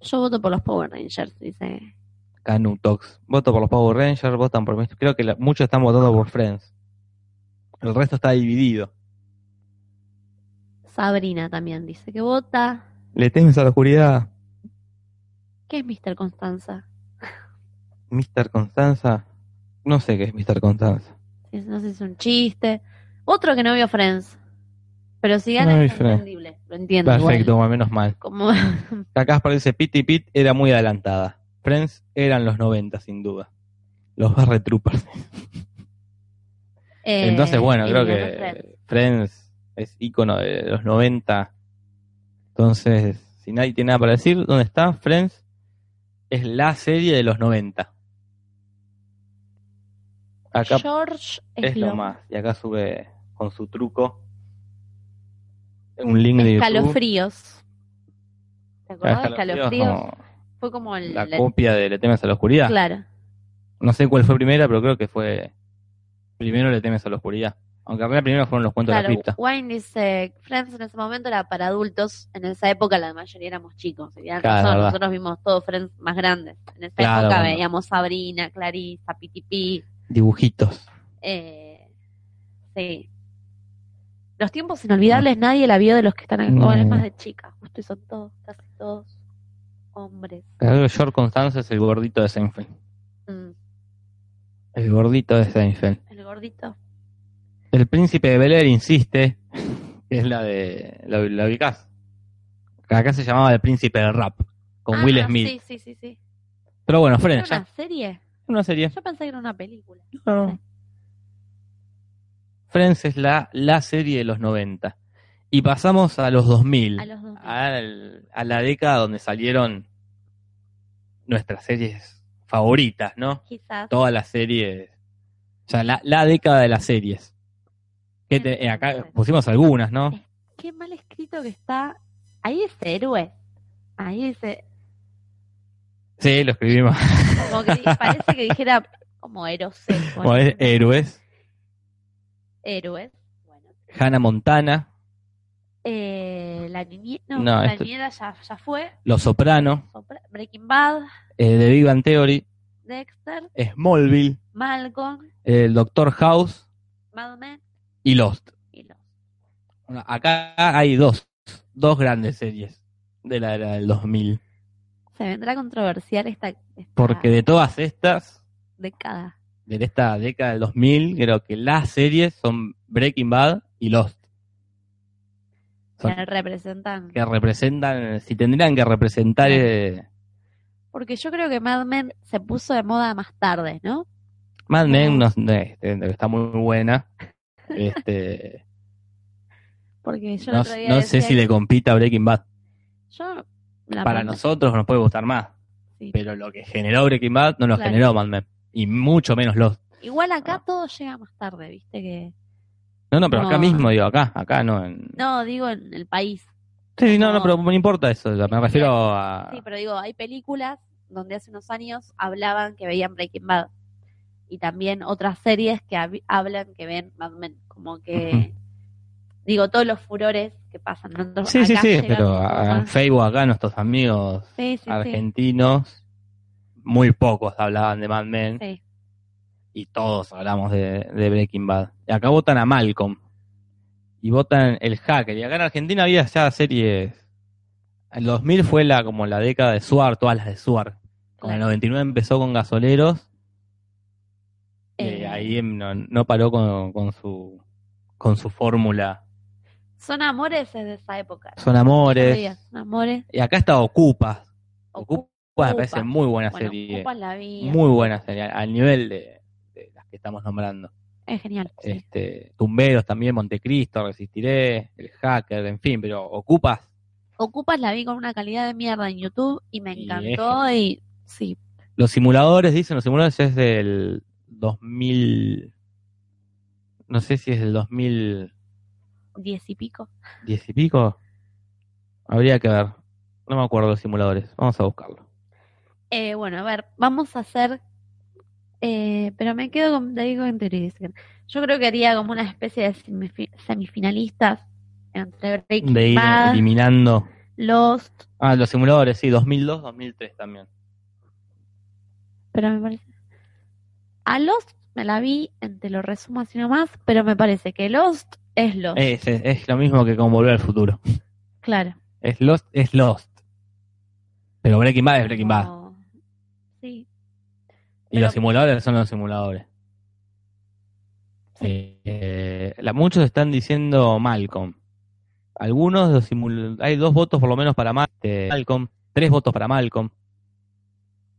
Speaker 2: Yo voto por los Power Rangers, dice.
Speaker 1: Canutox. Voto por los Power Rangers, votan por Mr. Creo que la- muchos están votando por Friends. El resto está dividido.
Speaker 2: Sabrina también dice que vota.
Speaker 1: ¿Le temes a la oscuridad?
Speaker 2: ¿Qué es Mr. Constanza?
Speaker 1: Mr. Constanza. No sé qué es Mr. Constanza.
Speaker 2: Si es- No sé si es un chiste. Otro que no vio Friends. Pero si gana
Speaker 1: No vi
Speaker 2: es
Speaker 1: Friends.
Speaker 2: entendible. Lo entiendo.
Speaker 1: Perfecto,
Speaker 2: igual.
Speaker 1: más menos mal.
Speaker 2: Como
Speaker 1: Acá Caspar dice, Pit y Pit era muy adelantada. Friends eran los 90, sin duda. Los Barre Troopers.
Speaker 2: Eh,
Speaker 1: Entonces, bueno,
Speaker 2: sí,
Speaker 1: creo
Speaker 2: vio Friends.
Speaker 1: que Friends es ícono de los 90. Entonces, si nadie tiene nada para decir, ¿dónde está? Friends es la serie de los 90. Acá
Speaker 2: George es,
Speaker 1: es lo más. Y acá sube con su truco un link de YouTube.
Speaker 2: Escalofríos. ¿Te acordás de Escalofríos?
Speaker 1: como
Speaker 2: Fue como el.
Speaker 1: la
Speaker 2: el-
Speaker 1: copia de Le temes a la oscuridad.
Speaker 2: claro.
Speaker 1: No sé cuál fue primera, pero creo que fue primero Le temes a la oscuridad. Aunque en realidad primero fueron los cuentos
Speaker 2: Claro,
Speaker 1: de la cripta.
Speaker 2: Wayne dice, Friends en ese momento era para adultos, en esa época la mayoría éramos chicos, tenían
Speaker 1: Claro,
Speaker 2: razón,
Speaker 1: verdad.
Speaker 2: nosotros vimos todos Friends más grandes, en esa
Speaker 1: Claro,
Speaker 2: época
Speaker 1: bueno.
Speaker 2: veíamos Sabrina, Clarissa, Pitipi,
Speaker 1: Dibujitos.
Speaker 2: eh, sí. Los tiempos inolvidables nadie la vio de los que están acá,
Speaker 1: No.
Speaker 2: bueno, es más de chicas, justo y son todos, casi todos hombres.
Speaker 1: Creo que George Constanza es el gordito de Seinfeld.
Speaker 2: Mm,
Speaker 1: El gordito de Seinfeld.
Speaker 2: el gordito,
Speaker 1: El príncipe de Bel Air insiste, que es la de. La, la ubicás. Acá se llamaba El príncipe del rap, con
Speaker 2: Ah,
Speaker 1: Will Smith.
Speaker 2: Sí, sí, sí, sí.
Speaker 1: Pero bueno, Fren,
Speaker 2: ¿Era
Speaker 1: ya.
Speaker 2: una serie?
Speaker 1: Una serie.
Speaker 2: Yo pensé que era una película.
Speaker 1: No. Friends es la, la serie de los 90. Y pasamos a los 2000.
Speaker 2: A los dos.
Speaker 1: Ah. al- a la década donde salieron nuestras series favoritas, ¿no?
Speaker 2: Quizás.
Speaker 1: Todas las series. O sea, la, la década de las series. Que te- eh, acá pusimos algunas, ¿no?
Speaker 2: Qué mal escrito que está. Ahí dice héroe. Ahí dice.
Speaker 1: Sí, lo escribimos.
Speaker 2: Como que di- parece que dijera como Eros.
Speaker 1: Como es Héroes.
Speaker 2: Héroes. Bueno,
Speaker 1: Hannah Montana.
Speaker 2: eh, la niñera, no,
Speaker 1: No,
Speaker 2: la
Speaker 1: esto-
Speaker 2: niñera ya, ya fue,
Speaker 1: Los Soprano,
Speaker 2: Sopra- Breaking Bad,
Speaker 1: eh, The Big Bang Theory,
Speaker 2: Dexter,
Speaker 1: Smallville, eh,
Speaker 2: Malcolm,
Speaker 1: el Doctor House
Speaker 2: Mad Men
Speaker 1: y Lost.
Speaker 2: y los.
Speaker 1: Bueno, acá hay dos, dos grandes series de la era del 2000.
Speaker 2: Se vendrá controversial esta, esta
Speaker 1: Porque de todas estas,
Speaker 2: década.
Speaker 1: de esta década del 2000, creo que las series son Breaking Bad y Lost. Son
Speaker 2: que representan.
Speaker 1: que representan, si tendrían que representar, eh,
Speaker 2: Porque yo creo que Mad Men se puso de moda más tarde, ¿no?
Speaker 1: Mad Men no- no, este, está muy buena. Este,
Speaker 2: Porque yo el
Speaker 1: no,
Speaker 2: otro día
Speaker 1: no sé
Speaker 2: decía-
Speaker 1: si le compita a Breaking Bad.
Speaker 2: yo, la
Speaker 1: Para
Speaker 2: verdad,
Speaker 1: nosotros nos puede gustar más,
Speaker 2: sí.
Speaker 1: pero lo que generó Breaking Bad no lo
Speaker 2: Claro.
Speaker 1: generó Mad Men. Y mucho menos Lost.
Speaker 2: Igual acá
Speaker 1: Ah.
Speaker 2: todo llega más tarde, ¿viste? que
Speaker 1: No, no, pero acá
Speaker 2: No.
Speaker 1: mismo, digo, acá, acá no. En...
Speaker 2: No, digo en el país.
Speaker 1: sí, no, no,
Speaker 2: no.
Speaker 1: pero no importa eso, me refiero a...
Speaker 2: Sí, pero digo, hay películas donde hace unos años hablaban que veían Breaking Bad. Y también otras series que hab- hablan que ven Mad Men. Como que, digo, todos los furores que pasan. en otros-
Speaker 1: Sí, sí,
Speaker 2: acá
Speaker 1: sí,
Speaker 2: llegan
Speaker 1: pero
Speaker 2: mucho
Speaker 1: ah, en
Speaker 2: más.
Speaker 1: Facebook acá nuestros amigos
Speaker 2: Sí, sí, sí,
Speaker 1: argentinos, muy pocos hablaban de Mad Men
Speaker 2: sí.
Speaker 1: y todos hablamos de, de Breaking Bad. Y acá votan a Malcolm y votan el Hacker. Y acá en Argentina había ya series. El 2000 fue la como la década de Suar, todas las de Suar. Con el
Speaker 2: Claro.
Speaker 1: 99 empezó con Gasoleros y
Speaker 2: Eh,
Speaker 1: ahí no, no paró con, con su con su fórmula.
Speaker 2: Son amores desde esa época. ¿no?
Speaker 1: Son amores.
Speaker 2: Sabía, Son amores.
Speaker 1: Y acá está Ocupas. Ocupas, me
Speaker 2: Ocupas.
Speaker 1: parece muy buena
Speaker 2: Bueno,
Speaker 1: serie.
Speaker 2: ocupan la vida.
Speaker 1: Muy buena serie, al nivel de, de las que estamos nombrando.
Speaker 2: Es genial. sí.
Speaker 1: Este, Tumberos también, Montecristo, Resistiré, El Hacker, en fin, pero ocupas.
Speaker 2: Ocupas la vi con una calidad de mierda en YouTube y me
Speaker 1: Y
Speaker 2: encantó y sí,
Speaker 1: Los simuladores, dicen, los simuladores es del 2000. No sé si es del 2010
Speaker 2: diez y pico.
Speaker 1: y pico. Habría que ver. No me acuerdo los simuladores. Vamos a buscarlo.
Speaker 2: Eh, bueno, a ver, vamos a hacer. eh, pero me quedo con David Coventry, dicen. Yo creo que haría como una especie de semifi- semifinalistas entre Breaking
Speaker 1: De ir
Speaker 2: Bad,
Speaker 1: eliminando.
Speaker 2: Lost,
Speaker 1: Ah, los simuladores, sí, 2002, 2003 también.
Speaker 2: pero me parece. A Lost me la vi, en- te lo resumo así nomás, pero me parece que Lost es Lost,
Speaker 1: Es, es- es lo mismo que con Volver al Futuro.
Speaker 2: claro.
Speaker 1: Es Lost, es Lost. Pero Breaking Bad es Breaking Bad.
Speaker 2: Como- Sí,
Speaker 1: Y los
Speaker 2: Pero-
Speaker 1: simuladores son los simuladores.
Speaker 2: Sí.
Speaker 1: Eh, la- muchos están diciendo Malcolm. Algunos los simul- hay dos votos por lo menos para Ma- este, Malcolm, tres votos para Malcolm.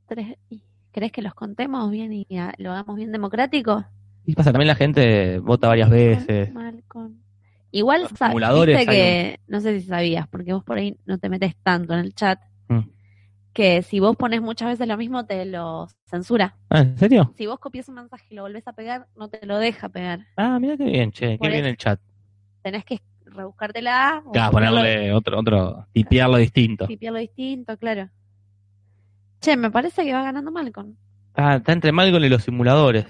Speaker 2: tres. y- ¿Crees que los contemos bien y ah, lo hagamos bien democrático?
Speaker 1: Y pasa también la gente vota varias veces.
Speaker 2: Malcolm. Igual
Speaker 1: Los
Speaker 2: sa-
Speaker 1: simuladores
Speaker 2: viste
Speaker 1: hay
Speaker 2: que, no sé si sabías, porque vos por ahí no te metes tanto en el chat,
Speaker 1: Mm.
Speaker 2: que si vos pones muchas veces lo mismo te lo censura.
Speaker 1: Ah, ¿En serio?
Speaker 2: Si vos copias un mensaje y lo volvés a pegar, no te lo deja pegar.
Speaker 1: Ah, mira qué bien, che, qué
Speaker 2: Por
Speaker 1: bien
Speaker 2: eso.
Speaker 1: el chat.
Speaker 2: Tenés que rebuscártela o
Speaker 1: Claro,
Speaker 2: copiarlo-
Speaker 1: ponerle otro, otro, tipearlo distinto.
Speaker 2: copiarlo distinto, claro. Che, me parece que va ganando Malcolm.
Speaker 1: Está, está entre Malcolm y los simuladores.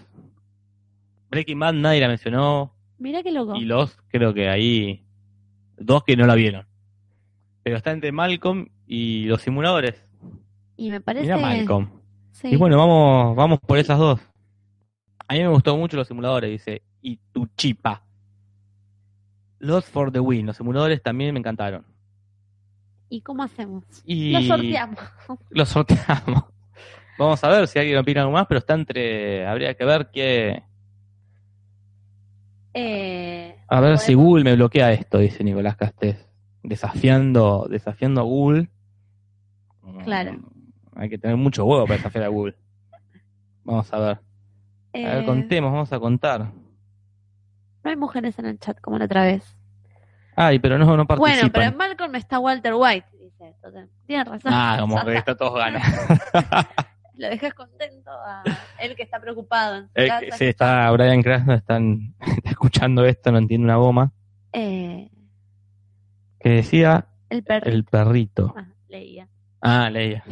Speaker 1: Breaking Bad nadie la mencionó.
Speaker 2: Mira qué loco.
Speaker 1: Y los, creo que ahí, dos que no la vieron. Pero está entre Malcolm y los simuladores.
Speaker 2: Y me parece.
Speaker 1: Mira Malcolm.
Speaker 2: sí.
Speaker 1: Y bueno, vamos, vamos por esas dos. A mí me gustó mucho los simuladores, dice. Y tu chipa. Lost for the Win. Los simuladores también me encantaron.
Speaker 2: ¿Y cómo hacemos?
Speaker 1: Y
Speaker 2: Lo sorteamos.
Speaker 1: los sorteamos. Vamos a ver si alguien opina algo más, pero está entre. Habría que ver que.
Speaker 2: Eh,
Speaker 1: A ver si
Speaker 2: podemos-
Speaker 1: Google me bloquea esto, dice Nicolás Castés. Desafiando, desafiando a Google.
Speaker 2: Claro.
Speaker 1: Mm, Hay que tener mucho huevo para desafiar a Google. Vamos a ver. A ver,
Speaker 2: eh,
Speaker 1: contemos, vamos a contar.
Speaker 2: No hay mujeres en el chat como la otra vez.
Speaker 1: Ay, pero no, no
Speaker 2: Bueno,
Speaker 1: participan.
Speaker 2: pero en Malcolm está Walter White. Dice, entonces, tienes razón.
Speaker 1: Ah, como
Speaker 2: Ya
Speaker 1: que
Speaker 2: está.
Speaker 1: está todos ganas.
Speaker 2: Lo dejas contento a él que está preocupado. En su
Speaker 1: Eh,
Speaker 2: casa.
Speaker 1: que- sí, está Brian Krasno, están, está escuchando esto, no entiende una goma.
Speaker 2: Eh,
Speaker 1: Que decía
Speaker 2: el perro.
Speaker 1: el perrito.
Speaker 2: Ah, leía.
Speaker 1: Ah, leía.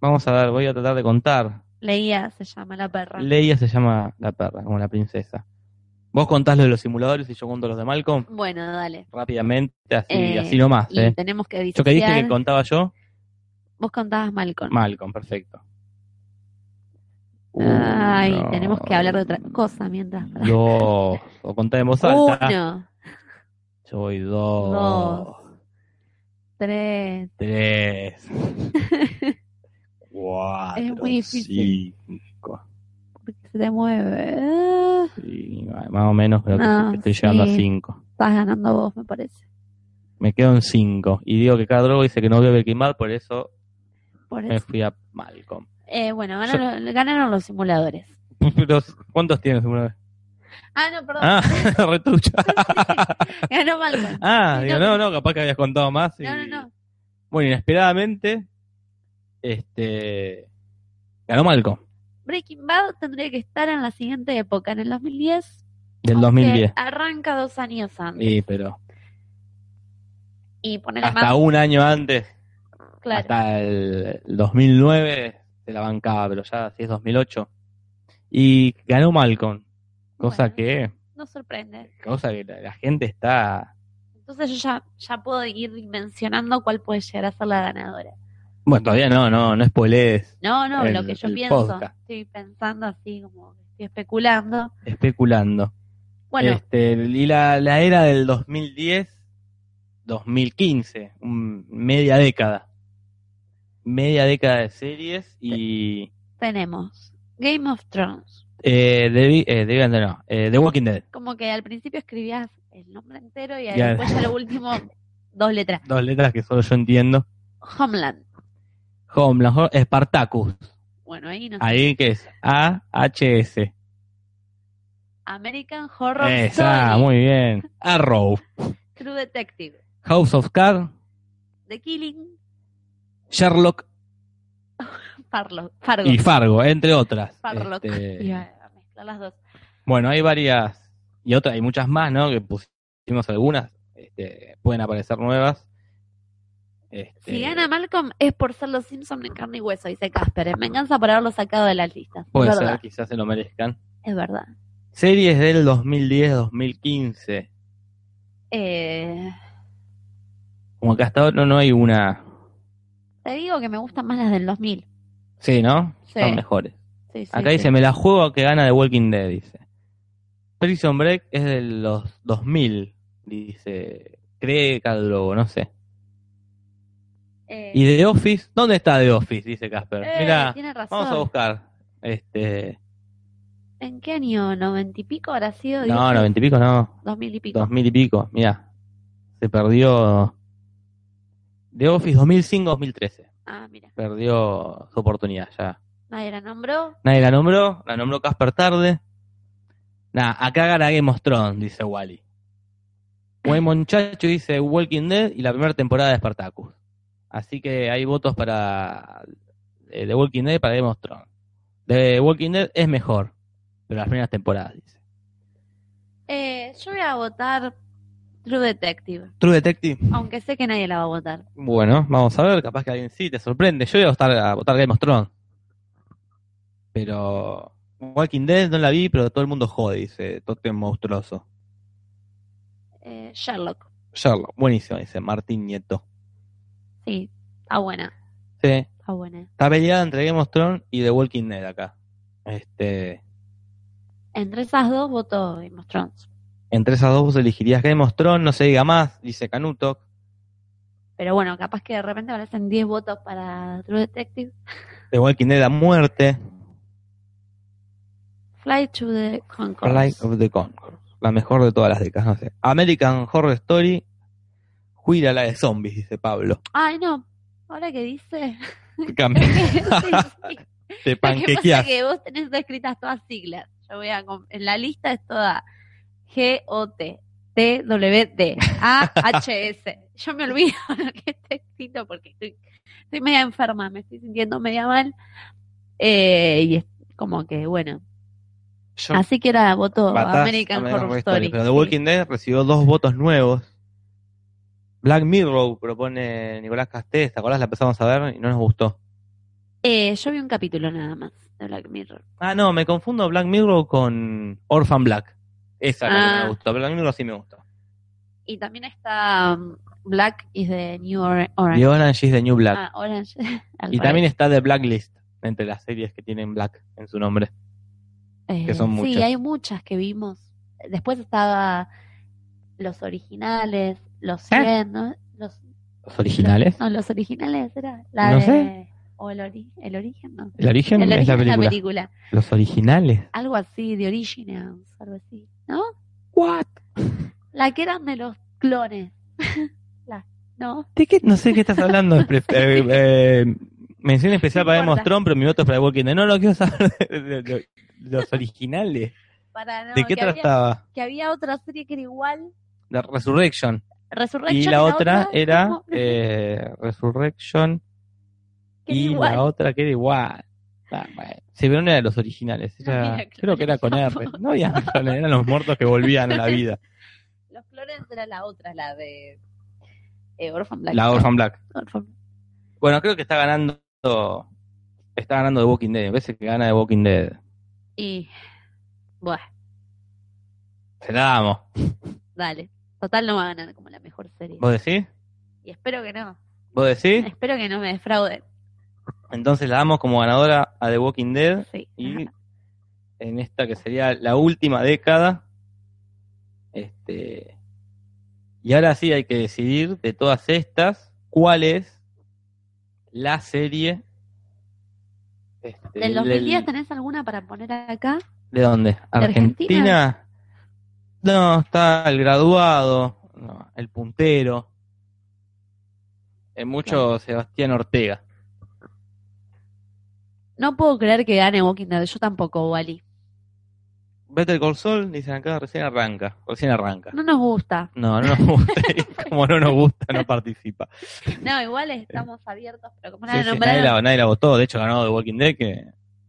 Speaker 1: Vamos a ver, voy a tratar de contar.
Speaker 2: Leía se llama la perra.
Speaker 1: Leia se llama la perra, como la princesa. Vos contás lo de los simuladores y yo cuento los de Malcolm
Speaker 2: Bueno, dale.
Speaker 1: rápidamente, así,
Speaker 2: Eh,
Speaker 1: así nomás.
Speaker 2: Y
Speaker 1: ¿eh?
Speaker 2: tenemos que
Speaker 1: Yo
Speaker 2: disociar.
Speaker 1: que dije que contaba yo,
Speaker 2: Vos contabas Malcolm.
Speaker 1: Malcolm, perfecto.
Speaker 2: Ay,
Speaker 1: Uno,
Speaker 2: tenemos que hablar de otra cosa mientras.
Speaker 1: Dos, o contá en voz alta.
Speaker 2: Uno,
Speaker 1: Yo voy dos,
Speaker 2: Dos. tres.
Speaker 1: tres, cuatro,
Speaker 2: Es muy difícil.
Speaker 1: cinco.
Speaker 2: porque Se te mueve. Ah,
Speaker 1: Sí, más o menos creo que
Speaker 2: No,
Speaker 1: sí, estoy llegando
Speaker 2: Ah, sí.
Speaker 1: a cinco.
Speaker 2: Estás ganando vos, me parece.
Speaker 1: Me quedo en cinco. Y digo que cada droga dice que no debe quemar, por eso
Speaker 2: Por
Speaker 1: me
Speaker 2: eso.
Speaker 1: fui a Malcolm.
Speaker 2: Eh, bueno, ganaron, ganaron los simuladores.
Speaker 1: Pero, ¿Cuántos tienes una vez?
Speaker 2: Ah, no, perdón.
Speaker 1: Ah, retrucha.
Speaker 2: Ganó Malcolm.
Speaker 1: Ah,
Speaker 2: Sí,
Speaker 1: digo,
Speaker 2: no,
Speaker 1: no, no, capaz que habías contado más. y-
Speaker 2: No, no, no.
Speaker 1: Bueno, inesperadamente, este ganó Malcolm
Speaker 2: Breaking Bad tendría que estar en la siguiente época, en el 2010.
Speaker 1: del
Speaker 2: aunque
Speaker 1: 2010.
Speaker 2: Arranca dos años antes.
Speaker 1: Sí, pero
Speaker 2: Y ponerle
Speaker 1: hasta
Speaker 2: más.
Speaker 1: un año antes,
Speaker 2: Claro.
Speaker 1: hasta el 2009 se la bancaba, pero ya si es 2008. Y ganó Malcolm, cosa
Speaker 2: Bueno,
Speaker 1: que
Speaker 2: No sorprende.
Speaker 1: cosa que la, la gente está
Speaker 2: Entonces yo ya, ya puedo ir dimensionando cuál puede llegar a ser la ganadora.
Speaker 1: bueno, todavía no, no, no spoilees,
Speaker 2: No, no,
Speaker 1: El-
Speaker 2: lo que yo
Speaker 1: el
Speaker 2: pienso.
Speaker 1: podcast.
Speaker 2: Estoy pensando así, como estoy especulando.
Speaker 1: especulando.
Speaker 2: Bueno,
Speaker 1: Este, y la, la era del 2010, 2015, un- media década. Media década de series y
Speaker 2: tenemos Game of Thrones.
Speaker 1: eh, The, Bi- eh, The Big Bang, no, eh, The Walking Dead.
Speaker 2: Como que al principio escribías el nombre entero y
Speaker 1: Ya.
Speaker 2: después ya lo último, dos letras.
Speaker 1: Dos letras que solo yo entiendo.
Speaker 2: Homeland.
Speaker 1: Homeland, Ho- Spartacus.
Speaker 2: Bueno, ahí no sé.
Speaker 1: Ahí que es A-H-S.
Speaker 2: American Horror
Speaker 1: Esa,
Speaker 2: Story.
Speaker 1: Eh, muy bien. Arrow.
Speaker 2: True Detective.
Speaker 1: House of Cards.
Speaker 2: The Killing.
Speaker 1: Sherlock
Speaker 2: Farlo, Fargo.
Speaker 1: y Fargo, entre otras.
Speaker 2: Farlock.
Speaker 1: Este,
Speaker 2: Iba a mezclar las dos.
Speaker 1: Bueno, hay varias y otras, hay muchas más, ¿no? Que pusimos algunas, este, pueden aparecer nuevas. Este,
Speaker 2: Si gana Malcolm es por ser los Simpsons en carne y hueso, dice Casper. En venganza por haberlo sacado de las listas. Es
Speaker 1: puede ser,
Speaker 2: verdad,
Speaker 1: quizás se lo merezcan.
Speaker 2: es verdad.
Speaker 1: Series del 2010-2015.
Speaker 2: Eh,
Speaker 1: Como que hasta ahora no, no hay una.
Speaker 2: te digo que me gustan más las del 2000.
Speaker 1: Sí, ¿no?
Speaker 2: Sí.
Speaker 1: Son mejores.
Speaker 2: Sí, sí,
Speaker 1: Acá
Speaker 2: sí.
Speaker 1: dice, me la juego a que gana The Walking Dead, dice. Prison Break es de los 2000, dice. Cree Cadrobo, no sé.
Speaker 2: Eh,
Speaker 1: ¿Y The Office? ¿Dónde está The Office? Dice Casper.
Speaker 2: eh,
Speaker 1: Mira,
Speaker 2: tiene razón.
Speaker 1: vamos a buscar. Este,
Speaker 2: ¿En qué año? ¿90 y pico habrá sido?
Speaker 1: No, noventa y pico no,
Speaker 2: 2000 y pico.
Speaker 1: dos mil y pico, mirá. Se perdió The Office 2005-2013,
Speaker 2: Ah, mira.
Speaker 1: perdió su oportunidad ya.
Speaker 2: Nadie la nombró.
Speaker 1: Nadie la nombró, la nombró Casper tarde. Nah, acá gana Game of Thrones, dice Wally. Buen muchacho dice Walking Dead y la primera temporada de Spartacus. Así que hay votos para eh, The Walking Dead y para Game of Thrones. The Walking Dead es mejor, pero las primeras temporadas, dice.
Speaker 2: Eh, yo voy a votar True Detective,
Speaker 1: True Detective.
Speaker 2: aunque sé que nadie la va a votar.
Speaker 1: Bueno, vamos a ver, capaz que alguien sí te sorprende. Yo voy a votar, a votar Game of Thrones. Pero Walking Dead no la vi, pero todo el mundo jode, dice Totem Monstruoso.
Speaker 2: Eh, Sherlock.
Speaker 1: Sherlock, buenísimo, dice Martín Nieto.
Speaker 2: Sí, está buena.
Speaker 1: Sí,
Speaker 2: Está buena.
Speaker 1: está peleada entre Game of Thrones y The Walking Dead acá. Este,
Speaker 2: Entre esas dos voto Game of Thrones.
Speaker 1: entre esas dos vos elegirías Game of Thrones, no se diga más, dice Canuto.
Speaker 2: Pero bueno, capaz que de repente aparecen 10 votos para True Detective.
Speaker 1: The Walking Dead a muerte.
Speaker 2: Fly to the Concord.
Speaker 1: Flight of the Conchords. La mejor de todas las décadas, no sé. American Horror Story. Juira la de zombies, dice Pablo.
Speaker 2: Ay, no. Ahora que dice.
Speaker 1: Cambié.
Speaker 2: Sí, sí.
Speaker 1: Te
Speaker 2: Lo que pasa es
Speaker 1: panquequeas.
Speaker 2: que vos tenés escritas todas siglas. Yo voy a. com- En la lista es toda G-O-T. T-W-D. A-H-S. Yo me olvido lo que está escrito porque estoy, estoy media enferma, me estoy sintiendo media mal. Eh, y es como que, bueno.
Speaker 1: Yo
Speaker 2: Así que era voto
Speaker 1: matás
Speaker 2: American
Speaker 1: a
Speaker 2: Horror
Speaker 1: Horror
Speaker 2: Story.
Speaker 1: Pero The
Speaker 2: sí.
Speaker 1: Walking Dead recibió dos votos nuevos. Black Mirror propone Nicolás Castés, ¿te acordás? La empezamos a ver y no nos gustó.
Speaker 2: Eh, yo vi un capítulo nada más de Black Mirror.
Speaker 1: Ah, no, me confundo Black Mirror con Orphan Black. Esa que
Speaker 2: Ah.
Speaker 1: no me gustó, pero Camilo sí me gustó.
Speaker 2: Y también está um, Black is the New Or- Orange.
Speaker 1: The Orange is the New Black.
Speaker 2: Ah, Orange. Al
Speaker 1: y
Speaker 2: revés.
Speaker 1: también está The Blacklist, entre las series que tienen Black en su nombre. que
Speaker 2: Eh,
Speaker 1: son muchas.
Speaker 2: Sí, hay muchas que vimos. Después estaba los originales, los 100, ¿no? Los,
Speaker 1: ¿Los ¿Eh? originales?
Speaker 2: No, los originales era la
Speaker 1: No
Speaker 2: de...
Speaker 1: sé.
Speaker 2: O el, ori- el origen, ¿no?
Speaker 1: El origen
Speaker 2: El origen
Speaker 1: es la película.
Speaker 2: película.
Speaker 1: Los originales.
Speaker 2: Algo así, de Originals, algo así, ¿no?
Speaker 1: ¿What?
Speaker 2: La que eran de los clones. la, ¿No?
Speaker 1: ¿De qué? No sé de qué estás hablando. Pre- eh, eh, mención especial
Speaker 2: No
Speaker 1: para
Speaker 2: importa.
Speaker 1: Demonstrón, pero mi voto es para The Walking Dead. No, no quiero saber de, de- de- los originales.
Speaker 2: Para, no,
Speaker 1: ¿De qué
Speaker 2: que había-
Speaker 1: trataba?
Speaker 2: que había otra serie que era igual.
Speaker 1: La Resurrection.
Speaker 2: Resurrection.
Speaker 1: Y la otra era
Speaker 2: ¿cómo?
Speaker 1: eh, Resurrection.
Speaker 2: Que era
Speaker 1: Y
Speaker 2: igual.
Speaker 1: la otra que era igual. Ah, bueno. Sí, pero no era de los originales.
Speaker 2: No
Speaker 1: Era,
Speaker 2: había
Speaker 1: creo que era con
Speaker 2: clones
Speaker 1: R. No había clones, eran los muertos que volvían a la vida.
Speaker 2: Los clones era la otra, la de eh, Orphan Black.
Speaker 1: La Orphan Black.
Speaker 2: Orphan
Speaker 1: Bueno, creo que está ganando. Está ganando The Walking Dead. Me parece que gana The Walking Dead.
Speaker 2: Y bueno,
Speaker 1: Se la damos.
Speaker 2: dale. Total no va a ganar como la mejor serie.
Speaker 1: ¿Vos decís?
Speaker 2: Y espero que no.
Speaker 1: ¿Vos decís?
Speaker 2: Espero que no me defraude.
Speaker 1: Entonces la damos como ganadora a The Walking Dead.
Speaker 2: Sí.
Speaker 1: Y en esta que sería la última década. Este. Y ahora sí hay que decidir de todas estas cuál es la serie. este,
Speaker 2: ¿Del 2010 tenés alguna para poner acá?
Speaker 1: ¿De dónde?
Speaker 2: Argentina?
Speaker 1: ¿Argentina? No, está el graduado, no, el puntero. Es mucho Sebastián Ortega.
Speaker 2: No puedo creer que gane Walking Dead. Yo tampoco, Wally.
Speaker 1: Better Call Saul, dicen acá, recién arranca, recién arranca.
Speaker 2: No nos gusta.
Speaker 1: No, no nos gusta, y como no nos gusta, no participa.
Speaker 2: No, igual estamos abiertos, pero como
Speaker 1: Sí,
Speaker 2: nada
Speaker 1: sí, nadie, la, nadie la votó, de hecho ganó The Walking Dead, que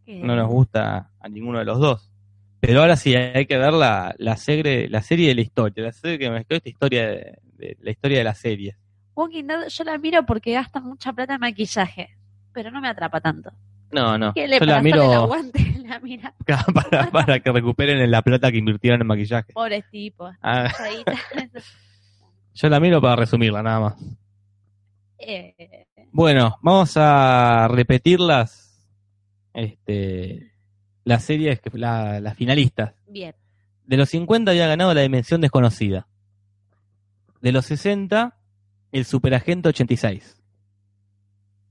Speaker 1: no nos gusta a ninguno de los dos. Pero ahora sí hay que ver la, la, serie, la serie de la historia, la serie que mezcló esta historia de- de, la historia de la serie.
Speaker 2: Walking Dead yo la miro porque gasta mucha plata en maquillaje, pero no me atrapa tanto.
Speaker 1: No, no.
Speaker 2: ¿Qué le
Speaker 1: Yo
Speaker 2: pasa
Speaker 1: la
Speaker 2: el
Speaker 1: miro
Speaker 2: aguante? La mira,
Speaker 1: para, para que recuperen la plata que invirtieron en maquillaje.
Speaker 2: pobres tipos.
Speaker 1: Ah,
Speaker 2: Ahí
Speaker 1: yo la miro para resumirla nada más.
Speaker 2: Eh,
Speaker 1: Bueno, vamos a repetir las, este, las series, que- la- las finalistas.
Speaker 2: bien,
Speaker 1: De los 50 había ganado la Dimensión Desconocida. De los 60, el Superagente 86.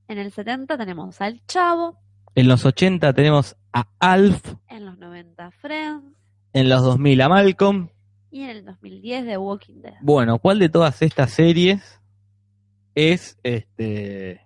Speaker 2: en el 70 tenemos al Chavo,
Speaker 1: En los 80 tenemos a Alf.
Speaker 2: en los 90 Friends
Speaker 1: En los 2000 a Malcolm.
Speaker 2: y en el 2010 The Walking Dead.
Speaker 1: Bueno, ¿cuál de todas estas series es este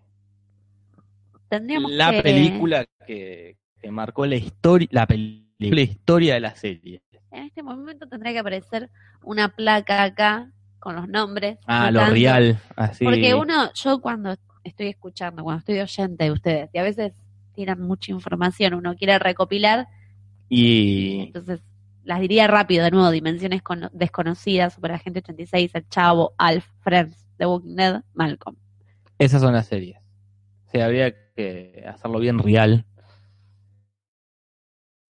Speaker 2: Tendríamos
Speaker 1: la
Speaker 2: que-
Speaker 1: película que, que marcó la historia la película la historia de la serie?
Speaker 2: En este momento tendría que aparecer una placa acá con los nombres.
Speaker 1: Ah,
Speaker 2: no
Speaker 1: lo
Speaker 2: tanto.
Speaker 1: real, así.
Speaker 2: Porque uno, yo cuando estoy escuchando, cuando estoy oyente de ustedes, y a veces tiran mucha información, uno quiere recopilar,
Speaker 1: y
Speaker 2: entonces las diría rápido de nuevo, dimensiones cono- desconocidas, Superagente 86, El Chavo, Alf, Friends, The Walking Dead, Malcolm.
Speaker 1: esas son las series. O sea, habría que hacerlo bien real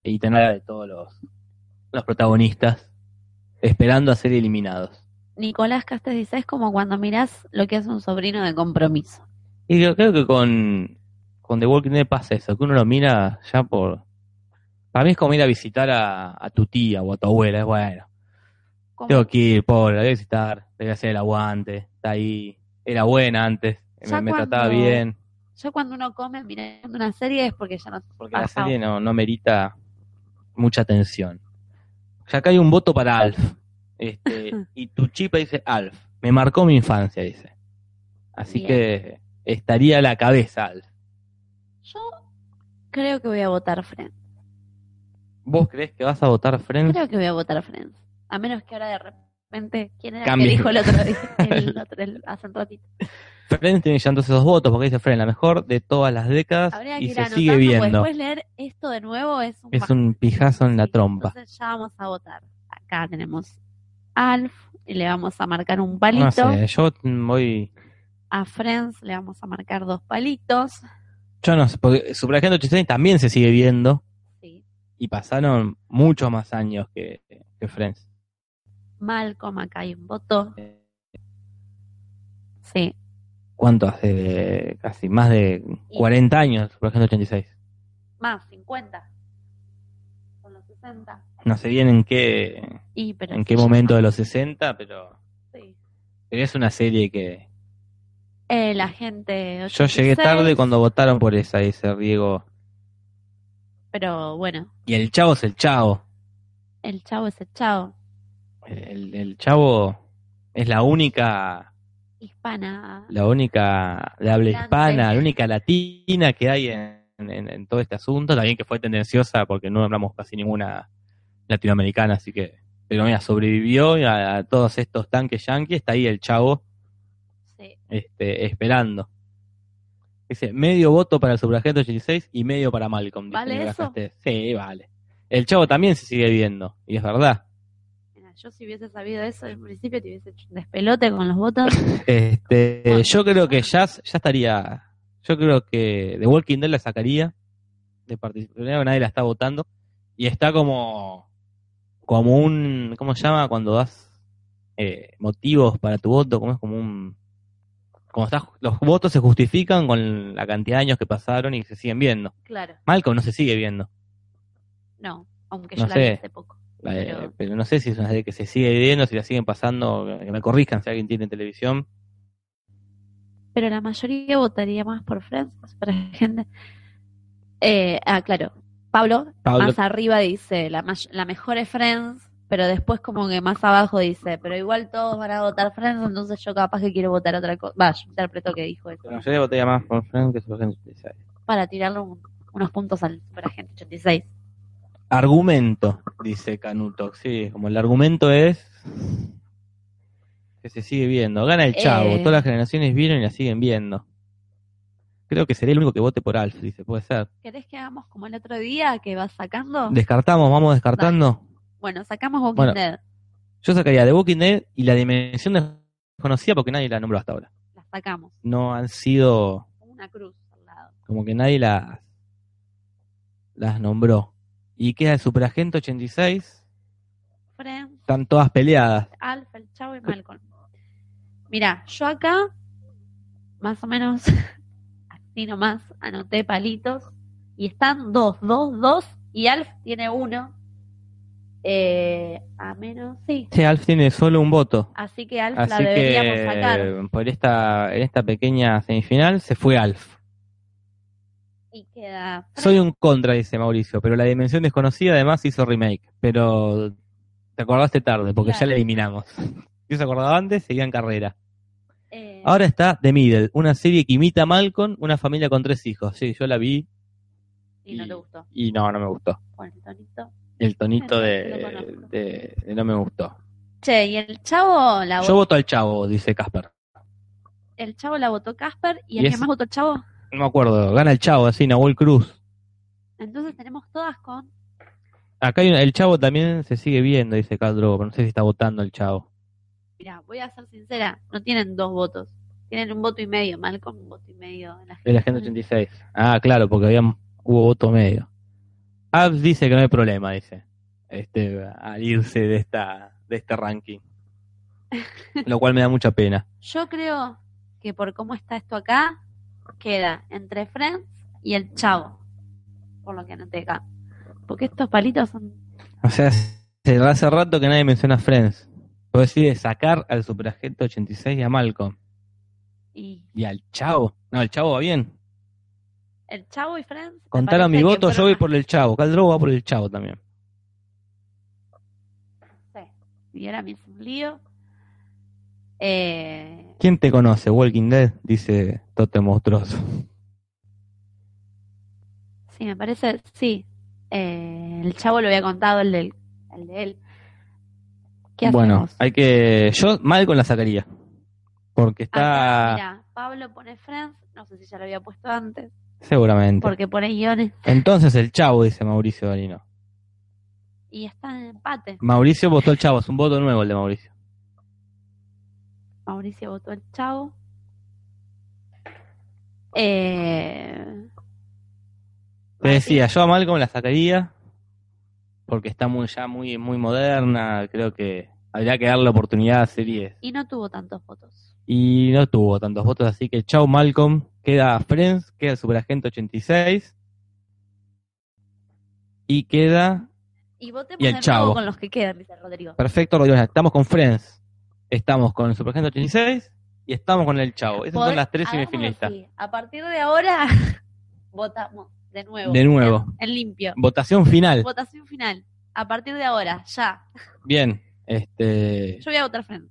Speaker 1: y tener de todos los los protagonistas esperando a ser eliminados.
Speaker 2: Nicolás Castes dice, es como cuando mirás lo que es un sobrino de compromiso.
Speaker 1: Y yo creo que con, con The Walking Dead pasa eso, que uno lo mira ya por... Para mí es como ir a visitar a, a tu tía o a tu abuela, es bueno.
Speaker 2: Como-
Speaker 1: Tengo que ir, pobre, la voy a visitar, le voy a hacer el aguante, está ahí, era buena antes,
Speaker 2: Ya
Speaker 1: me, me
Speaker 2: cuando-
Speaker 1: trataba bien,
Speaker 2: Yo cuando uno come mirando una serie es porque ya no...
Speaker 1: porque
Speaker 2: Ah,
Speaker 1: la
Speaker 2: ah.
Speaker 1: serie no, no merita mucha atención. Ya acá hay un voto para Alf, este, y tu chipa dice Alf, me marcó mi infancia, dice. Así
Speaker 2: Bien.
Speaker 1: que estaría a la cabeza Alf.
Speaker 2: Yo creo que voy a votar Friends.
Speaker 1: ¿Vos crees que vas a votar Friends?
Speaker 2: Creo que voy a votar Friends. A menos que ahora de repente. ¿Quién era el
Speaker 1: Cambie.
Speaker 2: que dijo el otro día? El otro- el- hace un ratito.
Speaker 1: Friends tiene ya entonces dos votos, porque dice Friends, la mejor de todas las décadas
Speaker 2: Habría que
Speaker 1: y
Speaker 2: ir
Speaker 1: se
Speaker 2: anotando,
Speaker 1: sigue
Speaker 2: porque
Speaker 1: viendo.
Speaker 2: después leer esto de nuevo es un.
Speaker 1: Es un pijazo en la
Speaker 2: sí,
Speaker 1: trompa.
Speaker 2: Entonces ya vamos a votar. Acá tenemos Alf y le vamos a marcar un palito.
Speaker 1: No sé, yo voy...
Speaker 2: A Friends le vamos a marcar dos palitos.
Speaker 1: Yo no sé, porque Superagente 86 también se sigue viendo
Speaker 2: Sí.
Speaker 1: y pasaron muchos más años que, que Friends.
Speaker 2: Malcolm, acá hay un voto. Sí.
Speaker 1: ¿Cuánto hace? de- casi más de 40 años, por ejemplo, 86.
Speaker 2: Más, 50. Con los 60.
Speaker 1: No sé bien en qué,
Speaker 2: Y, pero
Speaker 1: en qué momento de los 60, pero,
Speaker 2: Sí.
Speaker 1: pero es una serie que...
Speaker 2: Eh, la gente.
Speaker 1: Yo llegué tarde cuando votaron por esa, dice Riego.
Speaker 2: Pero bueno,
Speaker 1: Y el chavo es el chavo.
Speaker 2: el chavo es el chavo.
Speaker 1: El, el chavo es la única,
Speaker 2: Hispana.
Speaker 1: la única de habla
Speaker 2: Grande.
Speaker 1: hispana, la única latina que hay en, en- en todo este asunto. También que fue tendenciosa porque no hablamos casi ninguna latinoamericana, así que. Pero mira, sobrevivió y a, a todos estos tanques yanquis. Está ahí el chavo
Speaker 2: Sí.
Speaker 1: este, esperando. Dice, medio voto para el sufragio 86 y medio para Malcolm. dice
Speaker 2: ¿Vale
Speaker 1: Nicolás
Speaker 2: eso?
Speaker 1: Castés. Sí, vale. El chavo también se sigue viendo, y es verdad.
Speaker 2: Mira, yo si hubiese sabido eso en principio te hubiese hecho un despelote con los votos.
Speaker 1: Este, yo creo que Jazz ya estaría. Yo creo que The Walking Dead la sacaría de participación, nadie la está votando. Y está como. Como un. ¿Cómo se llama? Cuando das eh, motivos para tu voto, como es como un. Como estás, los votos se justifican con la cantidad de años que pasaron y se siguen viendo.
Speaker 2: Claro,
Speaker 1: Malcolm no se sigue viendo.
Speaker 2: no, aunque
Speaker 1: No
Speaker 2: yo la vi
Speaker 1: sé.
Speaker 2: hace poco.
Speaker 1: La- eh,
Speaker 2: Pero-
Speaker 1: pero... no sé si es una serie que se sigue viendo, si la siguen pasando, que me corrijan si alguien tiene televisión.
Speaker 2: Pero la mayoría votaría más por Friends, por gente. Eh, ah, claro. Pablo,
Speaker 1: Pablo,
Speaker 2: más arriba dice la, may- la mejor es Friends, pero después como que más abajo dice, pero igual todos van a votar Friends, entonces yo capaz que quiero votar otra cosa. Va, yo interpreto que dijo eso.
Speaker 1: La mayoría votaría más por Friends que por Friends 86.
Speaker 2: Para tirarle un- unos puntos al Superagente 86.
Speaker 1: Argumento, dice Canuto. Sí, como el argumento es que se sigue viendo. Gana el chavo,
Speaker 2: Eh.
Speaker 1: todas las generaciones vieron y la siguen viendo. Creo que seré el único que vote por Alf, dice, puede ser.
Speaker 2: ¿Querés que hagamos como el otro día que vas sacando?
Speaker 1: Descartamos, vamos descartando.
Speaker 2: Bueno, sacamos Walking
Speaker 1: Bueno.
Speaker 2: Dead.
Speaker 1: Yo sacaría The Walking Dead y la dimensión desconocida porque nadie la nombró hasta ahora.
Speaker 2: La sacamos.
Speaker 1: No han sido
Speaker 2: con Una cruz al lado.
Speaker 1: como que nadie las las nombró. Y queda el Superagente 86,
Speaker 2: Friends,
Speaker 1: están todas peleadas.
Speaker 2: Alf, el Chavo y Malcolm. Mirá, yo acá, más o menos, así nomás, anoté palitos. Y están dos, dos, dos. Y Alf tiene uno. Eh, a menos, sí.
Speaker 1: Sí, Este Alf tiene solo un voto.
Speaker 2: Así que Alf la
Speaker 1: Así
Speaker 2: deberíamos
Speaker 1: que
Speaker 2: sacar.
Speaker 1: por esta en esta pequeña semifinal se fue Alf.
Speaker 2: Y queda.
Speaker 1: Soy un contra, dice Mauricio, pero la dimensión desconocida además hizo remake. Pero te acordaste tarde, porque ya
Speaker 2: Claro.
Speaker 1: la eliminamos. Si se acordaba antes, seguía en carrera.
Speaker 2: eh,
Speaker 1: Ahora está The Middle, una serie que imita a Malcolm, una familia con tres hijos. Sí, yo la vi
Speaker 2: y no le gustó.
Speaker 1: y no, no me gustó.
Speaker 2: Bueno, Tonito.
Speaker 1: El tonito
Speaker 2: Ah, Lo
Speaker 1: de,
Speaker 2: conozco.
Speaker 1: de- de no me gustó.
Speaker 2: Che, y el Chavo la
Speaker 1: Yo voto al chavo, dice Casper.
Speaker 2: el chavo la votó Casper y el
Speaker 1: Y
Speaker 2: que
Speaker 1: es-
Speaker 2: más votó el chavo.
Speaker 1: No me acuerdo, gana el chavo, así, Nahuel Cruz.
Speaker 2: Entonces tenemos todas con.
Speaker 1: Acá hay una- el chavo también se sigue viendo, dice Caldro, pero no sé si está votando el chavo.
Speaker 2: Mira, voy a ser sincera, no tienen dos votos. Tienen un voto y medio, Malcolm, un voto y medio. En la
Speaker 1: El agente 86. Ah, claro, porque había, hubo voto medio. Abs dice que no hay problema, dice. Este, al irse de esta, de este ranking. Lo cual me da mucha pena.
Speaker 2: Yo creo que por cómo está esto acá, queda entre Friends y el chavo. Por lo que anoté acá. Porque estos palitos son.
Speaker 1: O sea, se- hace rato que nadie menciona Friends. Yo decide sacar al superagente 86 y a Malcolm.
Speaker 2: Y
Speaker 1: Y al chavo. No, el chavo va bien.
Speaker 2: el chavo y Friends. me
Speaker 1: Contaron mi
Speaker 2: parece que
Speaker 1: voto, yo
Speaker 2: fueron
Speaker 1: voy
Speaker 2: más-
Speaker 1: por el chavo. Caldro va por el chavo también.
Speaker 2: Y ahora me hice un lío. Eh,
Speaker 1: ¿Quién te conoce? Walking Dead, dice Tote Monstruoso.
Speaker 2: Sí, me parece, sí. Eh, el chavo lo había contado, el de él. El de él. ¿Qué
Speaker 1: Bueno,
Speaker 2: hacemos?
Speaker 1: hay que. Yo mal con la sacaría. Porque
Speaker 2: Acá,
Speaker 1: está.
Speaker 2: Ah, mirá, Pablo pone Friends, no sé si ya lo había puesto antes,
Speaker 1: seguramente.
Speaker 2: porque pone guiones
Speaker 1: Entonces el chavo, dice Mauricio Darino.
Speaker 2: y está en empate.
Speaker 1: Mauricio votó el chavo, es un voto nuevo el de Mauricio.
Speaker 2: Mauricio votó el chavo. Eh, Ah,
Speaker 1: Te decía, yo a Malcolm la sacaría. Porque está muy ya muy, muy moderna. Creo que Habría que darle la oportunidad a series.
Speaker 2: Y no tuvo tantos votos.
Speaker 1: Y no tuvo tantos votos, así que chau Malcolm, queda Friends, queda Superagente 86 y queda
Speaker 2: Y votemos
Speaker 1: Y el
Speaker 2: de nuevo
Speaker 1: Chavo.
Speaker 2: con los que quedan, dice Rodrigo.
Speaker 1: Perfecto Rodrigo. Estamos con Friends, estamos con Superagente 86 y estamos con El Chavo. Esas son
Speaker 2: Podés-
Speaker 1: las tres
Speaker 2: hagámoslo
Speaker 1: semifinalistas.
Speaker 2: así. A partir de ahora votamos de nuevo.
Speaker 1: De nuevo.
Speaker 2: En limpio.
Speaker 1: Votación final.
Speaker 2: Votación final. A partir de ahora, ya.
Speaker 1: Bien. Este,
Speaker 2: Yo voy a votar Friends.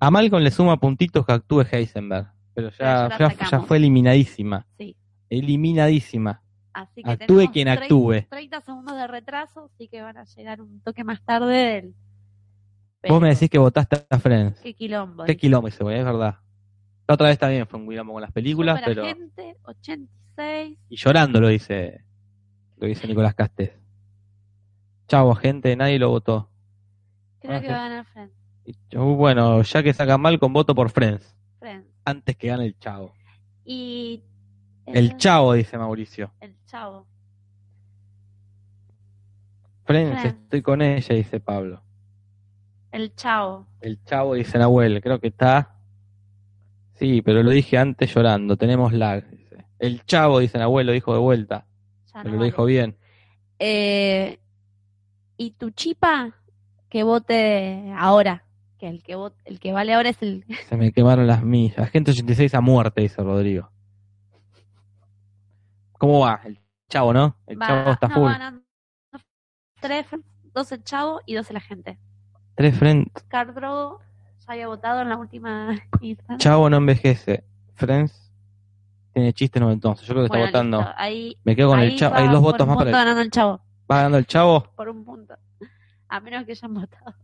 Speaker 1: a Malcolm le suma puntitos que actúe Heisenberg, pero ya,
Speaker 2: Pero ya la
Speaker 1: ya, ya
Speaker 2: sacamos.
Speaker 1: fue eliminadísima.
Speaker 2: Sí.
Speaker 1: Eliminadísima.
Speaker 2: Así que
Speaker 1: Actúe
Speaker 2: tenemos
Speaker 1: quien
Speaker 2: 30
Speaker 1: actúe.
Speaker 2: 30 segundos de retraso, así que van a llegar un toque más tarde del.
Speaker 1: Vos me
Speaker 2: Pero,
Speaker 1: decís que votaste a Friends.
Speaker 2: Qué quilombo.
Speaker 1: Qué
Speaker 2: dice.
Speaker 1: quilombo ese, güey, es verdad. La otra vez también fue un quilombo con las películas, pero.
Speaker 2: Superagente, 86.
Speaker 1: Y llorando lo dice. Lo dice Nicolás Castes. Chavo, gente, nadie lo votó.
Speaker 2: Creo
Speaker 1: Ah,
Speaker 2: que
Speaker 1: sí.
Speaker 2: va a ganar Friends.
Speaker 1: Y yo, bueno, ya que sacan mal con voto por Friends.
Speaker 2: Friends.
Speaker 1: Antes que gane el Chavo.
Speaker 2: Y. Eh.
Speaker 1: El Chavo, dice Mauricio.
Speaker 2: El chavo.
Speaker 1: Friends,
Speaker 2: Friends.
Speaker 1: estoy con ella, dice Pablo.
Speaker 2: El chavo.
Speaker 1: El Chavo, dice Nahuel. Creo que está. Sí, pero lo dije antes llorando. Tenemos lag. dice. El Chavo, dice Nahuel, lo dijo de vuelta. Pero
Speaker 2: Ya no
Speaker 1: lo
Speaker 2: Ah, vale.
Speaker 1: dijo bien.
Speaker 2: Eh, y tu chipa, que vote ahora. Que el que, vote, el que vale ahora es el.
Speaker 1: Se me quemaron las millas. Gente 86 a muerte, dice Rodrigo. ¿Cómo va? El chavo, ¿no? El
Speaker 2: va-
Speaker 1: chavo está
Speaker 2: no,
Speaker 1: full.
Speaker 2: van a- tres, dos el chavo y dos la gente.
Speaker 1: Tres Friends.
Speaker 2: Cardro ya había votado en la última instancia.
Speaker 1: Chavo no envejece. Friends tiene chiste no entonces. Yo creo que
Speaker 2: Bueno,
Speaker 1: está votando.
Speaker 2: listo, Ahí,
Speaker 1: Me quedo con
Speaker 2: ahí
Speaker 1: el chavo.
Speaker 2: va
Speaker 1: Hay dos
Speaker 2: por
Speaker 1: votos
Speaker 2: un
Speaker 1: más para
Speaker 2: punto
Speaker 1: el...
Speaker 2: ganando el chavo.
Speaker 1: ¿Va ganando el chavo?
Speaker 2: Por un punto. A menos que hayan votado.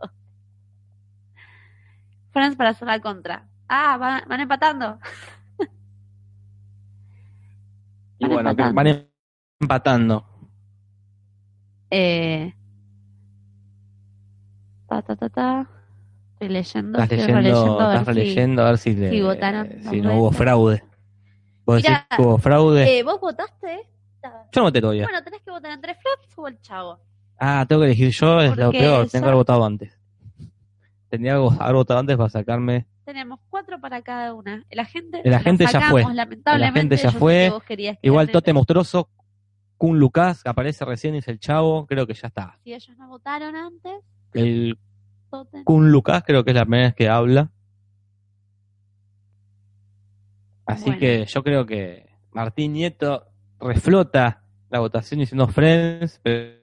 Speaker 2: Friends para hacer la contra. Ah, van, van empatando.
Speaker 1: Y
Speaker 2: Van
Speaker 1: bueno,
Speaker 2: empatando.
Speaker 1: van empatando.
Speaker 2: Eh, ta, ta, ta, ta. Estoy leyendo.
Speaker 1: Estás
Speaker 2: estoy
Speaker 1: leyendo,
Speaker 2: releyendo, a ver
Speaker 1: estás
Speaker 2: si-
Speaker 1: releyendo a ver si, le,
Speaker 2: si votaron dos
Speaker 1: si no hubo
Speaker 2: veces.
Speaker 1: fraude. ¿Vos decís
Speaker 2: Mirá,
Speaker 1: que hubo fraude?
Speaker 2: Eh, ¿Vos votaste? esta?
Speaker 1: Yo no voté todavía.
Speaker 2: Bueno, tenés que votar entre Flops o el Chavo.
Speaker 1: Ah, tengo que elegir yo, es lo
Speaker 2: Porque
Speaker 1: peor,
Speaker 2: ya-
Speaker 1: tengo que haber votado antes. Tenía que haber votado antes para sacarme.
Speaker 2: Tenemos cuatro para cada una. La gente,
Speaker 1: El agente
Speaker 2: la
Speaker 1: ya
Speaker 2: sacamos,
Speaker 1: fue.
Speaker 2: Lamentablemente,
Speaker 1: El agente ya
Speaker 2: yo sé
Speaker 1: fue.
Speaker 2: que vos querías que
Speaker 1: Igual
Speaker 2: gane,
Speaker 1: Tote Monstruoso, Kun Lucas, que aparece recién, dice el chavo, creo que ya está.
Speaker 2: pero Si ellos no votaron antes,
Speaker 1: El
Speaker 2: Totem.
Speaker 1: Kun Lucas creo que es la primera vez que habla. Así
Speaker 2: Bueno.
Speaker 1: que yo creo que Martín Nieto reflota la votación diciendo Friends, pero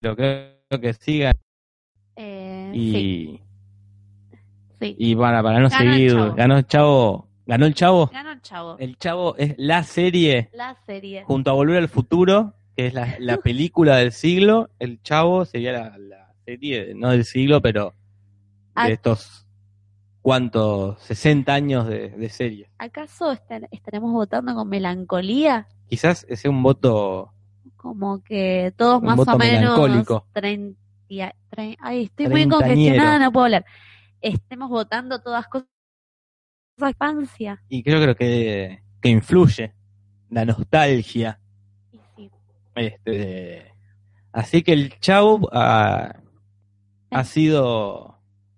Speaker 1: pero creo que sigan
Speaker 2: Eh,
Speaker 1: y...
Speaker 2: Sí, sí.
Speaker 1: Y para, para no
Speaker 2: Ganó el
Speaker 1: seguir,
Speaker 2: Chavo.
Speaker 1: ganó el Chavo. ¿Ganó el Chavo?
Speaker 2: Ganó el Chavo.
Speaker 1: El Chavo es la serie
Speaker 2: La serie.
Speaker 1: junto a Volver al Futuro, que es la, la película del siglo. El Chavo sería la, la serie, no del siglo, pero
Speaker 2: Ah.
Speaker 1: de estos cuántos, 60 años de, de serie.
Speaker 2: ¿Acaso estar- estaremos votando con melancolía?
Speaker 1: Quizás sea un voto
Speaker 2: como que todos
Speaker 1: Un
Speaker 2: más
Speaker 1: voto
Speaker 2: o menos
Speaker 1: melancólico.
Speaker 2: 30, tre- ay, estoy muy
Speaker 1: Treintañero.
Speaker 2: congestionada, no puedo hablar. Estemos votando todas cosas de infancia.
Speaker 1: y creo, creo que, que influye la nostalgia.
Speaker 2: Y sí,
Speaker 1: Este, así que el Chavo ah, ha sido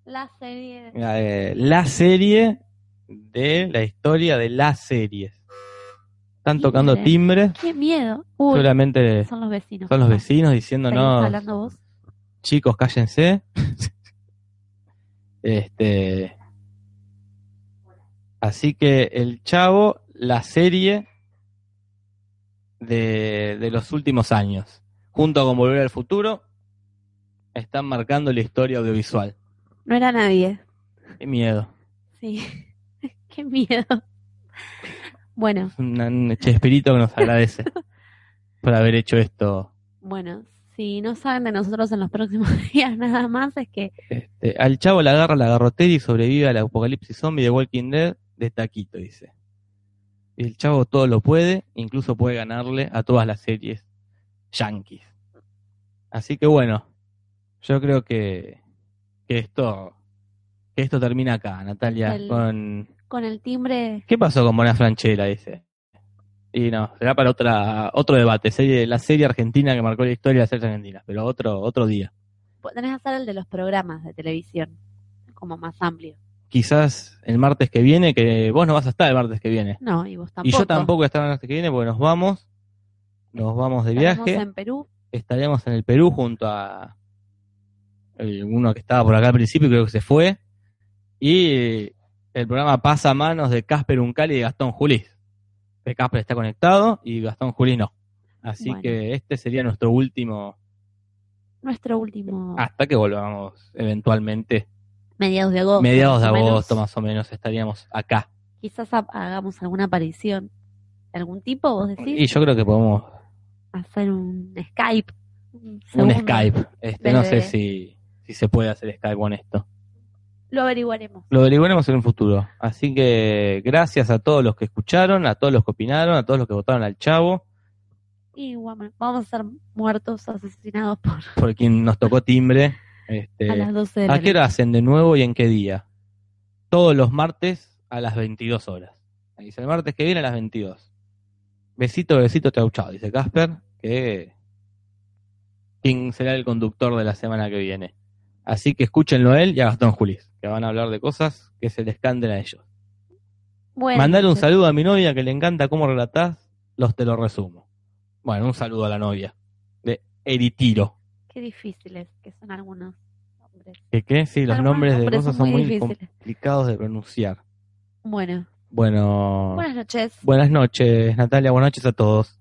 Speaker 2: la serie
Speaker 1: eh, la serie de la historia de las series. Están tocando timbres,
Speaker 2: qué miedo. Uy,
Speaker 1: seguramente
Speaker 2: son los vecinos.
Speaker 1: son los
Speaker 2: Ah,
Speaker 1: vecinos
Speaker 2: ¿seguís
Speaker 1: diciéndonos,
Speaker 2: hablando vos?
Speaker 1: chicos, cállense. Este, así que el Chavo, la serie de, de los últimos años, junto con Volver al Futuro, están marcando la historia audiovisual.
Speaker 2: No era nadie.
Speaker 1: Qué miedo.
Speaker 2: Sí. qué miedo. Bueno,
Speaker 1: Es un- un Chespirito que nos agradece por haber hecho esto.
Speaker 2: bueno, si no saben de nosotros en los próximos días nada más es que
Speaker 1: Este, al chavo la agarra la garrotera y sobrevive al apocalipsis zombie de Walking Dead de taquito, dice. Y el chavo todo lo puede, incluso puede ganarle a todas las series yankees. Así que bueno, yo creo que, que esto que esto termina acá, Natalia.
Speaker 2: El-
Speaker 1: Con,
Speaker 2: con el timbre
Speaker 1: ¿Qué pasó con Mona Franchella? Dice. Y no, será para otra otro debate, serie, la serie argentina que marcó la historia de las series argentinas, pero otro otro día.
Speaker 2: tenés que hacer el de los programas de televisión. como más amplio.
Speaker 1: Quizás el martes que viene, que vos no vas a estar el martes que viene.
Speaker 2: No, y vos tampoco.
Speaker 1: Y yo tampoco estaré el martes que viene porque nos vamos, nos vamos de
Speaker 2: Estaremos
Speaker 1: viaje.
Speaker 2: en Perú.
Speaker 1: Estaremos en el Perú junto a eh, uno que estaba por acá al principio, creo que se fue. Y eh, el programa pasa a manos de Casper Uncal y de Gastón Julís. Que Casper está conectado y Gastón Julís no. Así
Speaker 2: Bueno.
Speaker 1: que este sería nuestro último,
Speaker 2: Nuestro último.
Speaker 1: hasta que volvamos eventualmente
Speaker 2: mediados de agosto.
Speaker 1: mediados de
Speaker 2: más o menos.
Speaker 1: agosto más o menos estaríamos acá.
Speaker 2: Quizás ha- hagamos alguna aparición. ¿De algún tipo, vos decís?
Speaker 1: Y yo creo que podemos
Speaker 2: Hacer un Skype. Un,
Speaker 1: un
Speaker 2: segundo.
Speaker 1: Skype. Este, no sé
Speaker 2: desde-
Speaker 1: si, si se puede hacer Skype con esto.
Speaker 2: Lo averiguaremos.
Speaker 1: Lo averiguaremos en un futuro. Así que gracias a todos los que escucharon, a todos los que opinaron, a todos los que votaron al chavo,
Speaker 2: Y bueno, vamos a ser muertos, asesinados por
Speaker 1: por quien nos tocó timbre. Este,
Speaker 2: a las 12 de la
Speaker 1: ¿A qué hora hacen de nuevo y en qué día? Todos los martes a las 22 horas. Ahí Dice el martes que viene a las 22. Besito, besito, chau, chau. Dice Casper que quién será el conductor de la semana que viene. Así que escúchenlo a él y a Gastón Julis, que van a hablar de cosas que se les canten a ellos.
Speaker 2: Bueno,
Speaker 1: Mandale un
Speaker 2: entonces,
Speaker 1: saludo a mi novia que le encanta cómo relatás, los te lo resumo. Bueno, un saludo a la novia de Eritiro.
Speaker 2: Qué difíciles que son algunos nombres.
Speaker 1: ¿Qué qué? Sí, los
Speaker 2: Algunos
Speaker 1: nombres de
Speaker 2: nombres
Speaker 1: cosas son muy
Speaker 2: difíciles.
Speaker 1: complicados de pronunciar.
Speaker 2: Bueno,
Speaker 1: Bueno,
Speaker 2: buenas noches.
Speaker 1: buenas noches, Natalia, buenas noches a todos.